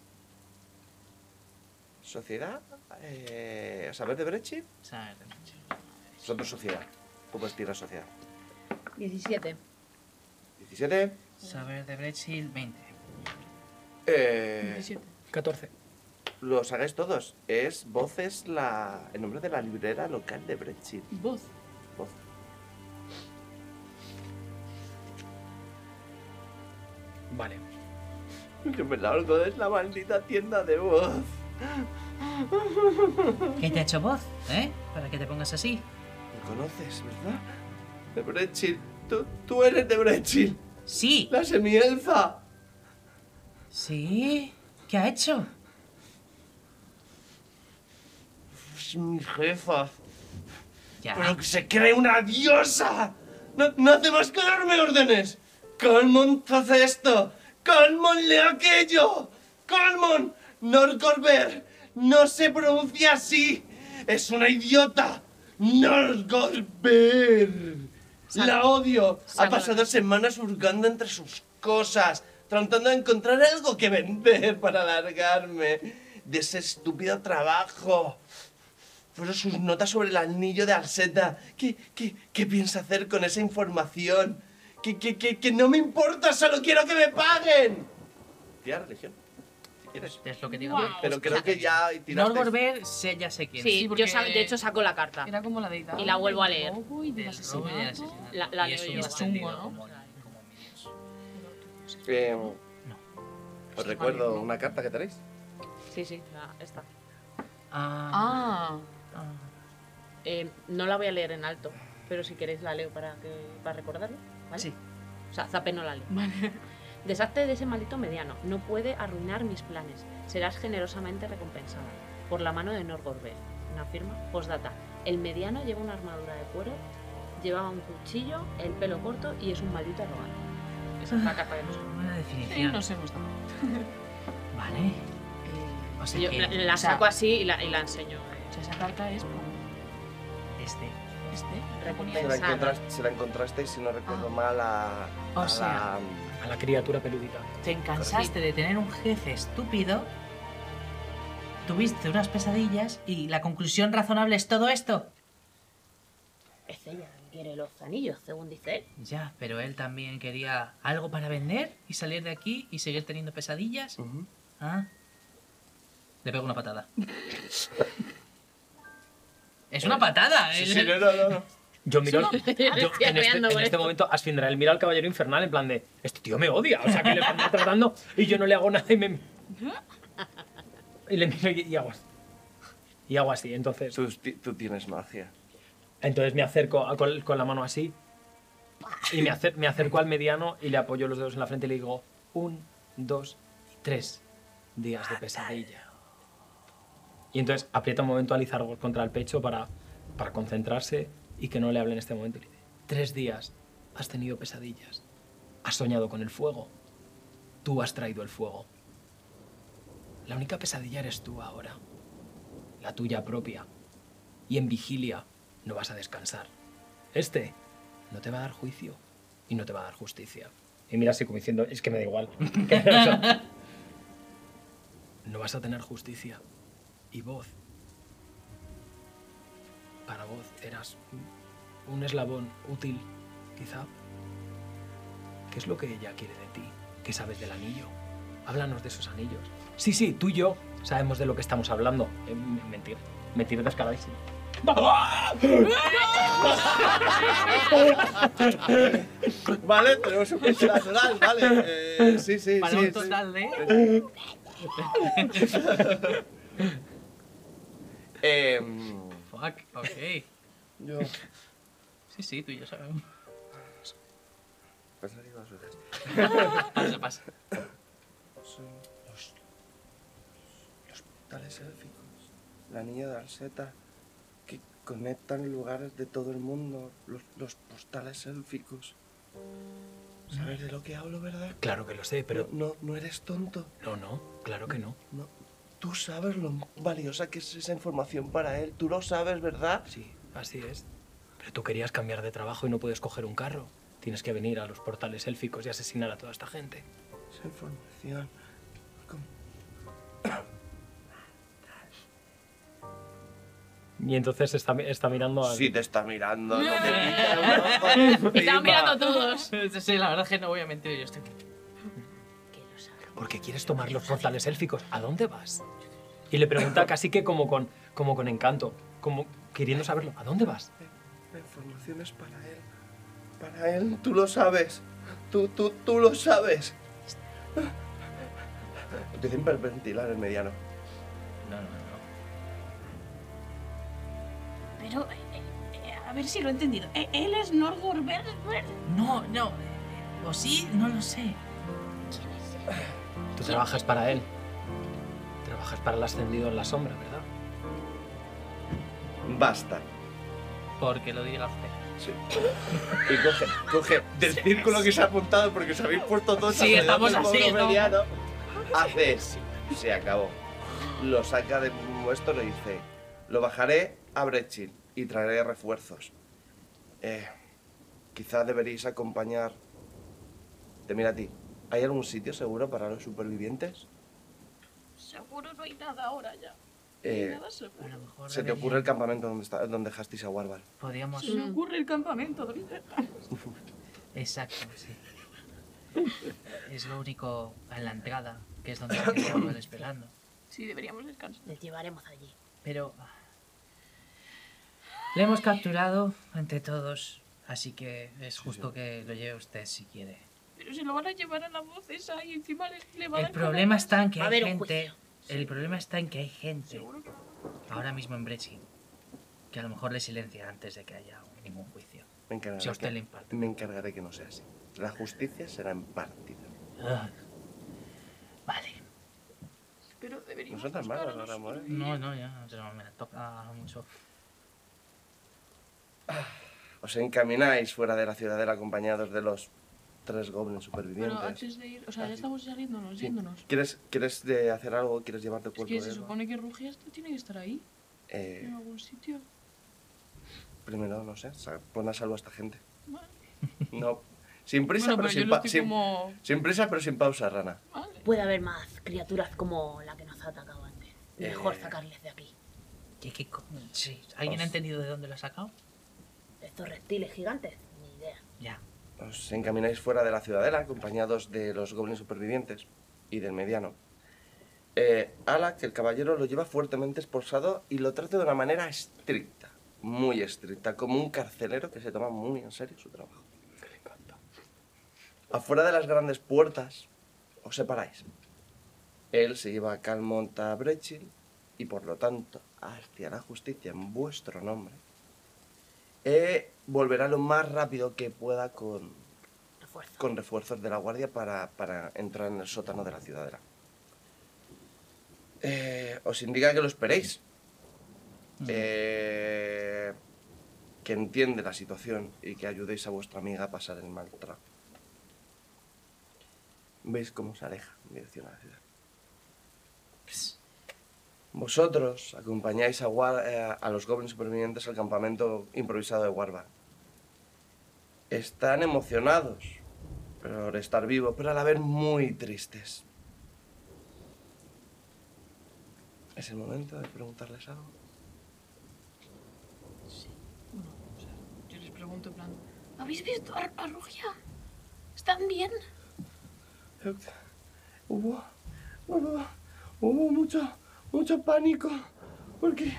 ¿Sociedad? Eh, ¿Saber de Brechit? O sea, Nosotros sociedad. Tú puedes tirar sociedad. 17. 17. saber de Brexit, 20. Eh, 17. 14. los hagáis todos. Es Voz es la, el nombre de la librera local de Brexit. Voz. Voz. Vale. Yo me largo de la maldita tienda de voz. ¿Qué te ha hecho voz, eh? Para que te pongas así. Me conoces, ¿verdad? De Brechil. Tú, tú eres de Brechil. Sí. La semielfa. ¿Sí? ¿Qué ha hecho? Es Pues, mi jefa. Ya. Pero que se cree una diosa. No, no hace más que darme órdenes. Calmon, haz esto. Calmon, lee aquello. Calmon, Norgorber. No se pronuncia así. Es una idiota. Norgorber. La odio. Ha pasado semanas hurgando entre sus cosas, tratando de encontrar algo que vender para alargarme de ese estúpido trabajo. Fueron sus notas sobre el anillo de Arseta. ¿Qué, qué, qué piensa hacer con esa información? Que, que, que, que no me importa, solo quiero que me paguen. Tía religión. Si quieres. Es lo que digo. Pero creo que ya eh, tiraste. Norgorber, sé, ya sé quién. Sí, porque- yo sab- de hecho saco la carta. Era como la deidad. Y la vuelvo a del leer. robo y del Del robo y del asesinato. asesinato. La- la Y es leo un yo. ascendido Chungo, ¿no? como- como mi dios. Eh, Os recuerdo una carta que tenéis. Sí, sí, la- esta. Ah, Ah, ah. Eh, no la voy a leer en alto, pero si queréis la leo para, que, para recordarlo. ¿vale? Sí. O sea, Zape no la leo. vale. Deshazte de ese maldito mediano. No puede arruinar mis planes. Serás generosamente recompensada. Por la mano de Norgorbel. Una firma postdata. El mediano lleva una armadura de cuero, llevaba un cuchillo, el pelo corto y es un maldito arrogante. Esa es la carta que nos... Buena Y definición. nos hemos dado. Vale. Eh, O sea Yo que, la, la o sea, saco así y la, y la enseño. eh, o sea, esa carta es como Este. Se este. la, Recompensada. encontraste, se la encontrasteis, si no recuerdo Ah. mal, a, O a la- sea. A la criatura peludita. Te cansaste de tener un jefe estúpido. Tuviste unas pesadillas y la conclusión razonable es todo esto. Es ella, quiere los anillos, según dice él. Ya, pero él también quería algo para vender y salir de aquí y seguir teniendo pesadillas. Ujú. Ah. Le pego una patada. es una patada. Sí, eh. sí, no, no, no, no. Yo miro. no, yo- me estoy en este, apoyando en este con esto. momento, Asfindrael mira al caballero infernal en plan de. Este tío me odia. O sea, que le están tratando y yo no le hago nada y me. Y le miro y, y hago así. Y hago así. Entonces, Tú, ti- tú tienes magia. entonces me acerco a- con, con la mano así. Y me, acer- me acerco al mediano y le apoyo los dedos en la frente y le digo: Un, dos y tres días de pesadilla. Y entonces aprieta un momento a Lizargor contra el pecho para, para concentrarse y que no le hable en este momento. Y le dice, Tres días has tenido pesadillas. Has soñado con el fuego. Tú has traído el fuego. La única pesadilla eres tú ahora. La tuya propia. Y en vigilia no vas a descansar. Este no te va a dar juicio y no te va a dar justicia. Y mira así como diciendo, es que me da igual. no vas a tener justicia y voz. Para voz eras un- un eslabón útil, quizá. ¿Qué es lo que ella quiere de ti? ¿Qué sabes del anillo? Háblanos de esos anillos. Sí, sí, tú y yo sabemos de lo que estamos hablando. Eh, m- mentir. Mentir descaradísimo. Vale, tenemos un pinche natural, vale. Eh, sí, sí, Para sí, un total de. sí. Eh, mm, Fuck, ok. yo... Sí, sí, tú y yo sabemos. Pensaba que iba a suceder. Pasa, pasa. Son los, los portales élficos, la niña de Alseta, que conectan lugares de todo el mundo, los, los postales élficos. ¿Sabes de lo que hablo, verdad? Claro que lo sé, pero... No, no eres tonto. No, no, claro que no. No. Tú sabes lo valiosa que es esa información para él. Tú lo sabes, ¿verdad? Sí, así es. Pero tú querías cambiar de trabajo y no puedes coger un carro. Tienes que venir a los portales élficos y asesinar a toda esta gente. Esa información. ¿Cómo? Y entonces está, está mirando a... Sí, te está mirando. no te quita un ojo de Están mirando encima. todos. Sí, la verdad es que no voy a mentir, yo estoy. Que los Porque quieres tomar los portales élficos. ¿A dónde vas? Y le pregunta casi que como con, como con encanto, como queriendo saberlo. ¿A dónde vas? La información es para él. Para él, tú lo sabes. Tú, tú, tú lo sabes. Utilicen perpentilar el mediano. No, no, no. Pero, eh, eh, a ver si lo he entendido. Eh, él es Norgor Bersberg. No, no. ¿O sí? No lo sé. Tú trabajas para él. Trabajas para el ascendido en la sombra, ¿verdad? Basta. Porque lo diga usted. Sí. Y coge, coge del círculo que se ha apuntado porque os habéis puesto todos Sí, alrededor estamos del así, mono ¿no? mediano. Haces. Se acabó. Lo saca de esto le dice. Lo bajaré a Brechil y traeré refuerzos. Eh, quizás deberéis acompañar. Te mira a ti. ¿Hay algún sitio seguro para los supervivientes? Seguro no hay nada ahora ya. Eh, Nada seguro. A lo mejor se te debería- ocurre el campamento donde, está, donde dejasteis a Warval. Podríamos... Se me ocurre el campamento, Dorian. Exacto, sí. Es lo único en la entrada, que es donde estamos esperando. Sí, deberíamos descansar. Les llevaremos allí. Pero... Le hemos capturado entre todos, así que es justo que lo lleve usted si quiere. Pero se lo van a llevar a la voz esa y encima le, le van a... El problema está en que Va a hay haber un gente... juicio. El problema está en que hay gente Seguro que no. ahora mismo en Brexit que a lo mejor le silencian antes de que haya ningún juicio. Me encargaré, Si a usted que- le importa. me encargaré que no sea así. La justicia será impartida. Ah. Vale. Pero No deberíamos son tan buscar a malas los ahora, amor, ¿eh? No, no, ya, no, me toca mucho. Os encamináis fuera de la ciudadela acompañados de los tres goblins Pero supervivientes. antes de ir, o sea, ya Así. estamos saliéndonos, pues, Sí. Pues yéndonos. ¿Quieres, quieres eh, hacer algo? ¿Quieres llevarte Es cuerpo que de se Elba? supone que Rugia esto tiene que estar ahí, en Eh, algún sitio. primero, no sé, sa- pon a salvo a esta gente. No. Sin prisa, Bueno, pero pero pues, yo sin lo pausa. estoy como... Sin prisa, pero sin pausa, rana. Vale. Pues Puede haber más criaturas como la que nos ha atacado antes. Mejor Eh. sacarles de aquí. ¿Qué, qué co- sí, ¿Alguien ha Os- entendido de dónde lo ha sacado? Estos reptiles gigantes, ni idea. Ya. Os encamináis fuera de la ciudadela acompañados de los goblins supervivientes y del mediano. Eh, Ala, que el caballero lo lleva fuertemente esposado y lo trata de una manera estricta, muy estricta, como un carcelero que se toma muy en serio su trabajo. Afuera de las grandes puertas os separáis. Él se lleva a Calmont a Brechil y por lo tanto hacia la justicia en vuestro nombre. Eh, volverá lo más rápido que pueda con, Refuerzo. con refuerzos de la guardia para, para entrar en el sótano de la ciudadela. Eh, os indica que lo esperéis. Eh, que entiende la situación y que ayudéis a vuestra amiga a pasar el mal trago. Veis cómo se aleja en dirección a la ciudad. Vosotros acompañáis a, War- eh, a los goblins supervivientes al campamento improvisado de Warbar. Están emocionados por estar vivos, pero a la vez muy tristes. ¿Es el momento de preguntarles algo? Bueno, o sea, yo les pregunto en plan... ¿Habéis visto a, a Rugia? ¿Están bien? Hubo, hubo, hubo mucho, mucho pánico porque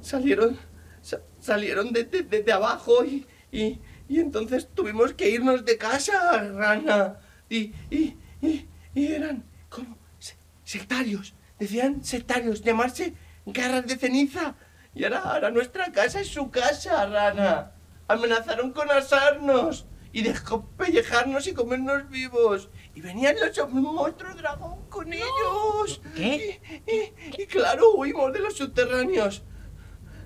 salieron, sa- salieron de, de- de- de abajo y, y, y entonces tuvimos que irnos de casa, rana. Y, y, y, y eran como se- sectarios, decían sectarios, llamarse garras de ceniza. Y ahora, ahora nuestra casa es su casa, rana. Amenazaron con asarnos y dejó pellejarnos y comernos vivos. Y venían los hom- monstruos dragón con ellos. ¿Qué? Y, y- y claro, huimos de los subterráneos.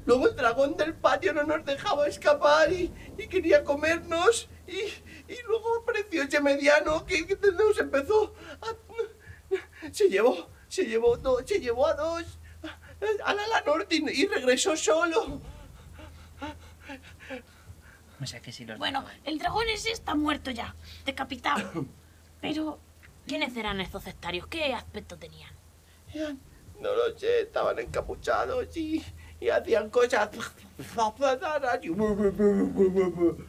Luego el dragón del patio no nos dejaba escapar y, y quería comernos. Y, y luego apareció ese mediano que, que nos empezó a... Se llevó, se llevó, do- se llevó a dos, a la, la norte y, y regresó solo. O sea que si los... Bueno, eh, el dragón ese está muerto ya, decapitado. Pero ¿Quiénes eran estos sectarios? ¿Qué aspecto tenían? Eran- No lo sé, estaban encapuchados y, y hacían cosas... y-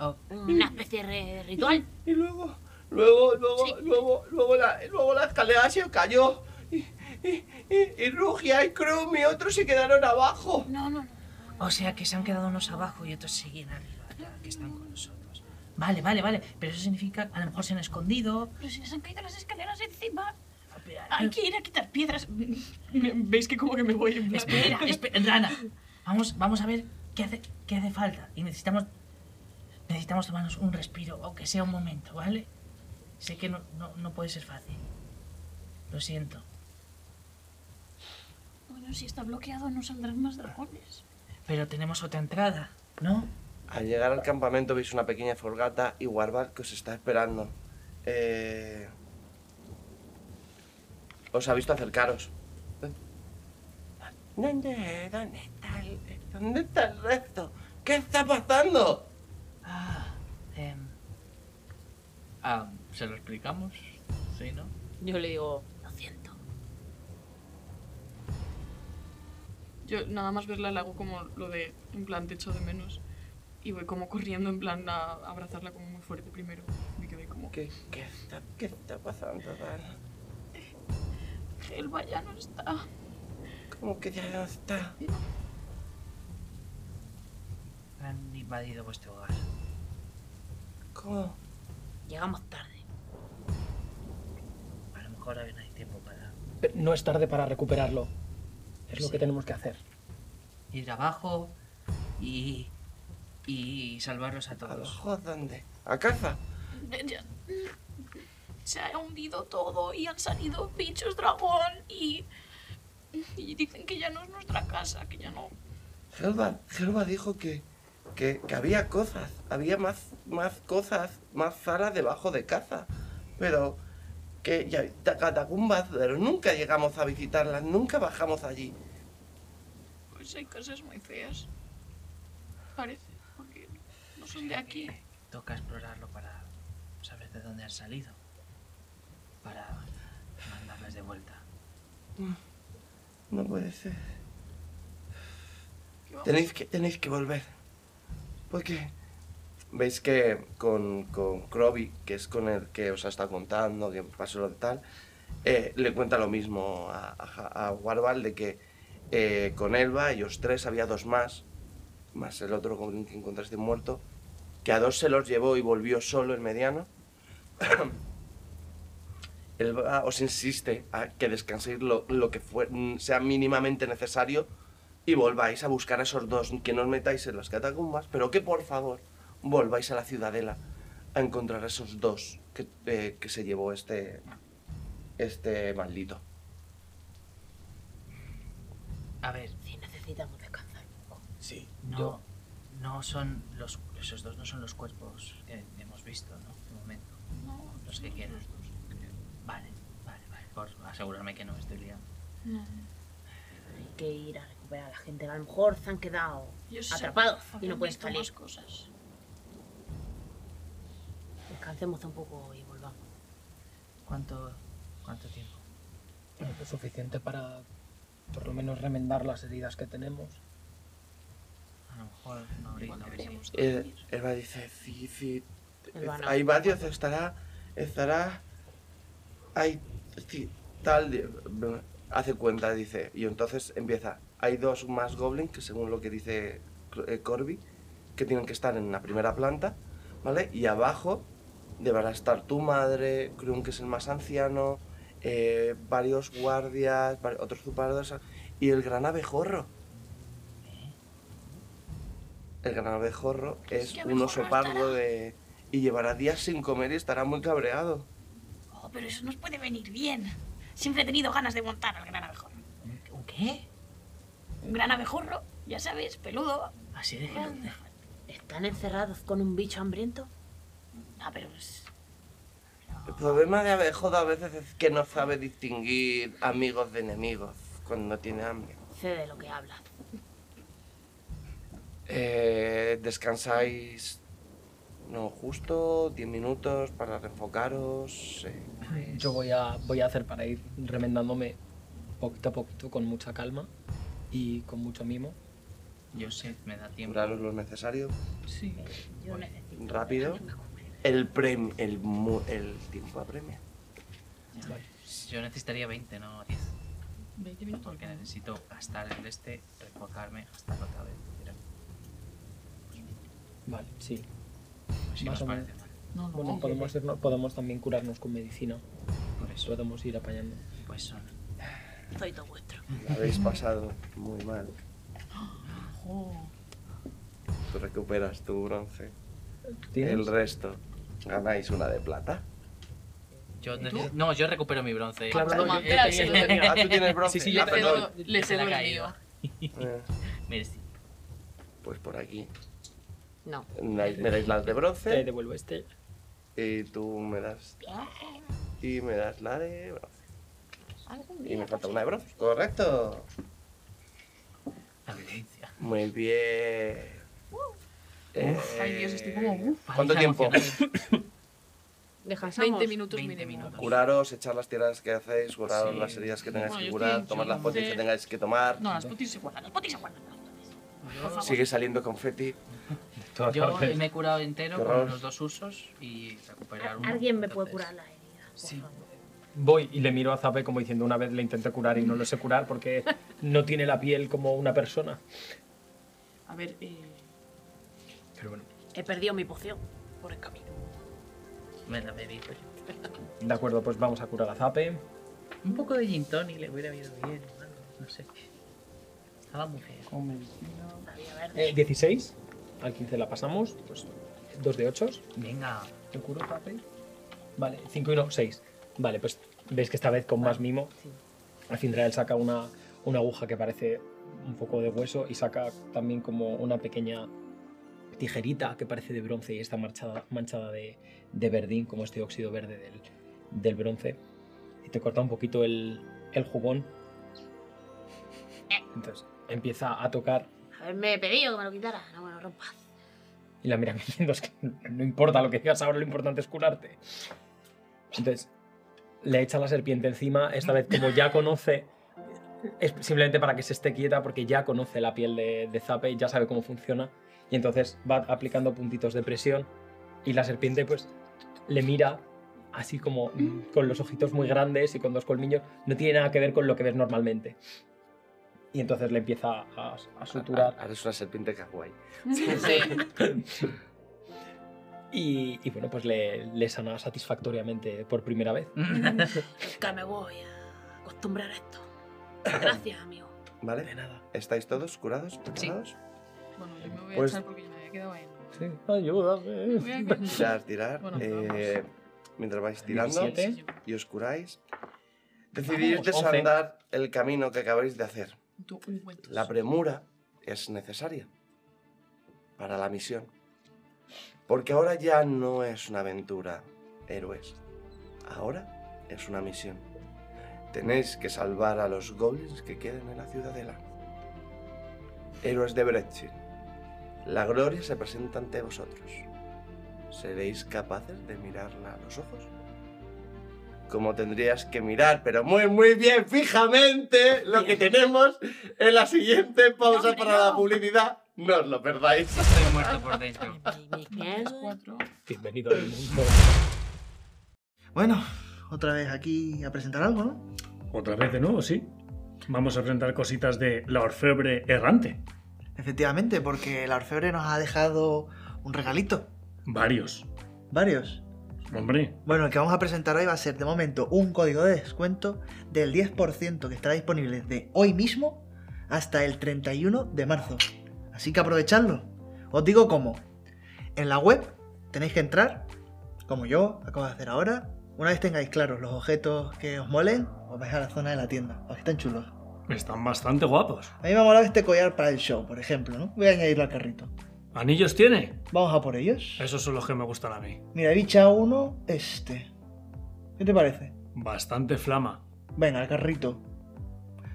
Oh, ¿Una especie de ritual? Y luego, luego, luego, luego, luego la, luego la escalera se cayó. Y, y, y, y Rugia y Krum y otros se quedaron abajo. No, no, no. O sea que se han quedado unos abajo y otros siguen arriba, ya, que están con nosotros. Vale, vale, vale. Pero eso significa, a lo mejor se han escondido. Pero si les han caído las escaleras encima. Espera, Hay que ir a quitar piedras. Eh. Me- Veis que como que me voy en plan- Espera, espera, Rana. Vamos, vamos a ver qué hace, qué hace falta. Y necesitamos. Necesitamos tomarnos un respiro, aunque sea un momento, ¿vale? Sé que no, no, no puede ser fácil. Lo siento. Bueno, si está bloqueado no saldrán más dragones. Pero tenemos otra entrada, ¿no? Al llegar al campamento veis una pequeña fogata y Warbar que os está esperando. Eh, Os ha visto acercaros. ¿Dónde, dónde está el, dónde está el resto? ¿Qué está pasando? Ah, em, Ah, ¿Se lo explicamos? Sí, ¿no? Yo le digo, lo siento. Yo nada más verla le hago como lo de, en plan, te echo de menos. Y voy como corriendo, en plan, a abrazarla como muy fuerte primero. Me quedé como, ¿Qué, qué está, qué está pasando, Dana? Helva ya no está. ¿Cómo que ya no está? han invadido vuestro hogar. ¿Cómo? Llegamos tarde. A lo mejor aún hay tiempo para Pero No es tarde para recuperarlo. Es lo Sí. que tenemos que hacer. ir abajo y. y salvarlos a todos. ¿Abajo dónde? ¿A casa? Ya- Se ha hundido todo y han salido bichos dragón y... Y dicen que ya no es nuestra casa, que ya no... Helva, Helva dijo que, que, que había cosas, había más, más cosas, más salas debajo de casa, pero que ya ta- catacumbas, pero nunca llegamos a visitarlas, nunca bajamos allí. Pues hay casas muy feas. Parece, porque no son de aquí. Toca explorarlo para saber de dónde han salido. Para mandarles de vuelta. No puede ser. ¿Qué vamos? Tenéis que, tenéis que volver. Porque veis que con, con Croby, que es con el que os ha estado contando, que pasó lo de tal, eh, le cuenta lo mismo a, a, Ja- a Warval de que eh, con Elba, ellos tres, había dos más, más el otro con el que encontraste muerto, que a dos se los llevó y volvió solo el mediano. Elba os insiste a que descanséis lo, lo que fue- mm, sea mínimamente necesario y volváis a buscar a esos dos, que no os metáis en las catacumbas, pero que por favor volváis a la ciudadela a encontrar a esos dos que, eh, que se llevó este, este maldito. A ver, Sí, necesitamos descansar un poco. sí. No, no son los. Esos dos no son los cuerpos que hemos visto, ¿no? De momento. No, Los que quedan. Vale, vale, vale. Por asegurarme que no me estoy liando. no. Hay que ir a recuperar a la gente. A lo mejor se han quedado Yo sé, atrapados y no habrán pueden visto más salir. cosas. Descansemos un poco y volvamos. ¿Cuánto, cuánto tiempo? Bueno, lo suficiente para por lo menos remendar las heridas que tenemos. A lo mejor no habría. Igual no habría- deberíamos El, dormir. Elba dice, sí, sí, Elba no. ahí varios estará, estará, hay, sí, tal, de- hace cuenta, dice, y entonces empieza, hay dos más goblins, que según lo que dice Cor- eh, Corby, que tienen que estar en la primera planta, ¿vale? Y abajo deberá estar tu madre, Krum, que es el más anciano, eh, varios guardias, vari- otros zuparadores, y el gran abejorro. El gran abejorro es que un oso abejorro pardo estará? de... Y llevará días sin comer y estará muy cabreado. Oh, pero eso nos puede venir bien. Siempre he tenido ganas de montar al gran abejorro. ¿Un qué? Un gran abejorro, ya sabes, peludo. Así de grande. grande. ¿Están encerrados con un bicho hambriento? Ah, pero es... El problema de abejorro a veces es que no sabe distinguir amigos de enemigos cuando tiene hambre. Sé de lo que hablas. Eh, descansáis, no, justo 10 minutos para reenfocaros. eh. Yo voy a, voy a hacer para ir remendándome poquito a poquito, con mucha calma y con mucho mimo. Yo sé, me da tiempo. Curaros lo necesario. Sí. Yo necesito. Rápido. El premio, el, mu- el tiempo apremia. Yo necesitaría 20, no 10. 20 minutos. Porque necesito gastar el de este, recortarme, gastar otra vez. Mira, Vale, sí. pues si Más nos o menos. parece mal. No, no, Bueno, no. podemos, irnos- podemos también curarnos con medicina. Por eso, Podemos ir apañando. pues son. Soy todo vuestro. La habéis pasado muy mal. Jo. Tú recuperas tu bronce. ¿Tienes? El resto. Ganáis una de plata. Yo necesito- no, yo recupero mi bronce. Claro, Ah, no, Toma, yo- te la yo- cedo, venga. Ah, tú tienes bronce. Sí, sí, Ah, Le perdón. cedo, le cedo el caído. mío. Eh, Mira, sí. Pues por aquí. No. Dais- Me dais las de Te bronce devuelvo este. y tú me das. Y me das la de bronce. Algún Y día. me falta una de bronce. Correcto. La violencia. Muy bien. Eh, Ay, Dios, estoy como, uf. ¿Cuánto Pareja tiempo? emocional. Descansamos. 20 minutos, 20 20 minutos. minutos. Curaros, echar las tiras que hacéis, curaros Sí. las heridas que tengáis Bueno, que yo curar, estoy tomar las hecho, potis sí. que tengáis que tomar. No, las putis se guardan, las putis se guardan. Sigue saliendo confeti. Yo me he curado entero Qué con horror. los dos usos y recuperar uno. Alguien me puede entonces- curar la herida. por Sí. favor. Voy y le miro a Zape como diciendo una vez le intenté curar y no lo sé curar porque no tiene la piel como una persona. A ver, eh, Pero bueno, He perdido mi poción por el camino. Me la bebí. de acuerdo, pues vamos a curar a Zape. Un poco de gin tonic le hubiera ido bien. o algo, No sé. Estaba muy feo. Había verde. Eh, 16, al 15 la pasamos, pues 2 de 8. Venga. Te curo, Zape. Vale, 5 y 1, 6. Vale, pues veis que esta vez con más mimo, al fin Rael saca una, una aguja que parece un poco de hueso y saca también como una pequeña tijerita que parece de bronce y está marchada, manchada de, de verdín, como este óxido verde del, del bronce. Y te corta un poquito el, el jugón. Entonces empieza a tocar Haberme pedido que me lo quitara. No me lo rompas. y la miran diciendo, es que no importa lo que digas ahora, lo importante es curarte. Entonces, le echa la serpiente encima, esta vez como ya conoce, es simplemente para que se esté quieta porque ya conoce la piel de, de Zape y ya sabe cómo funciona. Y entonces va aplicando puntitos de presión y la serpiente pues le mira así como mm, con los ojitos muy grandes y con dos colmillos. No tiene nada que ver con lo que ves normalmente. Y entonces le empieza a, a suturar. Ahora es una serpiente kawaii. Y, y bueno, pues le, le sana satisfactoriamente por primera vez. Nunca me voy a acostumbrar a esto. Gracias, amigo. ¿Vale? nada. ¿Estáis todos curados? ¿Preparados? bueno, yo me voy a Pues- echar porque yo me había quedado en. Sí, ayúdame. Voy a quedar- Tirar, tirar. Bueno, eh, mientras vais tirando 17. y os curáis, decidís Vamos, once. desandar el camino que acabáis de hacer. Tú, un cuento. La premura es necesaria para la misión. Porque ahora ya no es una aventura, héroes. Ahora es una misión. Tenéis que salvar a los goblins que quedan en la ciudadela. Héroes de Brechil, la gloria se presenta ante vosotros. ¿Seréis capaces de mirarla a los ojos? Como tendrías que mirar, pero muy, muy bien, fijamente, lo que tenemos en la siguiente pausa Hombre, para la no. publicidad. No os lo perdáis. Estoy muerto por dentro. Cuatro. Bienvenido al mundo. Bueno, otra vez aquí a presentar algo, ¿no? Otra vez de nuevo, sí. Vamos a enfrentar cositas de la orfebre errante. Efectivamente, porque la orfebre nos ha dejado un regalito. Varios. Varios. Hombre, Bueno, el que vamos a presentar hoy va a ser de momento un código de descuento del 10% que estará disponible desde hoy mismo hasta el 31 de marzo. Así que aprovechadlo. Os digo cómo. En la web tenéis que entrar, como yo acabo de hacer ahora. Una vez tengáis claros los objetos que os molen, os vais a la zona de la tienda. Os están chulos. están bastante guapos. A mí me ha molado este collar para el show, por ejemplo, ¿no? Voy a añadirlo al carrito. ¿Anillos tiene? Vamos a por ellos. Esos son los que me gustan a mí. Mira, bicha uno, este. ¿Qué te parece? Bastante flama. Venga, al carrito.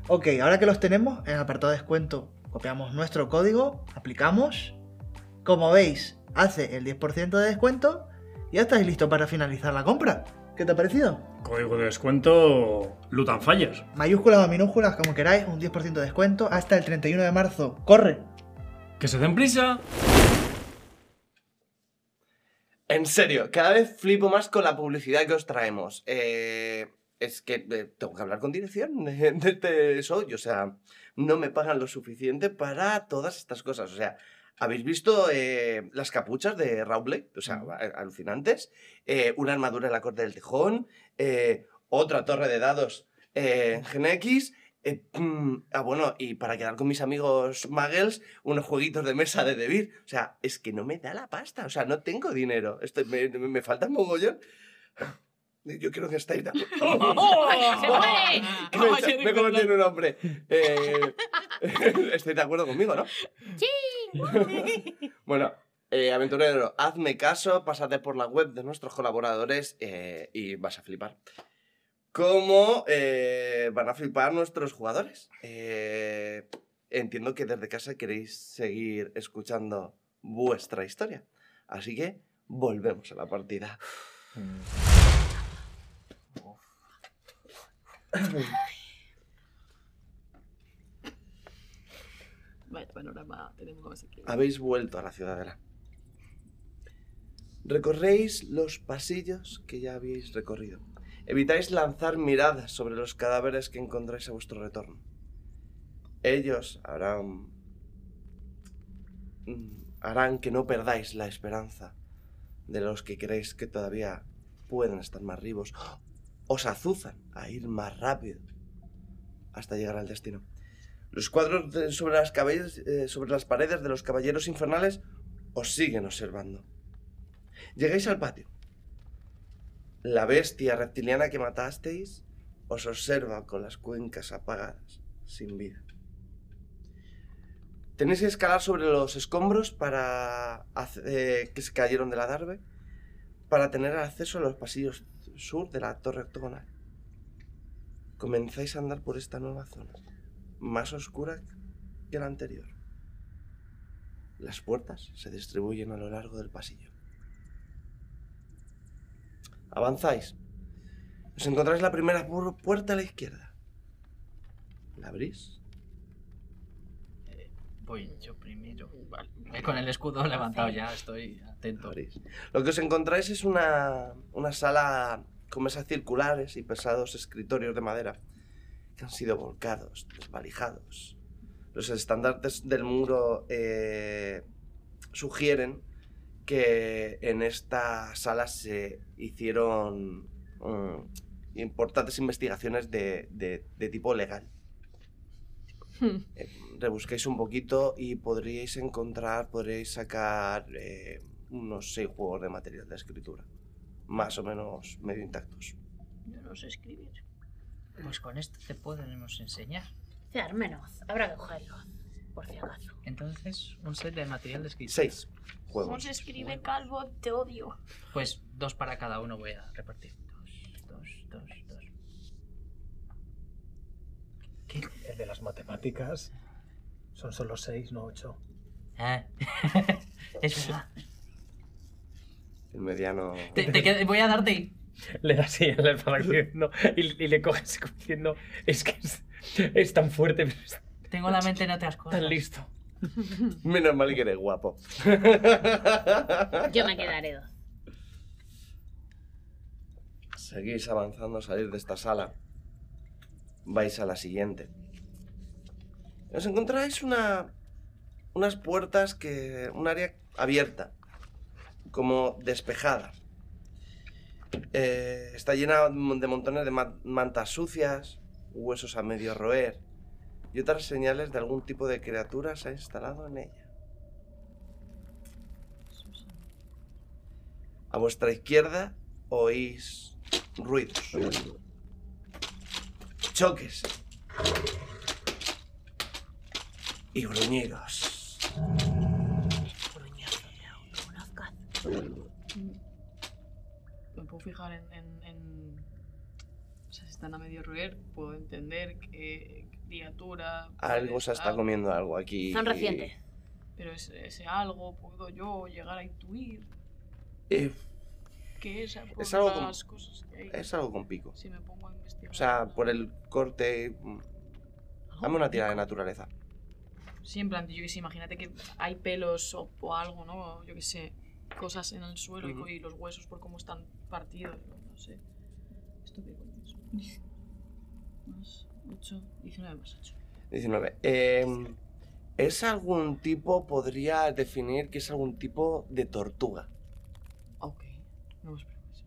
Ok, ahora que los tenemos, en el apartado de descuento copiamos nuestro código, aplicamos. Como veis, hace el 10% de descuento y ya estáis listos para finalizar la compra. ¿Qué te ha parecido? Código de descuento Lutan Fires. Mayúsculas o minúsculas, como queráis, un 10% de descuento hasta el 31 de marzo. ¡Corre! ¡Que se den prisa! En serio, cada vez flipo más con la publicidad que os traemos. Eh, es que eh, tengo que hablar con dirección de de este show. y, O sea, no me pagan lo suficiente para todas estas cosas. O sea, habéis visto eh, las capuchas de Rowley, o Mm. sea, a- alucinantes. Eh, una armadura en la corte del tejón. eh, otra torre de dados eh, en Gen X. eh, mm, ah, bueno, y para quedar con mis amigos Muggles, unos jueguitos de mesa de Debir. O sea, es que no me da la pasta. O sea, no tengo dinero. Estoy, me, me- me falta un mogollón. Yo creo que estáis de acuerdo. ¡Se muere! Que me he hecho- Me he convertido en un hombre. Eh, estoy de acuerdo conmigo, ¿no? Bueno, eh, aventurero, hazme caso, pásate por la web de nuestros colaboradores eh, y vas a flipar. ¿Cómo eh, van a flipar nuestros jugadores? Eh, entiendo que desde casa queréis seguir escuchando vuestra historia. Así que volvemos a la partida. Vaya panorama tenemos aquí. habéis vuelto a la ciudadela. Recorréis los pasillos que ya habéis recorrido. Evitáis lanzar miradas sobre los cadáveres que encontráis a vuestro retorno. Ellos harán... mm, harán que no perdáis la esperanza de los que creéis que todavía pueden estar más vivos. Os azuzan a ir más rápido hasta llegar al destino. Los cuadros de- sobre, las cabell- eh, sobre las paredes de los caballeros infernales os siguen observando. Llegáis al patio. La bestia reptiliana que matasteis os observa con las cuencas apagadas, sin vida. Tenéis que escalar sobre los escombros para hace- eh, que se cayeron de la darbe para tener acceso a los pasillos sur de la torre octogonal. Comenzáis a andar por esta nueva zona más oscura que la anterior. Las puertas se distribuyen a lo largo del pasillo. Avanzáis. Os encontráis la primera pu- puerta a la izquierda. ¿La abrís? Voy yo primero. Vale. Con el escudo levantado ya, estoy atento. Lo que os encontráis es una, una sala con mesas circulares y pesados escritorios de madera que han sido volcados, desvalijados. Los estandartes del muro eh, sugieren que en esta sala se hicieron mm, importantes investigaciones de- de- de tipo legal Eh, rebusquéis un poquito y podríais encontrar, podréis sacar eh, unos seis juegos de material de escritura. Más o menos medio intactos. Yo no sé escribir. Pues con esto te podemos enseñar. Cear menos, habrá que cogerlos, por si acaso. Entonces, un set de material de escritura. Seis ¿Cómo se escribe calvo? Te odio. Pues dos para cada uno voy a repartir. Dos, dos, dos, dos. El de las matemáticas. Son solo seis, no ocho. Ah. es verdad. El mediano. Te- te qued- voy a darte. Le das así en la espada diciendo, y, y le coges como diciendo, es que es, es tan fuerte, pero es Tengo la mente en otras cosas. tan listo. Menos mal que eres guapo. Yo me quedaré dos. Seguís avanzando a salir de esta sala. Vais a la siguiente. Os encontráis una, unas puertas que. un área abierta, como despejada. Eh, está llena de montones de ma- mantas sucias, huesos a medio roer y otras señales de algún tipo de criatura se ha instalado en ella. A vuestra izquierda oís ruidos. Choques. Y gruñidos. Me puedo fijar en, en- en- O sea, si están a medio roer, puedo entender que criatura. Algo se está algo. comiendo algo aquí. Son recientes. Pero ese, ese algo puedo yo llegar a intuir Eh, que es por Es algo las como- cosas que hay. es algo con pico. Si me pongo a investigar. O sea, por el corte. mm. Dame una tirada de naturaleza. Sí, en plan, yo que sé, imagínate que hay pelos o, o algo, ¿no? Yo que sé, cosas en el suelo y Ujú. co- y los huesos por cómo están partidos, no, No sé. esto que es? Más 8, 19 más 8. 19. Eh, es algún tipo, podría definir que es algún tipo de tortuga. Ok, no os preocupéis.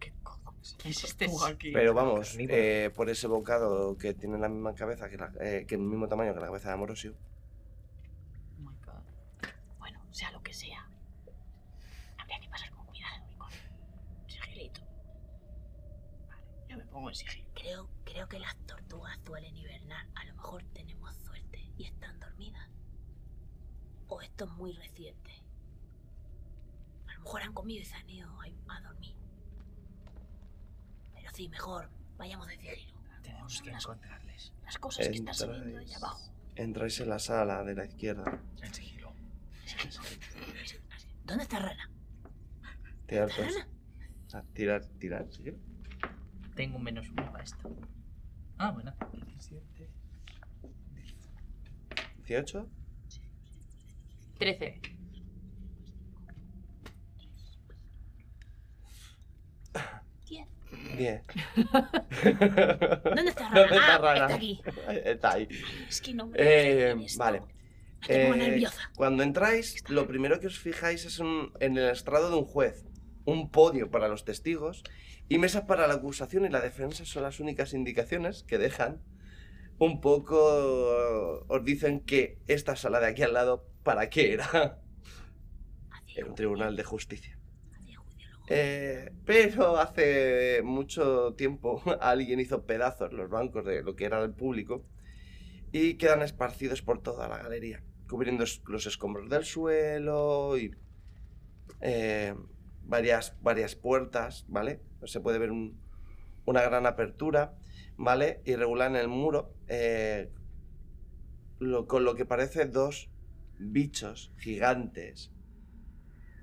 ¿Qué cojones es esta tortuga aquí? Pero vamos, eh, por ese bocado que tiene la misma cabeza, que, la- eh, que el mismo tamaño que la cabeza de Amorosio. Bueno, sea lo que sea. Habría que pasar con cuidado y con sigilito. Yo me pongo en sigilo. Creo, creo que las tortugas suelen hibernar. A lo mejor tenemos suerte y están dormidas. O esto es muy reciente. A lo mejor han comido y se han ido a, a dormir. Pero sí, mejor vayamos de sigilo. Tenemos que encontrarles. Las cosas que están saliendo de abajo. Entráis en la sala de la izquierda. En sigilo. ¿Dónde está Rana? Tirar, pues. Ah, tirar, tirar, ¿sí? Tengo un menos uno para esto. Ah, bueno. 17. 18. 13. Diez. 10. ¿Dónde está Rana? Ah, está aquí. Está ahí. Es que no me Eh, vale. pongo Eh, nerviosa. cuando entráis, lo primero que os fijáis es un- en el estrado de un juez, un podio para los testigos y mesas para la acusación y la defensa son las únicas indicaciones que dejan. Un poco os dicen que esta sala de aquí al lado, ¿para qué era? Era un tribunal de justicia. Eh, pero hace mucho tiempo alguien hizo pedazos los bancos de lo que era el público y quedan esparcidos por toda la galería, cubriendo es- los escombros del suelo y eh, varias, varias puertas, ¿vale? Se puede ver un- una gran apertura, ¿vale? Irregular en el muro, eh, lo- con lo que parece dos bichos gigantes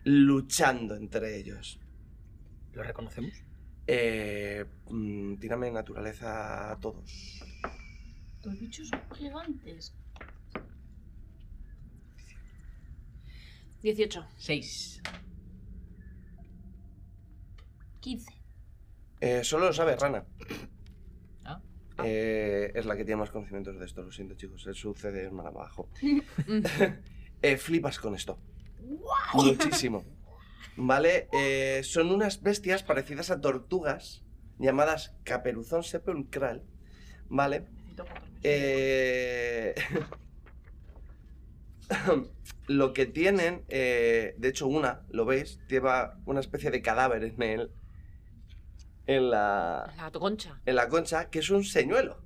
luchando entre ellos. ¿Lo reconocemos? Eh, mm, tírame naturaleza a todos. Los bichos son gigantes. 18. 6. 15. Eh, solo lo sabe Rana. Ah. Eh, es la que tiene más conocimientos de esto, lo siento chicos, él sucede en mal abajo. Mm. Eh, flipas con esto. Muchísimo. Vale, eh, son unas bestias parecidas a tortugas llamadas caperuzón sepulcral. Vale. Eh, lo que tienen, eh, de hecho una, lo veis, lleva una especie de cadáver en él. En la, La concha. en la concha, que es un señuelo.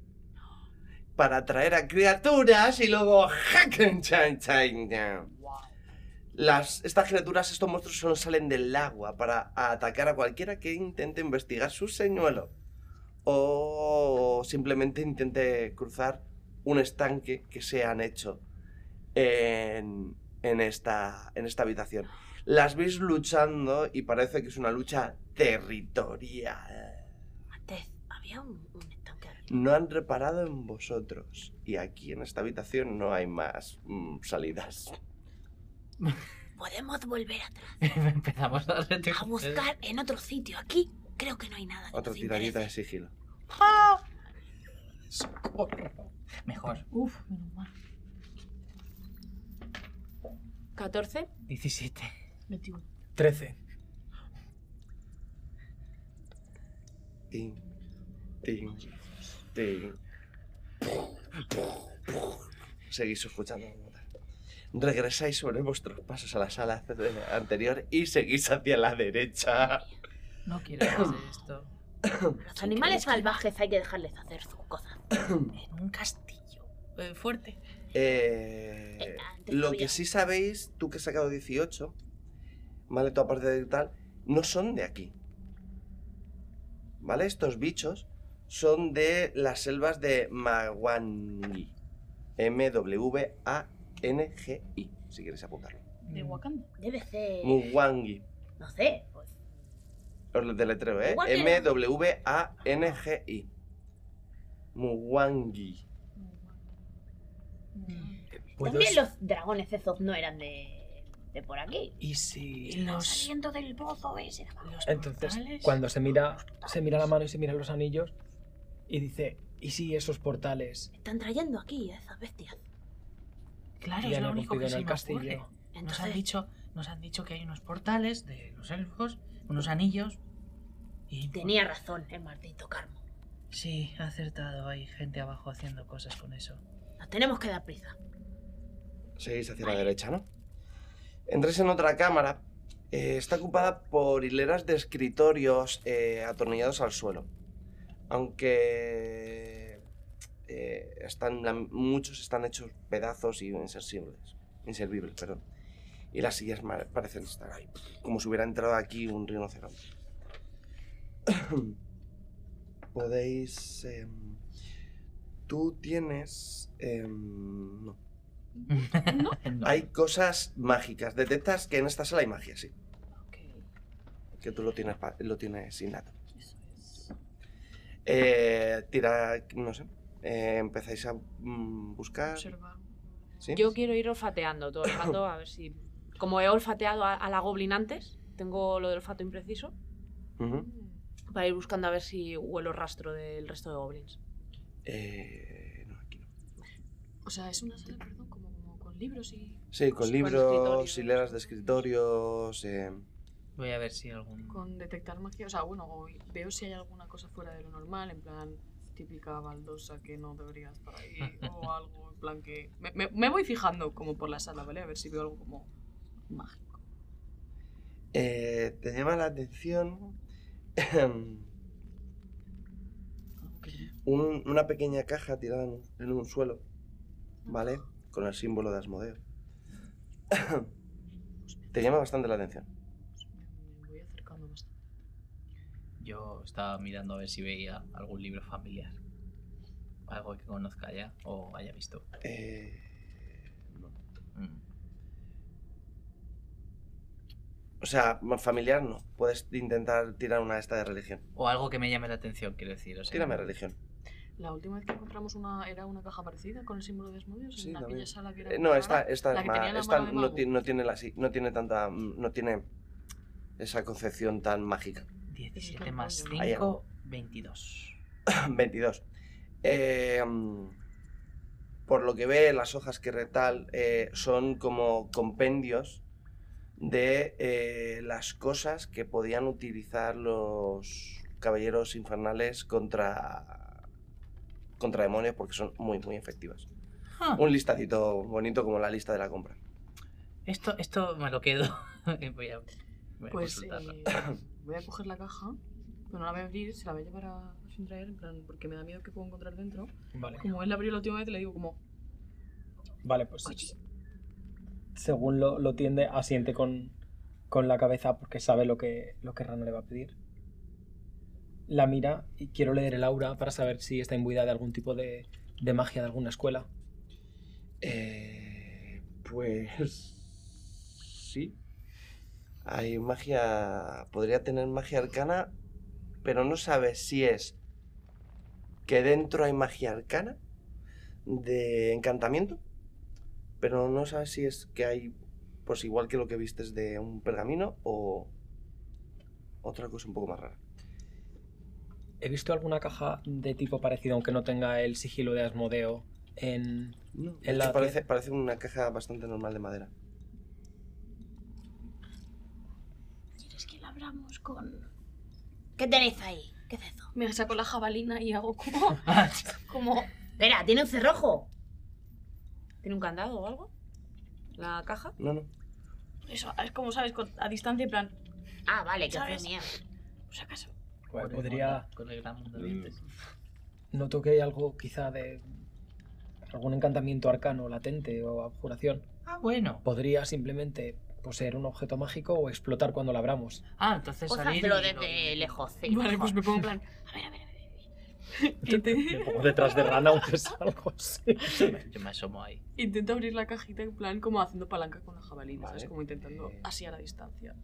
Para atraer a criaturas y luego. ¡jacan, chan, chan, chan! Las, estas criaturas, estos monstruos, solo salen del agua para atacar a cualquiera que intente investigar su señuelo. O simplemente intente cruzar un estanque que se han hecho en, en esta, en esta habitación. Las veis luchando y parece que es una lucha territorial. Antes había un, un estanque arriba. No han reparado en vosotros. Y aquí en esta habitación no hay más mm, salidas. Podemos volver atrás. Empezamos a A buscar en otro sitio. Aquí creo que no hay nada. Otra tiradita de sigilo. Mejor. Uf, menos mal. 14. 17. 21. 13. Tin, tin, tin. Seguís escuchando. Regresáis sobre vuestros pasos a la sala anterior y seguís hacia la derecha. No quiero más de esto. Los animales salvajes hay que dejarles hacer sus cosas. En un castillo. eh, fuerte. Eh, lo que sí sabéis, tú que has sacado 18, ¿vale? Toda parte de tal, no son de aquí. ¿Vale? Estos bichos son de las selvas de Mawangi. M-W-A-N-G-I, si quieres apuntarlo. De Wakanda. Debe Eh. ser. Mwangi. No sé. pues, Os lo deletreo, ¿eh? Igual que- M-W-A-N-G-I. Mwangi. Mm. Pues Pues También los dragones esos no eran de. de por aquí. Y si Saliendo del pozo ese de abajo. Entonces, cuando se mira, se mira la mano y se miran los anillos y dice, ¿y si esos portales Están trayendo aquí a esas bestias. Claro, es ya han lo único irrumpido que en se el me ocurre. castillo? Nos, han dicho, nos han dicho que hay unos portales de los elfos, unos anillos. Y Tenía razón el maldito Carmo. Sí, ha acertado. Hay gente abajo haciendo cosas con eso. Nos tenemos que dar prisa. Seguís hacia la derecha, ¿no? Entráis en otra cámara. Eh, está ocupada por hileras de escritorios eh, atornillados al suelo. Aunque eh, están, la- muchos están hechos pedazos y inservibles. Inservibles, perdón. Y las sillas ma- parecen estar ahí, como si hubiera entrado aquí un rinoceronte. Podéis... em, tú tienes... em, no. Hay cosas mágicas. Detectas que en esta sala hay magia, sí. Que tú lo tienes, pa- lo tienes innato. Eh, tira, no sé. eh, empezáis a mm, buscar. ¿Eh? ¿Sí? Yo quiero ir olfateando todo el rato, a ver si. Como he olfateado a, a la goblin antes, tengo lo del olfato impreciso, Ujú. para ir buscando a ver si huelo rastro del resto de goblins. Eh, no, aquí no. O sea, es una sala, perdón, como, como con libros y. Sí, con libros, hileras de escritorios. eh, Voy a ver si algún. Con detectar magia. O sea, bueno, o veo si hay alguna cosa fuera de lo normal, en plan típica baldosa que no debería estar ahí o algo, en plan que. Me, me- me voy fijando como por la sala, ¿vale? A ver si veo algo como mágico. eh, te llama la atención em, un- una pequeña caja tirada en un, en un suelo, ¿vale? Con el símbolo de Asmodeo. te llama bastante la atención. Yo estaba mirando a ver si veía algún libro familiar. Algo que conozca ya o haya visto. Mm. Eh, o sea, familiar no. Puedes intentar tirar una esta de religión. O algo que me llame la atención, quiero decir. O sea, Tírame religión. La última vez que encontramos una era una caja parecida con el símbolo de Asmodeus en aquella también. sala que era. Eh, no, rara, esta, esta, la es que ma- tenía la esta mano de no, mago. ti- no tiene la, si- no tiene tanta, mm, no tiene esa concepción tan mágica. 17 más Hay 5, 22. 22. Eh, mm, por lo que ve, las hojas que retal eh, son como compendios de eh, las cosas que podían utilizar los caballeros infernales contra, contra demonios porque son muy, muy efectivas. Ah. Un listadito bonito como la lista de la compra. Esto, esto me lo quedo. voy a, voy a Pues consultarlo. eh, voy a coger la caja, pero no la voy a abrir, se la voy a llevar a Sindraer, en plan, porque me da miedo que puedo encontrar dentro. Vale. Como él la abrió la última vez, le digo como, Vale, pues según lo, lo tiende, asiente con, con la cabeza porque sabe lo que, lo que Rana le va a pedir. La mira y quiero leer el aura para saber si está imbuida de algún tipo de, de magia de alguna escuela. Eh, Pues sí. Hay magia. Podría tener magia arcana, pero no sabes si es que dentro hay magia arcana de encantamiento, pero no sabes si es que hay, pues igual que lo que vistes de un pergamino o otra cosa un poco más rara. He visto alguna caja de tipo parecido, aunque no tenga el sigilo de Asmodeo en, De en hecho, la... parece, parece una caja bastante normal de madera. ¿Quieres que la abramos con.? ¿Qué tenéis ahí? ¿Qué es eso? Me saco la jabalina y hago como. como. Espera, tiene un cerrojo. ¿Tiene un candado o algo? ¿La caja? No, no. Eso, es como sabes, Con- a distancia, en plan. Ah, vale, que ¿Sabes? hace mía. Pues acaso. Bueno, podría... Mm. Con el gran mundo Noto que hay algo quizá de algún encantamiento arcano latente o abjuración. Ah, bueno. Podría simplemente poseer un objeto mágico o explotar cuando lo abramos. Ah, entonces Pues hazlo desde lejos, sí. Vale, pues me pongo en plan, Detrás de rana, aunque es algo así. Yo me asomo ahí. intento abrir la cajita en plan como haciendo palanca con la jabalina, ¿sabes? Vale. Como intentando así a la distancia.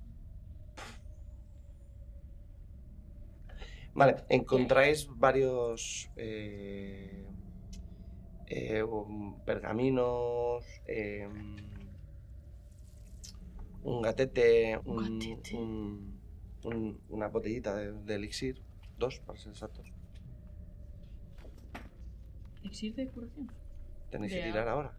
Vale, encontráis varios eh, eh, um, pergaminos, eh, em, un gatete, un, un- un- una botellita de, de elixir, dos para ser exactos. ¿Existe de curación? Tenéis que De tirar a- ahora.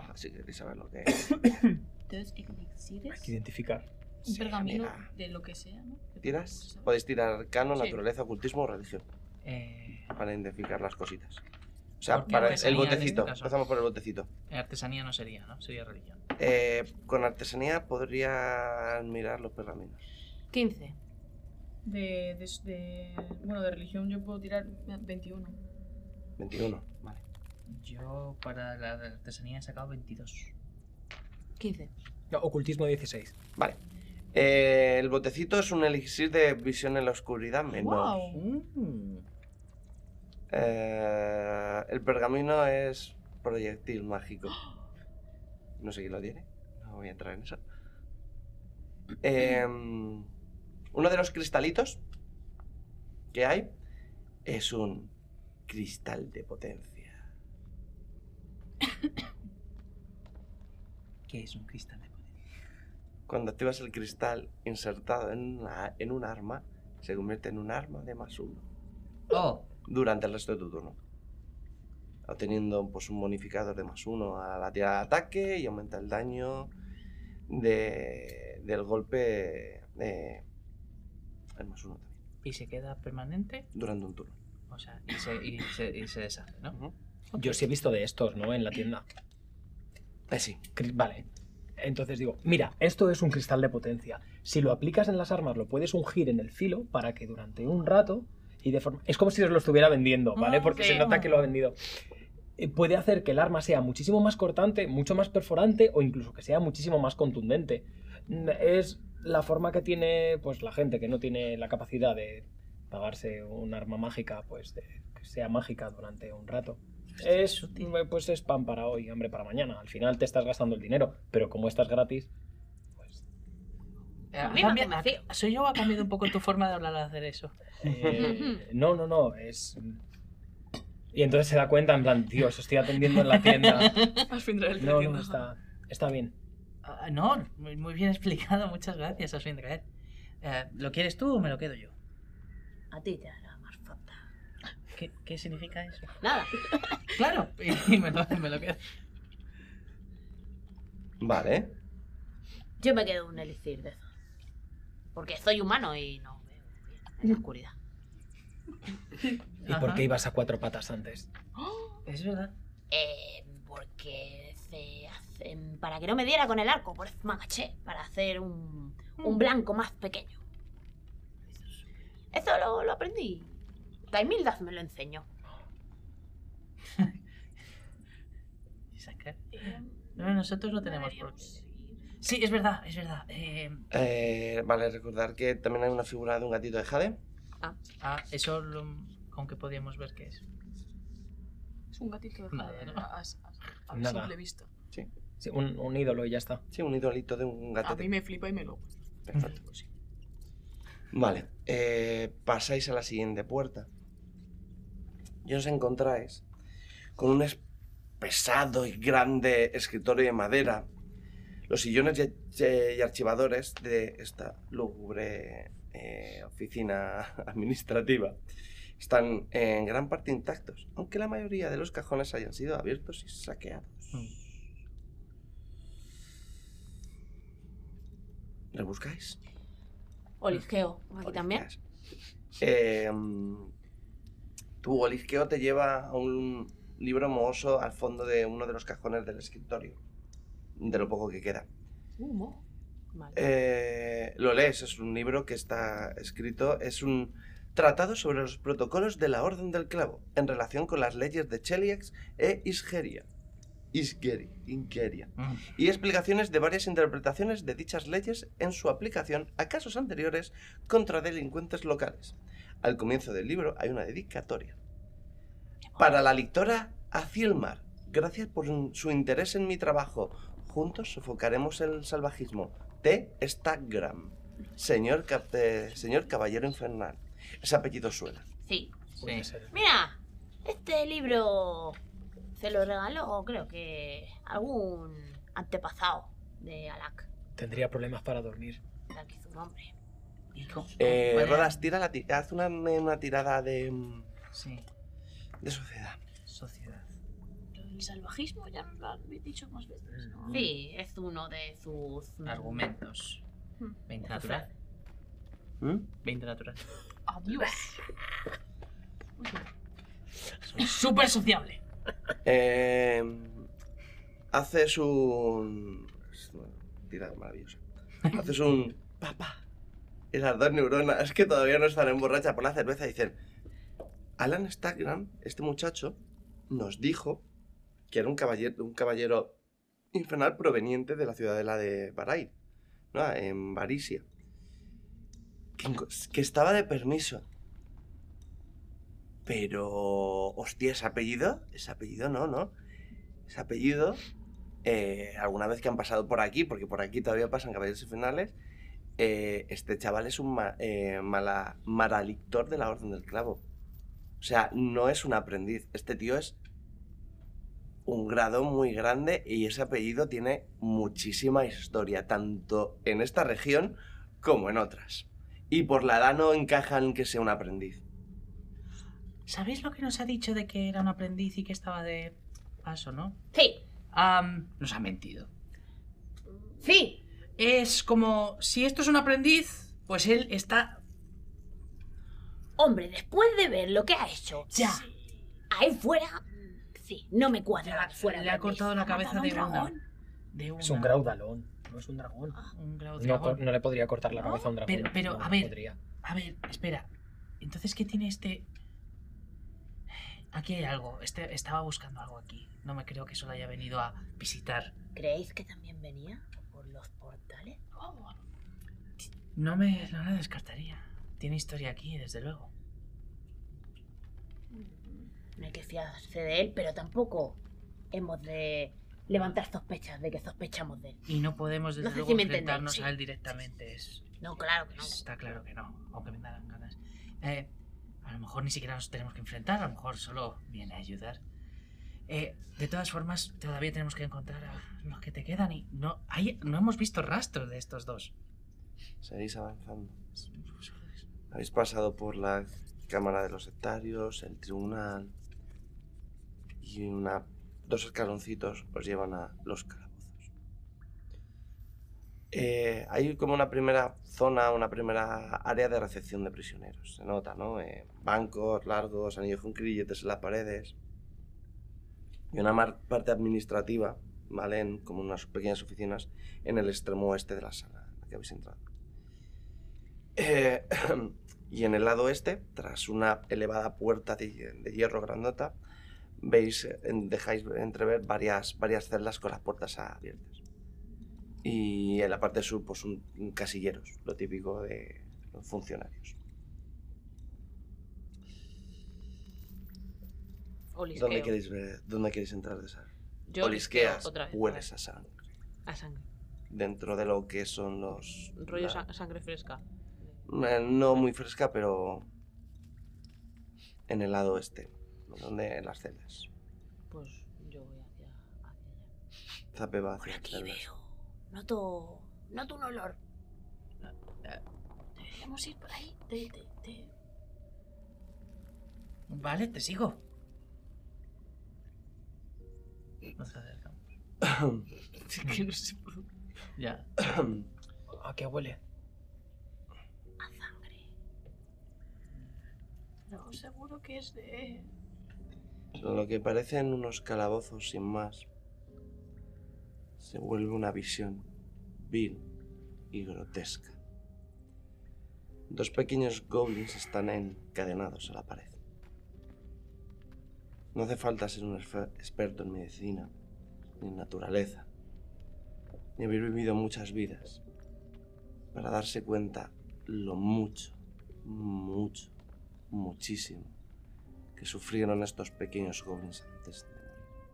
Ajá, si queréis saber lo que es. Entonces, elixires. identificar. Un pergamino amiga. de lo que sea, ¿no? Que ¿Tiras? Podéis tirar cano, Sí. naturaleza, ocultismo o religión. Eh, Para identificar las cositas. O sea, Porque para el artesanía en este botecito. caso. Empezamos por el botecito. artesanía no sería, ¿no? Sería religión. Eh, con artesanía podría mirar los pergaminos. 15. De, de, de- Bueno, de religión yo puedo tirar 21. 21. Vale. Yo para la artesanía he sacado 22. 15. No, ocultismo 16. Vale. Eh, el botecito es un elixir de visión en la oscuridad menor. Mm. Eh, el pergamino es proyectil mágico. No sé quién lo tiene. No voy a entrar en eso. Eh, uno de los cristalitos que hay es un cristal de potencia. ¿Qué es un cristal de poder? Cuando activas el cristal insertado en, una- en un arma, se convierte en un arma de más uno. Oh, durante el resto de tu turno. Obteniendo pues, un bonificador de más uno a la tirada de ataque y aumenta el daño de, del golpe eh, el más uno también, y se queda permanente, durante un turno. o sea, y se, y se, y se deshace, ¿no? Yo sí he visto de estos, ¿no? En la tienda. sí. Vale. Entonces digo, mira, esto es un cristal de potencia. Si lo aplicas en las armas, lo puedes ungir en el filo para que durante un rato y de forma... Es como si os lo estuviera vendiendo, ¿vale? Ah, Porque sí. se nota que lo ha vendido. Eh, Puede hacer que el arma sea muchísimo más cortante, mucho más perforante o incluso que sea muchísimo más contundente. Mm, Es la forma que tiene pues la gente que no tiene la capacidad de pagarse un arma mágica, pues de que sea mágica durante un rato. Es, eh, pues es pan para hoy, hambre para mañana. Al final te estás gastando el dinero, pero como estás gratis, Eh, ha Mira, cambiado- ha- soy yo o ha cambiado un poco tu forma de hablar al hacer eso. eh, no, no, no, es... Y entonces se da cuenta, en plan, Dios, estoy atendiendo en la tienda. Al fin de No, no, está, está bien. Ah, no, muy muy bien explicado, muchas gracias, Aswindraed. Eh, ¿Lo quieres tú o me lo quedo yo? A ti te hará más falta. ¿Qué, qué significa eso? Nada. Claro, y, y me, lo, me lo quedo. Vale. Yo me quedo un elixir de eso. Porque soy humano y no veo bien en la oscuridad. ¿Y por qué ibas a cuatro patas antes? Es verdad. Eh, porque se hacen- para que no me diera con el arco, por eso me agaché, para hacer un, un blanco más pequeño. Eso lo, lo aprendí. Taimildas me lo enseñó. Sacar. No, nosotros no tenemos por qué. Sí, es verdad, es verdad. Eh, Eh, vale, recordar que también hay una figura de un gatito de Jade. ah, eso lo, con que podíamos ver qué es. Es un gatito de Nada, jade. ¿no? A, a- a- a Nada. simple vista. Sí. un, un ídolo y ya está. Sí, un idolito de un A gatete. mí me flipa y me lo. Perfecto. Vale, eh, pasáis a la siguiente puerta. Y os encontráis con un es- pesado y grande escritorio de madera. Los sillones y, eh, y archivadores de esta lúgubre eh, oficina administrativa están en gran parte intactos, aunque la mayoría de los cajones hayan sido abiertos y saqueados. ¿Rebuscáis? Oligeo, aquí también. Eh, tu olisqueo te lleva a un libro mohoso al fondo de uno de los cajones del escritorio. De lo poco que queda. Humo. Eh, lo lees, es un libro que está escrito, es un tratado sobre los protocolos de la Orden del Clavo en relación con las leyes de Cheliax e Isgeria. Isgeri, Ingeria. Mm, Y explicaciones de varias interpretaciones de dichas leyes en su aplicación a casos anteriores contra delincuentes locales. Al comienzo del libro hay una dedicatoria. Para la lectora Acilmar, gracias por su interés en mi trabajo. Juntos sofocaremos el salvajismo. T. Stagram. Señor, cap- eh, señor Caballero Infernal. Ese apellido suena. Sí. Puede ser. Mira, este libro se lo regaló, creo que algún antepasado de Alak. Tendría problemas para dormir. Hizo un hombre. Eh, Vale. Rodas, tira la ti- haz una, una tirada de. mm, Sí. De sociedad. Sociedad. Lo del salvajismo ya nos lo habéis dicho más veces, ¿no? Mm. Sí, es uno de sus... Argumentos. Mm. 20 natural. ¿Mm? 20 natural. Adiós. Soy súper sociable. Eh, haces un. es una Tirada maravillosa. Haces un. Papá. Y las dos neuronas que todavía no están en borracha por la cerveza dicen: Alan Stagram, este muchacho, nos dijo que era un caballero, un caballero infernal proveniente de la ciudadela de Baray, ¿no? en Barisia. Que enco- que estaba de permiso. Pero. Hostia, ese apellido. Ese apellido no, ¿no? Ese apellido. eh, alguna vez que han pasado por aquí, porque por aquí todavía pasan caballeros infernales. eh, este chaval es un ma- eh, mala- maralictor de la Orden del Clavo. O sea, no es un aprendiz. Este tío es un grado muy grande y ese apellido tiene muchísima historia, tanto en esta región como en otras. Y por la edad no encajan que sea un aprendiz. ¿Sabéis lo que nos ha dicho de que era un aprendiz y que estaba de paso, no? Sí. nos ha mentido. Sí. Es como, si esto es un aprendiz, pues él está... Hombre, después de ver lo que ha hecho... Ya. Ahí fuera... Sí, no me cuadra. fuera Le ha cortado la cabeza de una. De Es un una. graudalón, no es un dragón. Un grau No, pues, dragón. co- no le podría cortar la cabeza a un dragón. Pero, pero, No, a no ver, podría. a ver, espera. Entonces, ¿qué tiene este...? Aquí hay algo. Este, estaba buscando algo aquí. No me creo que solo haya venido a visitar. ¿Creéis que también venía por los portales? No me no la descartaría. Tiene historia aquí, desde luego. No hay que fiarse de él, pero tampoco hemos de levantar sospechas de que sospechamos de él. Y no podemos, desde No sé luego, si me entendéis, enfrentarnos sí. a él directamente. Es- No, claro que no. Está claro que no, aunque me dan ganas. Eh, a lo mejor ni siquiera nos tenemos que enfrentar, a lo mejor solo viene a ayudar. Eh, de todas formas, todavía tenemos que encontrar a los que te quedan y no, hay, no hemos visto rastros de estos dos. Seguís avanzando. Habéis pasado por la Cámara de los Sectarios, el Tribunal y una, dos escaloncitos os llevan a los calabozos. Eh, hay como una primera zona, una primera área de recepción de prisioneros. Se nota, ¿no? Eh, bancos largos, anillos con grilletes en las paredes. Y una mar- parte administrativa, ¿vale? En como unas pequeñas oficinas en el extremo oeste de la sala en la que habéis entrado. Eh, y en el lado este, tras una elevada puerta de, hie- de hierro grandota, veis, eh, en- dejáis entrever varias, varias celdas con las puertas abiertas. Y en la parte sur, pues un, un casilleros, lo típico de los funcionarios. Olisqueo. ¿Dónde queréis, ver, ¿Dónde queréis entrar de esa? Yo Olisqueas, lisqueo otra vez, hueles a sangre. A sangre. Dentro de lo que son los... Rollo la- sa- sangre fresca. Eh, No muy fresca, pero en el lado este, donde en las celdas. Pues yo voy hacia... Zape va hacia aquí las celdas. Noto... Noto un olor. Eh, Deberíamos ir por ahí. Te, te, te- Vale, te sigo. Nos acercamos. Es que no sé por dónde. Ya. ¿A qué huele? No, seguro que es de... Lo que parecen unos calabozos sin más se vuelve una visión vil y grotesca. Dos pequeños goblins están encadenados a la pared. No hace falta ser un esfe- experto en medicina, ni en naturaleza, ni haber vivido muchas vidas para darse cuenta lo mucho, mucho, muchísimo que sufrieron estos pequeños goblins antes de morir.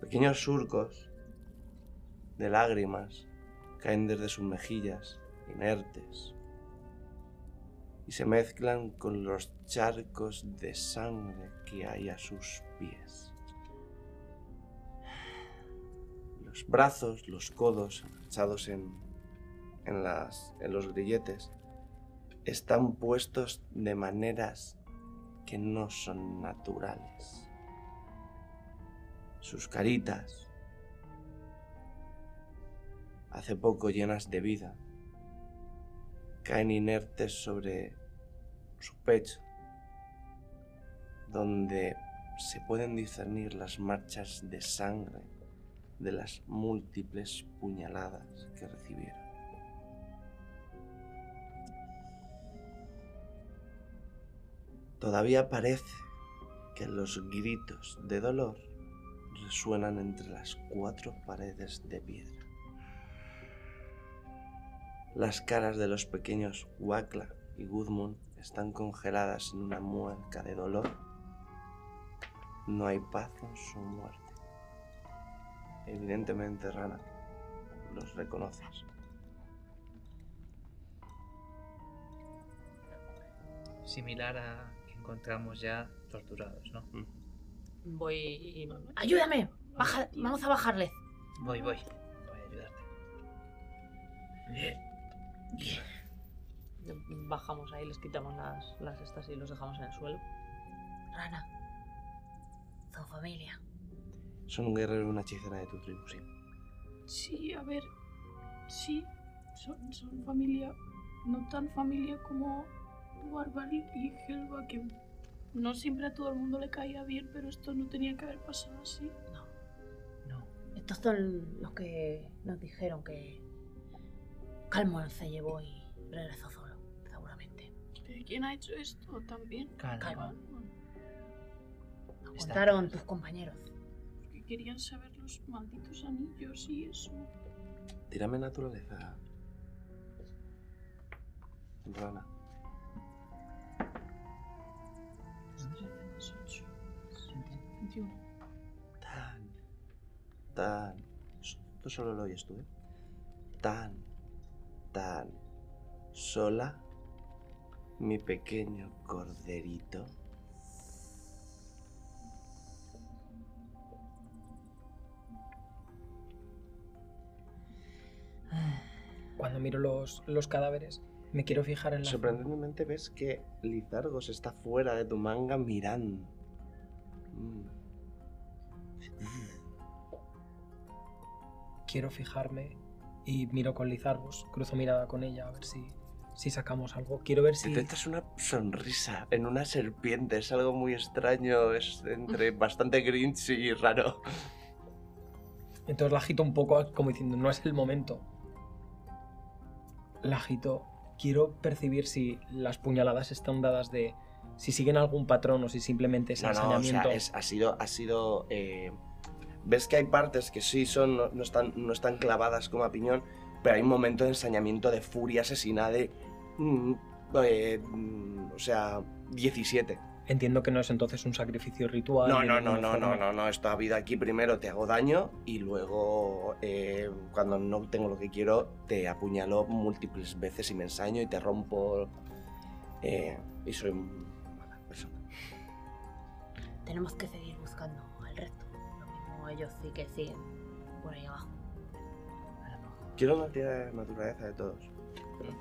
Pequeños surcos de lágrimas caen desde sus mejillas, inertes, y se mezclan con los charcos de sangre que hay a sus pies. Los los brazos, los codos echados en, en, las, en los grilletes, están puestos de maneras que no son naturales. Sus caritas, hace poco llenas de vida, caen inertes sobre su pecho, donde se pueden discernir las marchas de sangre de las múltiples puñaladas que recibieron. Todavía parece que los gritos de dolor resuenan entre las cuatro paredes de piedra. Las caras de los pequeños Wakla y Gudmund están congeladas en una mueca de dolor. No hay paz en su muerte. Evidentemente, Rana, los reconoces. Similar a que encontramos ya torturados, ¿no? Voy. ¡Ayúdame! Baja- Vamos a bajarle. Voy, voy. Voy a ayudarte. Bajamos ahí, les quitamos las, las estas y los dejamos en el suelo. Rana. Tu familia. Son un guerrero y una hechicera de tu tribu, sí. Sí, a ver. Sí, son, son familia. No tan familia como Warval y Helva, que no siempre a todo el mundo le caía bien, pero esto no tenía que haber pasado así. Estos son los que nos dijeron que Calmon se llevó y regresó solo, seguramente. ¿Pero quién ha hecho esto también? Calma. Nos Contaron tus compañeros. Porque querían saber los malditos anillos y eso. Tírame naturaleza. Rana. Tan. Tan. Esto solo lo oyes tú, ¿eh? Tan. Tan. Sola. Mi pequeño corderito. Cuando miro los, los cadáveres, me quiero fijar en la... Sorprendentemente ves que Lizargos está fuera de tu manga mirando. Mm. Quiero fijarme y miro con Lizarbos, cruzo mirada con ella a ver si, si sacamos algo. Quiero ver si... Detectas una sonrisa en una serpiente, es algo muy extraño, es entre bastante grinch y raro. Entonces la agito un poco como diciendo, no es el momento. La agito. Quiero percibir si las puñaladas están dadas de... Si siguen algún patrón o si simplemente es No, no, o sea, ensañamiento. es- ha sido, ha sido. eh, ves que hay partes que sí son, no, no están, no están clavadas como a piñón, pero hay un momento de ensañamiento de furia asesina de. mm, eh, mm, o sea, 17. Entiendo que no es entonces un sacrificio ritual. No, ni no, de no, ninguna no, no, forma. no, no, esta vida aquí primero te hago daño y luego eh, cuando no tengo lo que quiero te apuñalo múltiples veces y me ensaño y te rompo eh, y soy una mala persona. Tenemos que seguir buscando al resto. Lo mismo ellos sí que siguen por ahí abajo. Quiero una tira de naturaleza de todos. Pero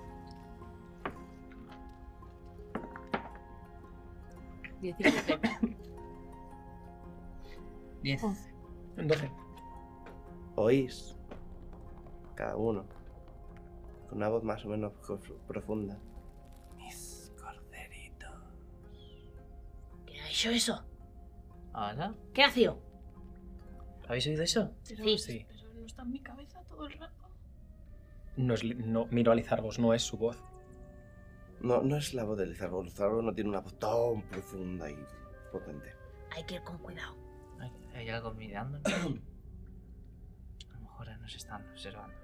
17. 10. Oh. 12. Oís, cada uno, con una voz más o menos prof- profunda. Mis corderitos. ¿Quién ha hecho eso? ¿Ahora? ¿Qué ha sido? ¿Habéis oído eso? Pero, Sí. pero no está en mi cabeza todo el rato. No es li- no, miro a Lizarbos, no es su voz. No, no es la voz de Lizardo, Lizardo no tiene una voz tan profunda y potente. Hay que ir con cuidado. Hay, hay algo mirándonos. A lo mejor nos están observando.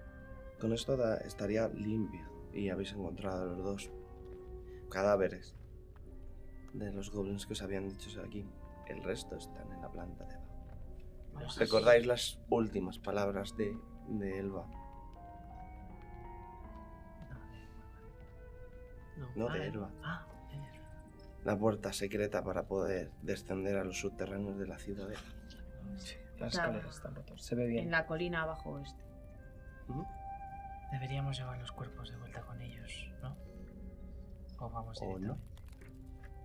Con esto da- estaría limpia y habéis encontrado los dos cadáveres de los goblins que os habían dicho aquí. El resto están en la planta de abajo. Vamos a- ¿Recordáis las últimas palabras de, de Elba? No, de Ah, Elba. Ah, La puerta secreta para poder descender a los subterráneos de la ciudadela. Las Claro. escaleras están rotas. Se ve En bien. la colina abajo este. Deberíamos llevar los cuerpos de vuelta con ellos, ¿no? O vamos ¿O no?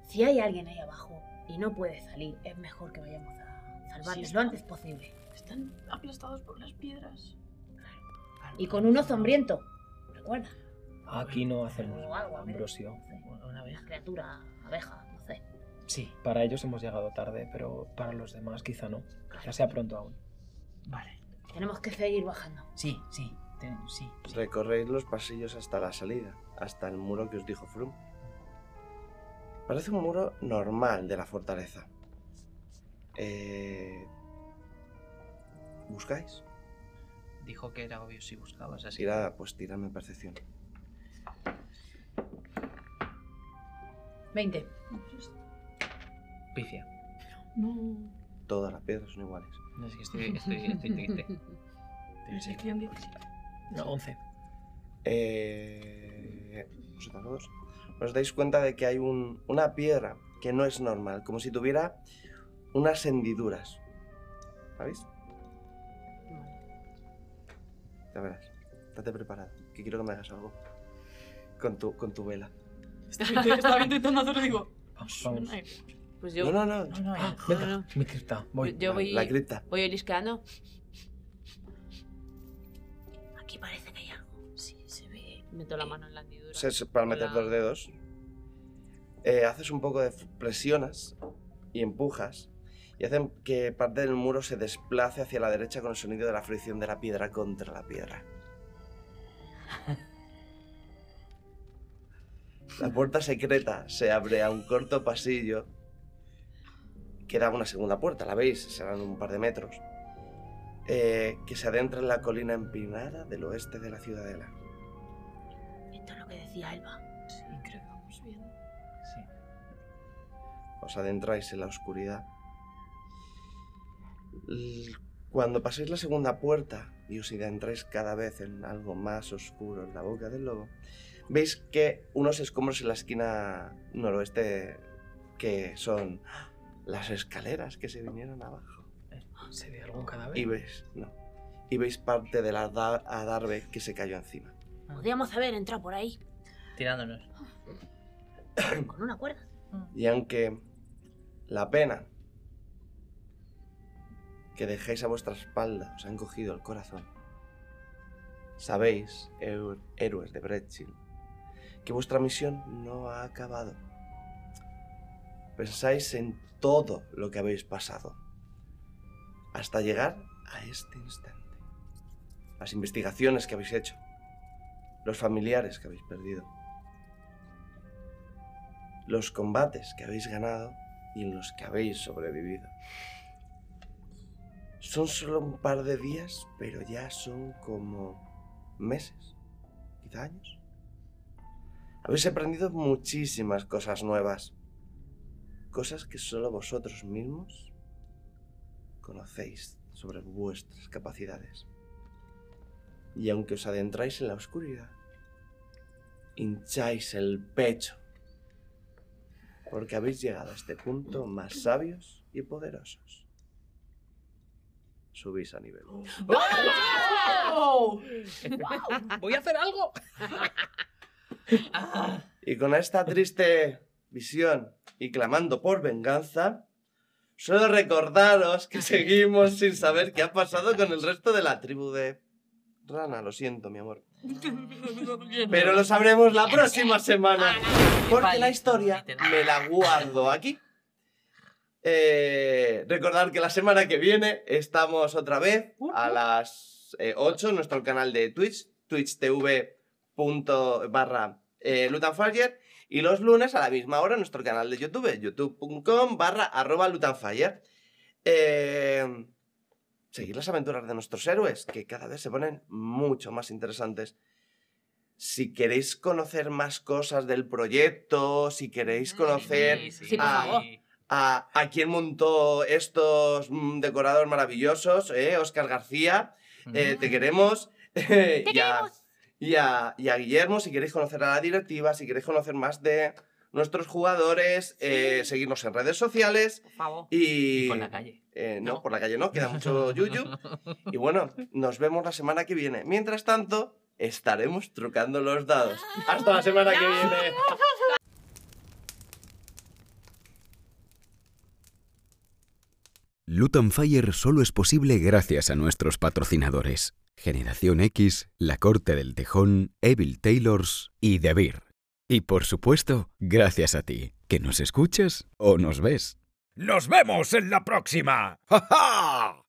Si hay alguien ahí abajo y no puede salir, es mejor que vayamos a salvarles Sí. lo antes posible. Están aplastados por las piedras. Y con uno sombriento. Recuerda, Aquí no hacemos O algo, ¿eh? a ver. ambrosio. Una vez. criatura, abeja, no sé. Sí, para ellos hemos llegado tarde, pero para los demás quizá no. Quizá sea pronto aún. Vale. Tenemos que seguir bajando. Sí, sí, te- sí. Recorréis los pasillos hasta la salida, hasta el muro que os dijo Frum. Parece un muro normal de la fortaleza. Eh, ¿Buscáis? Dijo que era obvio si buscabas así. Tira, pues tiradme percepción. 20. Pifia. No. Todas las piedras son iguales. No es que estoy, estoy, estoy triste. Estoy seco. Estoy en 17. No, 11. Eh, vosotros dos, os dais cuenta de que hay un- una piedra que no es normal, como si tuviera unas hendiduras. ¿Sabéis? Ya verás. Estate preparado, que quiero que me hagas algo. Con tu, con tu vela. Estaba estaba intentando hacerlo, digo. Vamos, vamos. "Ay, Pues yo. No, no, no. Ah, Venga, no, no. mi cripta, voy. Yo voy. La cripta. Voy olisqueando. Aquí parece que hay algo. Sí, se ve. Eh, Meto la mano en la hendidura. Se- se- para meter Hola. dos dedos. Eh, haces un poco de f- presionas y empujas y hacen que parte del muro se desplace hacia la derecha con el sonido de la fricción de la piedra contra la piedra. La puerta secreta se abre a un corto pasillo que da a una segunda puerta, la veis, serán un par de metros, eh, que se adentra en la colina empinada del oeste de la ciudadela. Esto es lo que decía Elba. Sí, creo que vamos bien. os adentráis en la oscuridad. L- Cuando paséis la segunda puerta y os adentráis cada vez en algo más oscuro, en la boca del lobo, veis que unos escombros en la esquina noroeste que son las escaleras que se vinieron abajo. ¿Se ve algún cadáver? Y veis, no. Y veis parte del ada- adarve que se cayó encima. Ah. Podríamos haber entrado por ahí Tirándonos. con una cuerda. Y aunque la pena que dejáis a vuestra espalda os ha encogido el corazón, sabéis, héro- héroes de Bretchill, que vuestra misión no ha acabado. Pensáis en todo lo que habéis pasado hasta llegar a este instante. Las investigaciones que habéis hecho, los familiares que habéis perdido, los combates que habéis ganado y en los que habéis sobrevivido. Son solo un par de días, pero ya son como meses, quizá años. Habéis aprendido muchísimas cosas nuevas, cosas que solo vosotros mismos conocéis sobre vuestras capacidades. Y aunque os adentráis en la oscuridad, hincháis el pecho porque habéis llegado a este punto más sabios y poderosos. Subís a nivel. uno. ¡Voy a hacer algo! Y con esta triste visión y clamando por venganza, solo recordaros que seguimos sin saber qué ha pasado con el resto de la tribu de Rana. Lo siento, mi amor. Pero lo sabremos la próxima Ah, semana. Porque la historia me la guardo aquí. Eh, recordad que la semana que viene estamos otra vez a las eh, 8 en nuestro canal de Twitch, twitch.tv punto barra eh, Lutanfire. Y los lunes a la misma hora en nuestro canal de YouTube, youtube.com barra arroba Lutanfire. Eh, seguid las aventuras de nuestros héroes, que cada vez se ponen mucho más interesantes. Si queréis conocer más cosas del proyecto, si queréis conocer Sí, por a, Eh, favor. a, a quién montó estos mm, decorados maravillosos, ¿eh? Oscar García, eh, te queremos. eh, y, a, y a- y a Guillermo, si queréis conocer a la directiva, si queréis conocer más de nuestros jugadores, eh, seguirnos en redes sociales. Por favor. Y, Y por la calle. Eh, no, por la calle no, queda mucho yuyu. Y bueno, nos vemos la semana que viene. Mientras tanto, estaremos trucando los dados. Hasta la semana que viene. Luton Fire solo es posible gracias a nuestros patrocinadores. Generación X, La Corte del Tejón, Evil Taylors y The Beer. Y por supuesto, gracias a ti, que nos escuchas o nos ves. Nos vemos en la próxima. ¡Ja, ja!